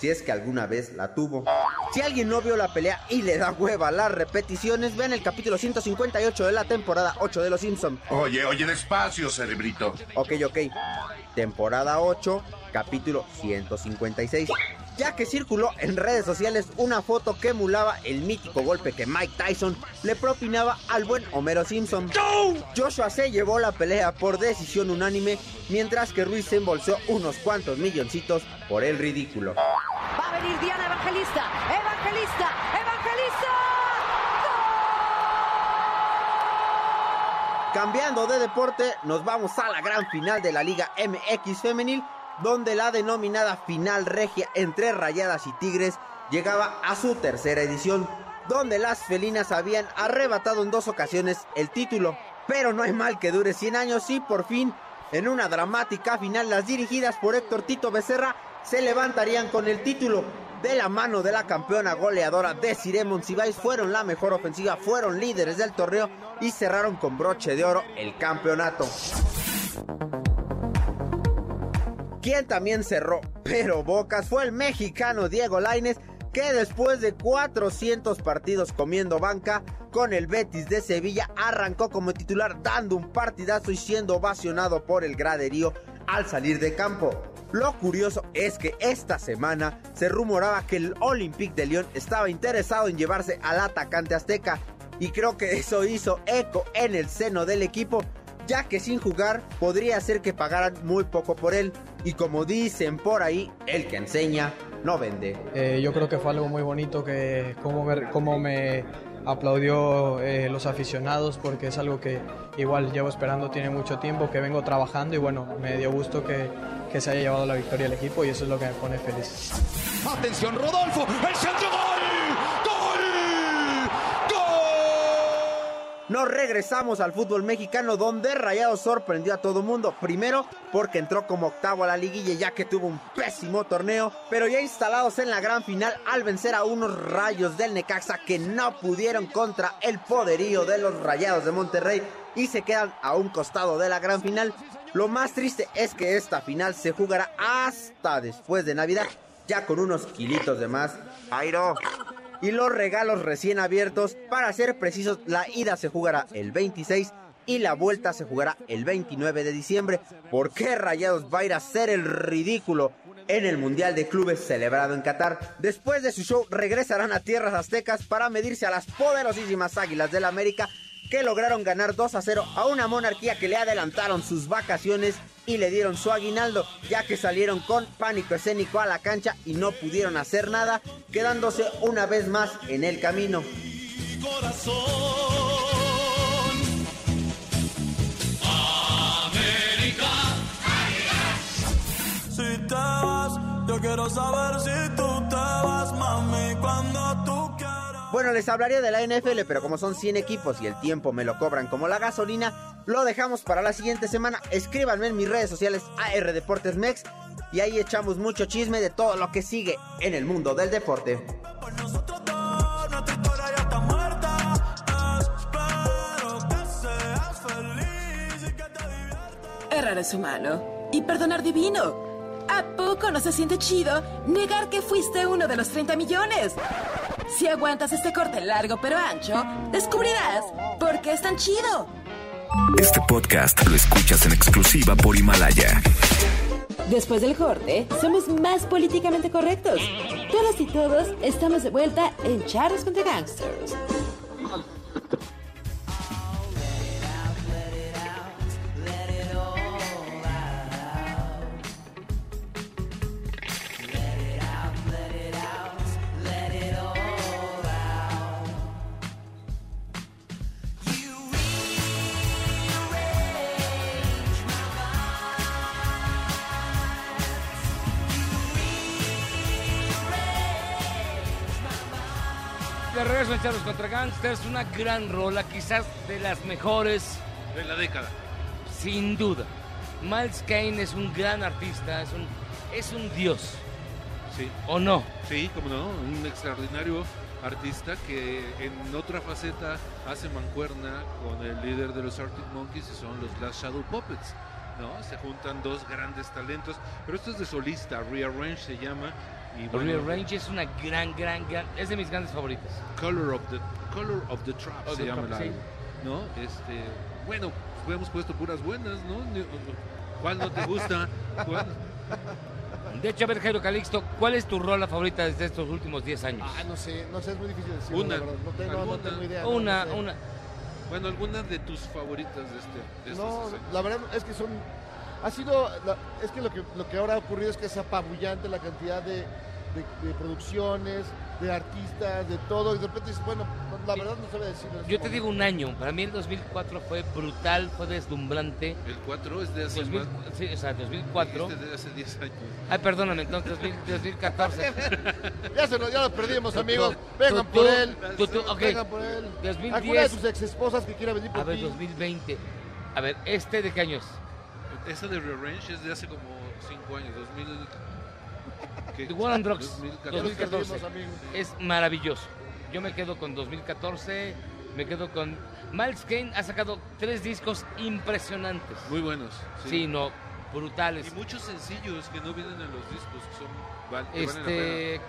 Speaker 20: si es que alguna vez la tuvo. Si alguien no vio la pelea y le da hueva a las repeticiones, vean el capítulo 158 de la temporada 8 de Los Simpsons.
Speaker 22: Oye, oye, despacio, cerebrito.
Speaker 20: Ok, ok. Temporada 8, capítulo 156. Ya que circuló en redes sociales una foto que emulaba el mítico golpe que Mike Tyson le propinaba al buen Homero Simpson. Joshua se llevó la pelea por decisión unánime, mientras que Ruiz se embolsó unos cuantos milloncitos por el ridículo.
Speaker 23: Va a venir Diana Evangelista. Evangelista. Evangelista. ¡Gol!
Speaker 20: Cambiando de deporte, nos vamos a la gran final de la Liga MX Femenil, donde la denominada final regia entre Rayadas y Tigres llegaba a su tercera edición, donde las felinas habían arrebatado en dos ocasiones el título. Pero no hay mal que dure 100 años y por fin, en una dramática final, las dirigidas por Héctor Tito Becerra se levantarían con el título. De la mano de la campeona goleadora de Ciremon Cibáis fueron la mejor ofensiva, fueron líderes del torneo y cerraron con broche de oro el campeonato. Quien también cerró, pero bocas, fue el mexicano Diego Laines, que después de 400 partidos comiendo banca con el Betis de Sevilla, arrancó como titular dando un partidazo y siendo ovacionado por el graderío al salir de campo. Lo curioso es que esta semana se rumoraba que el Olympique de Lyon estaba interesado en llevarse al atacante azteca y creo que eso hizo eco en el seno del equipo ya que sin jugar podría ser que pagaran muy poco por él. Y como dicen por ahí, el que enseña no vende.
Speaker 4: Eh, yo creo que fue algo muy bonito que como me, cómo me aplaudió eh, los aficionados porque es algo que igual llevo esperando tiene mucho tiempo, que vengo trabajando y bueno, me dio gusto que, que se haya llevado la victoria al equipo y eso es lo que me pone feliz.
Speaker 15: Atención, Rodolfo, el centro gol. ¡Gol!
Speaker 20: Nos regresamos al fútbol mexicano donde Rayados sorprendió a todo mundo. Primero porque entró como octavo a la liguilla ya que tuvo un pésimo torneo. Pero ya instalados en la gran final al vencer a unos rayos del Necaxa que no pudieron contra el poderío de los Rayados de Monterrey y se quedan a un costado de la gran final. Lo más triste es que esta final se jugará hasta después de Navidad ya con unos kilitos de más. Jairo y los regalos recién abiertos. Para ser precisos, la ida se jugará el 26 y la vuelta se jugará el 29 de diciembre. ¿Por qué Rayados va a ir a hacer el ridículo en el Mundial de Clubes celebrado en Qatar? Después de su show regresarán a tierras aztecas para medirse a las poderosísimas Águilas del América que lograron ganar 2 a 0 a una monarquía que le adelantaron sus vacaciones y le dieron su aguinaldo, ya que salieron con pánico escénico a la cancha y no pudieron hacer nada, quedándose una vez más en el camino.
Speaker 15: Mi corazón. América.
Speaker 23: Si te vas, yo quiero saber si tú te vas, mami, cuando tú quieras.
Speaker 20: Bueno, les hablaría de la NFL, pero como son 100 equipos y el tiempo me lo cobran como la gasolina, lo dejamos para la siguiente semana. Escríbanme en mis redes sociales AR Deportes Mex y ahí echamos mucho chisme de todo lo que sigue en el mundo del deporte.
Speaker 3: Errar es humano y perdonar divino. ¿A poco no se siente chido negar que fuiste uno de los 30 millones? Si aguantas este corte largo pero ancho, descubrirás por qué es tan chido.
Speaker 12: Este podcast lo escuchas en exclusiva por Himalaya.
Speaker 16: Después del corte, somos más políticamente correctos. Todas y todos estamos de vuelta en Charros contra Gangsters.
Speaker 1: De regreso en Charlos contra Gangsters, una gran rola, quizás de las mejores
Speaker 7: de la década.
Speaker 1: Sin duda. Miles Kane es un gran artista, es un, es un dios.
Speaker 7: Sí.
Speaker 1: ¿O no?
Speaker 7: Sí, como no, un extraordinario artista que en otra faceta hace mancuerna con el líder de los Arctic Monkeys y son los Glass Shadow Puppets. ¿no? Se juntan dos grandes talentos, pero esto es de solista, Rearrange se llama. Y bueno,
Speaker 1: Real Range es una gran, gran, gran. Es de mis grandes favoritas.
Speaker 7: Color of the, Color of the Trap
Speaker 1: Of
Speaker 7: se
Speaker 1: the
Speaker 7: llama
Speaker 1: Trap,
Speaker 7: la-
Speaker 1: sí.
Speaker 7: ¿no? Este, bueno, pues hemos puesto puras buenas, ¿no? Ni- ¿Cuál no te gusta? ¿Cuál?
Speaker 1: De hecho, a ver, Jairo Calixto, ¿cuál es tu rola favorita desde estos últimos 10 años?
Speaker 2: Ah, no sé, no sé, es muy difícil decirlo.
Speaker 7: Una,
Speaker 2: la verdad. No tengo, no
Speaker 7: alguna.
Speaker 2: tengo idea. no,
Speaker 1: Una,
Speaker 2: no sé.
Speaker 1: una.
Speaker 7: Bueno, alguna de tus favoritas de este. de
Speaker 2: No,
Speaker 7: estos-
Speaker 2: la verdad es que son. Ha sido. la- es que lo, que lo que ahora ha ocurrido es que es apabullante la cantidad de de, de producciones, de artistas, de todo, y de repente dices, bueno, la verdad no sabía decirlo. en este
Speaker 1: Yo te
Speaker 2: momento.
Speaker 1: digo un año, para mí el 2004 fue brutal, fue deslumbrante.
Speaker 7: El 4 es de hace
Speaker 1: 2000,
Speaker 7: más-
Speaker 1: Sí, o sea, 2004.
Speaker 7: Dijiste de hace 10 años.
Speaker 1: Ay, perdóname, entonces 2000, 2014.
Speaker 2: Ya se lo, ya lo perdimos, amigos. Vengan por él.
Speaker 1: Tú, tú, ok.
Speaker 2: Vengan por él. Alguna de
Speaker 1: 2010.
Speaker 2: sus ex esposas que quiera venir
Speaker 1: A
Speaker 2: por
Speaker 1: ver,
Speaker 2: ti.
Speaker 1: 2020. A ver, ¿este de qué año es?
Speaker 7: Esa de Revenge es de hace como 5 años, 2000. ¿qué?
Speaker 1: The War on Drugs
Speaker 7: 2014.
Speaker 1: 2014. Es maravilloso. Yo me quedo con 2014, me quedo con... Miles Kane ha sacado tres discos impresionantes.
Speaker 7: Muy buenos.
Speaker 1: Sí, no, brutales.
Speaker 7: Y muchos sencillos que no vienen en los discos, que son. val- que valen la
Speaker 1: Este,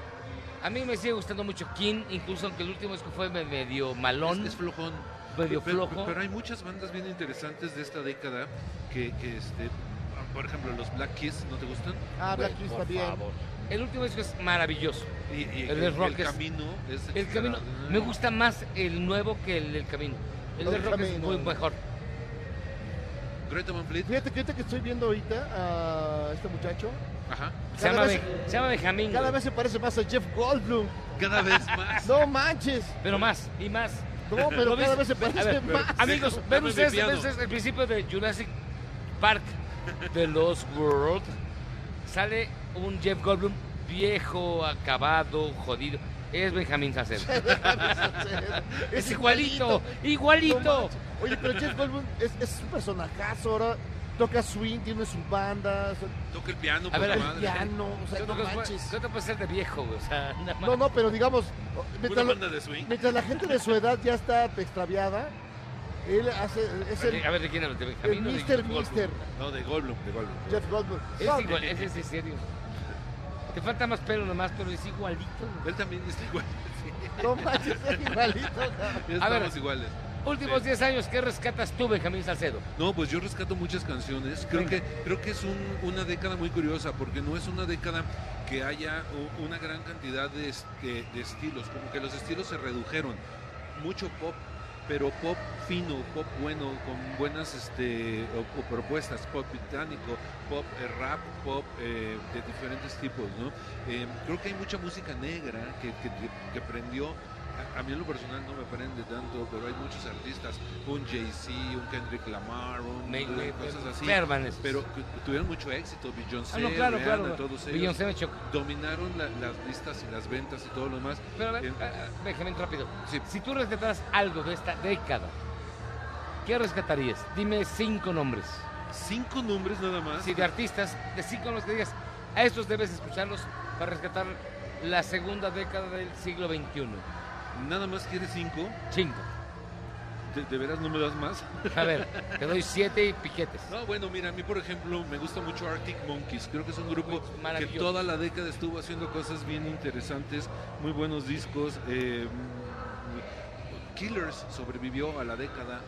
Speaker 1: a mí me sigue gustando mucho King, incluso aunque el último disco fue me- medio malón. Es,
Speaker 7: flojón.
Speaker 1: Medio
Speaker 7: Pero-
Speaker 1: flojo.
Speaker 7: Pero hay muchas bandas bien interesantes de esta década que, que, este, por ejemplo, los Black Keys, ¿no te gustan?
Speaker 2: Ah,
Speaker 1: Güey,
Speaker 2: Black Keys
Speaker 1: por
Speaker 2: también.
Speaker 1: favor. El último disco es maravilloso.
Speaker 7: Y, y-
Speaker 1: el
Speaker 7: el-
Speaker 1: de
Speaker 7: el
Speaker 1: rock es-
Speaker 7: camino es
Speaker 1: el camino.
Speaker 7: extraordinario.
Speaker 1: Me gusta más el nuevo que el del camino. El
Speaker 2: Lo
Speaker 1: del
Speaker 2: del
Speaker 1: rock es
Speaker 2: Camino.
Speaker 1: muy mejor.
Speaker 7: Greta Van Fleet.
Speaker 2: Fíjate que ahorita que estoy viendo ahorita a este muchacho.
Speaker 7: Ajá.
Speaker 1: Se llama Be- se llama Benjamín,
Speaker 2: Cada
Speaker 1: güey.
Speaker 2: vez se parece más a Jeff Goldblum.
Speaker 7: Cada vez más.
Speaker 2: no manches.
Speaker 1: Pero más y más.
Speaker 2: No, pero
Speaker 1: ¿Lo
Speaker 2: cada vez
Speaker 1: ves?
Speaker 2: se
Speaker 1: Ve- a
Speaker 2: parece
Speaker 1: ver,
Speaker 2: más.
Speaker 1: Amigos,
Speaker 2: Está
Speaker 1: ven
Speaker 2: muy
Speaker 1: ustedes,
Speaker 2: desviado.
Speaker 1: ven ustedes el principio de Jurassic Park de los World. Sale un Jeff Goldblum viejo, acabado, jodido. Es Benjamín Hassel. es igualito,
Speaker 2: No
Speaker 1: igualito.
Speaker 2: manches. Oye, pero Jeff Goldblum es, es un personajazo ahora. Toca swing, tiene su banda. o sea,
Speaker 7: Toca el piano,
Speaker 1: A
Speaker 7: por
Speaker 1: ver,
Speaker 7: la
Speaker 1: a ver.
Speaker 7: madre.
Speaker 2: piano, o sea,
Speaker 1: ¿Qué
Speaker 2: no
Speaker 1: otra cosa
Speaker 2: manches.
Speaker 1: puede- qué otra puede ser de viejo? güey? O sea, nada más.
Speaker 2: No, no, pero digamos, mientras, lo-
Speaker 1: banda de swing.
Speaker 2: mientras la gente de su edad ya está extraviada, él hace, es el
Speaker 1: Eh, a ver, ¿de quién hablas? ¿De Benjamín?
Speaker 2: el
Speaker 1: o de
Speaker 2: Mr.
Speaker 1: Jeff Goldblum?
Speaker 2: Mister.
Speaker 7: No, de Goldblum. De Goldblum.
Speaker 2: Jeff Goldblum.
Speaker 1: Es
Speaker 2: No,
Speaker 1: igual, ese es en serio. Te falta más pelo nomás, pero es igualito.
Speaker 7: Él también está igual.
Speaker 2: No manches, es igualito.
Speaker 7: Ya
Speaker 1: A ver,
Speaker 7: estamos iguales.
Speaker 1: últimos 10 años, ¿qué rescatas tú, Benjamín Salcedo?
Speaker 7: No, pues yo rescato muchas canciones. Creo que creo que es un- una década muy curiosa porque no es una década que haya u- una gran cantidad de, este- de estilos. Como que los estilos se redujeron. Mucho pop, pero pop fino, pop bueno, con buenas este, o- o propuestas. Pop británico, pop eh, rap, pop eh, de diferentes tipos. ¿no? Eh, creo que hay mucha música negra que, que, que- que prendió a- a mí en lo personal no me prende tanto, pero hay muchos artistas, un Jay-Z, un Kendrick Lamar, un, eh,
Speaker 1: Me- me-
Speaker 7: cosas
Speaker 1: me
Speaker 7: así.
Speaker 1: perman esos.
Speaker 7: Pero que tuvieron mucho éxito, Beyoncé,
Speaker 1: Ah, no, claro,
Speaker 7: Rihanna,
Speaker 1: claro.
Speaker 7: todos ellos.
Speaker 1: Beyoncé me choca.
Speaker 7: Dominaron la- las listas y las ventas y todo lo demás.
Speaker 1: Pero a ver,
Speaker 7: Eh,
Speaker 1: a- a- Benjamín, rápido. Si tú rescataras algo de esta década, ¿qué rescatarías? Dime cinco nombres.
Speaker 7: ¿Cinco nombres nada más?
Speaker 1: Sí, de artistas, de cinco nombres que digas, a estos debes escucharlos para rescatar la segunda década del siglo XXI.
Speaker 7: ¿Nada más quieres cinco?
Speaker 1: Cinco.
Speaker 7: ¿De, de veras no me das más?
Speaker 1: A ver, te doy siete y piquetes.
Speaker 7: No, bueno, mira, a mí por ejemplo me gusta mucho Arctic Monkeys. Creo que es un grupo que toda la década estuvo haciendo cosas bien interesantes, muy buenos discos. eh, Killers sobrevivió a la década.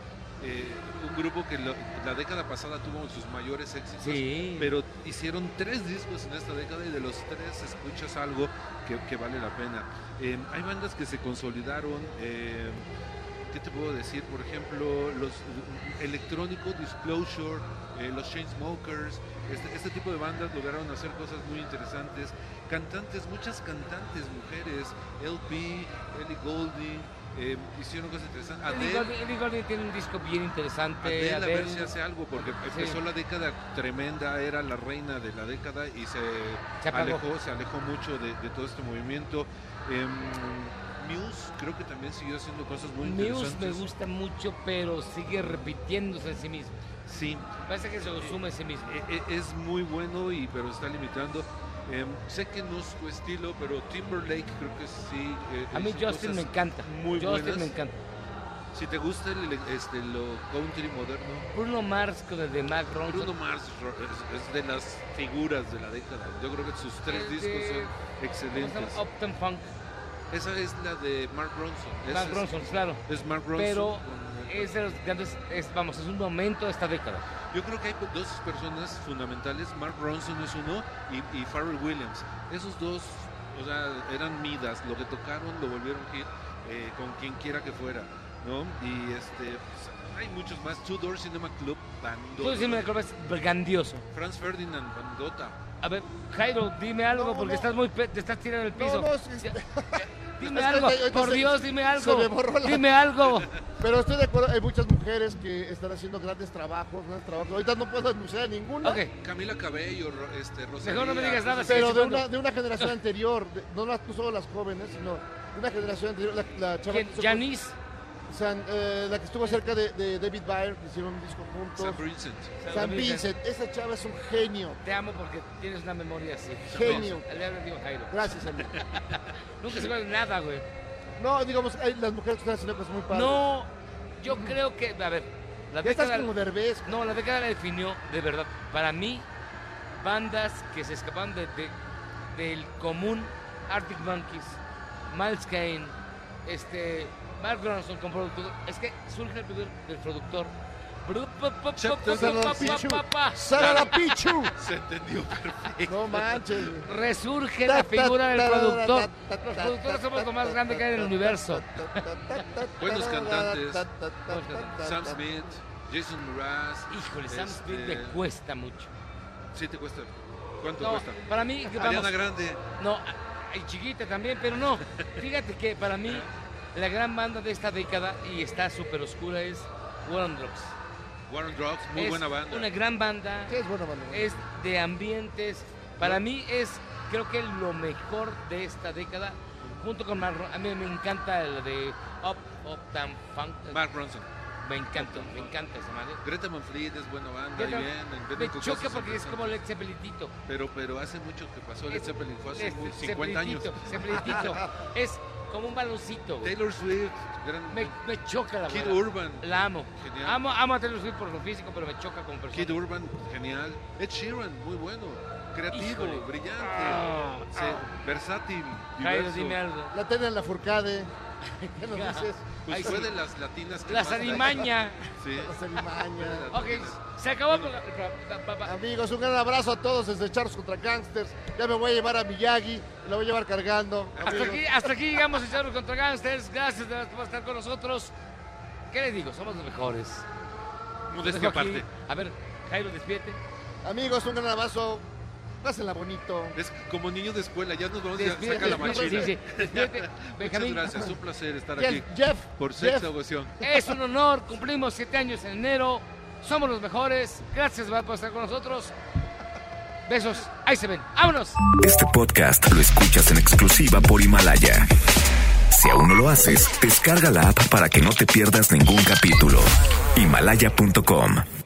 Speaker 7: eh, un grupo que lo- la década pasada tuvo sus mayores éxitos,
Speaker 1: Sí.
Speaker 7: pero hicieron tres discos en esta década y de los tres escuchas algo que, que vale la pena. Eh, hay bandas que se consolidaron. eh, ¿Qué te puedo decir? Por ejemplo, los eh, electrónico Disclosure, eh, los Chainsmokers, este, este tipo de bandas lograron hacer cosas muy interesantes. Cantantes, muchas cantantes mujeres, LP, Ellie Goulding, eh, hicieron cosas interesantes.
Speaker 1: Ellie
Speaker 7: Adele-
Speaker 1: Goulding- Ellie Goulding tiene un disco bien interesante.
Speaker 7: Adele, Este, a ver
Speaker 1: Adele.
Speaker 7: si hace algo, porque
Speaker 1: Sí.
Speaker 7: empezó la década tremenda, era la reina de la década y se,
Speaker 1: Se apagó.
Speaker 7: alejó, se alejó mucho de, de todo este movimiento. Em, Muse creo que también siguió haciendo cosas muy
Speaker 1: Muse me
Speaker 7: interesantes.
Speaker 1: gusta mucho, pero sigue repitiéndose en sí mismo.
Speaker 7: Sí.
Speaker 1: Parece que se consume en sí mismo.
Speaker 7: E- e- es muy bueno y pero está limitando. Em, sé que no es tu estilo, pero Timberlake creo que sí. eh,
Speaker 1: A mí
Speaker 7: hizo
Speaker 1: Justin
Speaker 7: cosas
Speaker 1: me encanta.
Speaker 7: Muy
Speaker 1: Justin
Speaker 7: buenas.
Speaker 1: me encanta.
Speaker 7: Si te gusta el, el- este, lo country moderno,
Speaker 1: Bruno Mars con el de Mac Ronson.
Speaker 7: Bruno Mars ro- es, es de las figuras de la década. Yo creo que sus tres
Speaker 1: El
Speaker 7: discos
Speaker 1: de-
Speaker 7: son
Speaker 1: ¿cómo
Speaker 7: excelentes.
Speaker 1: se llama? Upton Funk.
Speaker 7: Esa es la de Mark Ronson. Esa
Speaker 1: Mark
Speaker 7: es-
Speaker 1: Ronson, claro.
Speaker 7: Es Mark Ronson.
Speaker 1: Pero
Speaker 7: con-
Speaker 1: es de los grandes, es, vamos, es un momento de esta década.
Speaker 7: Yo creo que hay dos personas fundamentales, Mark Ronson es uno y, y Pharrell Williams. Esos dos, o sea, eran midas, lo que tocaron lo volvieron hit eh, con quien quiera que fuera, ¿no? Y este, pues, Hay muchos más. Tudor Cinema Club, Bandota.
Speaker 1: Tú sí me acuerdas, grandioso.
Speaker 7: Franz Ferdinand, Bandota.
Speaker 1: A ver, Jairo, dime algo, porque estás muy pe- te estás tirando el piso.
Speaker 2: no,
Speaker 1: Ya, Dime algo, este, por Dios, dime algo. Dime algo.
Speaker 2: Pero estoy de acuerdo, hay muchas mujeres que están haciendo grandes trabajos, grandes trabajos. Ahorita no puedo denunciar a ninguna.
Speaker 7: Camila Cabello, Ro- este, Rosalía.
Speaker 2: Pero de una, de una generación anterior, de- no las no solo las jóvenes, sino de una generación anterior, la, la chava
Speaker 1: ¿Quién?
Speaker 2: que estuvo-
Speaker 1: ¿Yanis?
Speaker 2: San- eh, la que estuvo cerca de, de David Byrne, que hicieron un disco juntos.
Speaker 7: San Vincent.
Speaker 2: San Vincent, esa chava es un genio.
Speaker 1: Te amo porque tienes una memoria así.
Speaker 2: Genio.
Speaker 1: Le hablo, digo, Jairo.
Speaker 2: Gracias, amigo.
Speaker 1: Nunca se acuerdan de nada, güey.
Speaker 2: No, digamos, hay las mujeres que están haciendo cosas muy padres.
Speaker 1: No, yo creo que, a ver, la
Speaker 2: Ya estás
Speaker 1: década-
Speaker 2: como
Speaker 1: No, la década la definió, de verdad, para mí, bandas que se escapaban de, de- del común, Arctic Monkeys, Miles Kane, este, Mark Ronson como productor, es que surge el poder del productor. Bru- pa- pa- pa- pa- pa- pa- pa- pa.
Speaker 7: Se entendió perfecto.
Speaker 2: No manches.
Speaker 1: Resurge la figura del productor. Los productores somos lo más grande que hay en el universo.
Speaker 7: Buenos cantantes. Sam Smith, Jason Mraz. este,
Speaker 1: Híjole, Sam Smith me cuesta mucho.
Speaker 7: Sí, te cuesta. ¿Cuánto
Speaker 1: No,
Speaker 7: cuesta?
Speaker 1: Para mí, que
Speaker 7: Ariana
Speaker 1: vamos-
Speaker 7: Grande.
Speaker 1: No, a- y chiquita también, pero no. Fíjate que para mí, la gran banda de esta década y está súper oscura es War on Drugs.
Speaker 7: War on Drugs, muy
Speaker 1: Es
Speaker 7: buena banda.
Speaker 1: Una gran banda.
Speaker 2: es buena banda.
Speaker 1: Es de ambientes. Para mí es, creo que lo mejor de esta década. Junto con Mark Ron- A mí me encanta el de Up, Up, Down, Funk.
Speaker 7: Mark Ronson.
Speaker 1: Me encanta, me encanta esa madre.
Speaker 7: Greta Manfred es buena banda.
Speaker 1: Greta-
Speaker 7: y bien, en
Speaker 1: Me
Speaker 7: Better Call Saul
Speaker 1: choca
Speaker 7: se
Speaker 1: porque es
Speaker 7: empieza.
Speaker 1: como Led Zeppelinito.
Speaker 7: Pero, pero hace mucho que pasó Led
Speaker 1: Es-
Speaker 7: Zeppelin, fue hace
Speaker 1: es-
Speaker 7: muy- 50 años.
Speaker 1: Zeppelinito, Zeppelinito. es como un baloncito. güey.
Speaker 7: Taylor Swift, gran-
Speaker 1: Me, me choca la
Speaker 7: Kid
Speaker 1: güera.
Speaker 7: Urban.
Speaker 1: La amo.
Speaker 7: Genial.
Speaker 1: amo. Amo a Taylor Swift por lo físico, pero me choca como persona.
Speaker 7: Kid Urban, genial. Ed Sheeran, muy bueno. Creativo,
Speaker 1: Híjole.
Speaker 7: brillante,
Speaker 1: Ah,
Speaker 7: se- versátil.
Speaker 1: Jairo,
Speaker 7: diverso.
Speaker 1: dime algo.
Speaker 2: La tienen la furcade. ¿Qué nos
Speaker 1: Ya.
Speaker 2: dices?
Speaker 7: Pues fue de las latinas que
Speaker 1: Las
Speaker 7: más-
Speaker 1: Arimaña.
Speaker 7: Sí.
Speaker 2: Las Arimaña.
Speaker 1: Ok, se acabó el programa. Pa- pa- pa-
Speaker 2: Amigos, un gran abrazo a todos desde Charles contra Gangsters. Ya me voy a llevar a Miyagi, lo voy a llevar cargando.
Speaker 1: Hasta
Speaker 2: amigos.
Speaker 1: aquí, hasta aquí llegamos a Charlos contra Gangsters. Gracias de verdad por estar con nosotros. ¿Qué les digo? Somos los mejores.
Speaker 7: Modestia
Speaker 1: Dejo aquí.
Speaker 7: aparte.
Speaker 1: A ver, Jairo, despídete.
Speaker 2: Amigos, un gran abrazo. Pásenla bonito.
Speaker 7: Es como niño de escuela, ya nos vamos a
Speaker 2: Despídete,
Speaker 7: sacar la
Speaker 2: despídete,
Speaker 7: mochila.
Speaker 2: sí, sí. Despídete,
Speaker 7: Muchas
Speaker 1: Benjamín.
Speaker 7: gracias, un placer estar
Speaker 1: Jeff,
Speaker 7: aquí.
Speaker 2: Jeff,
Speaker 7: Por
Speaker 1: Jeff.
Speaker 7: sexta ocasión.
Speaker 1: Es un honor, cumplimos siete años en enero, somos los mejores, gracias Brad, por estar con nosotros. Besos, ahí se ven, vámonos.
Speaker 12: Este podcast lo escuchas en exclusiva por Himalaya. Si aún no lo haces, descarga la app para que no te pierdas ningún capítulo. Himalaya.com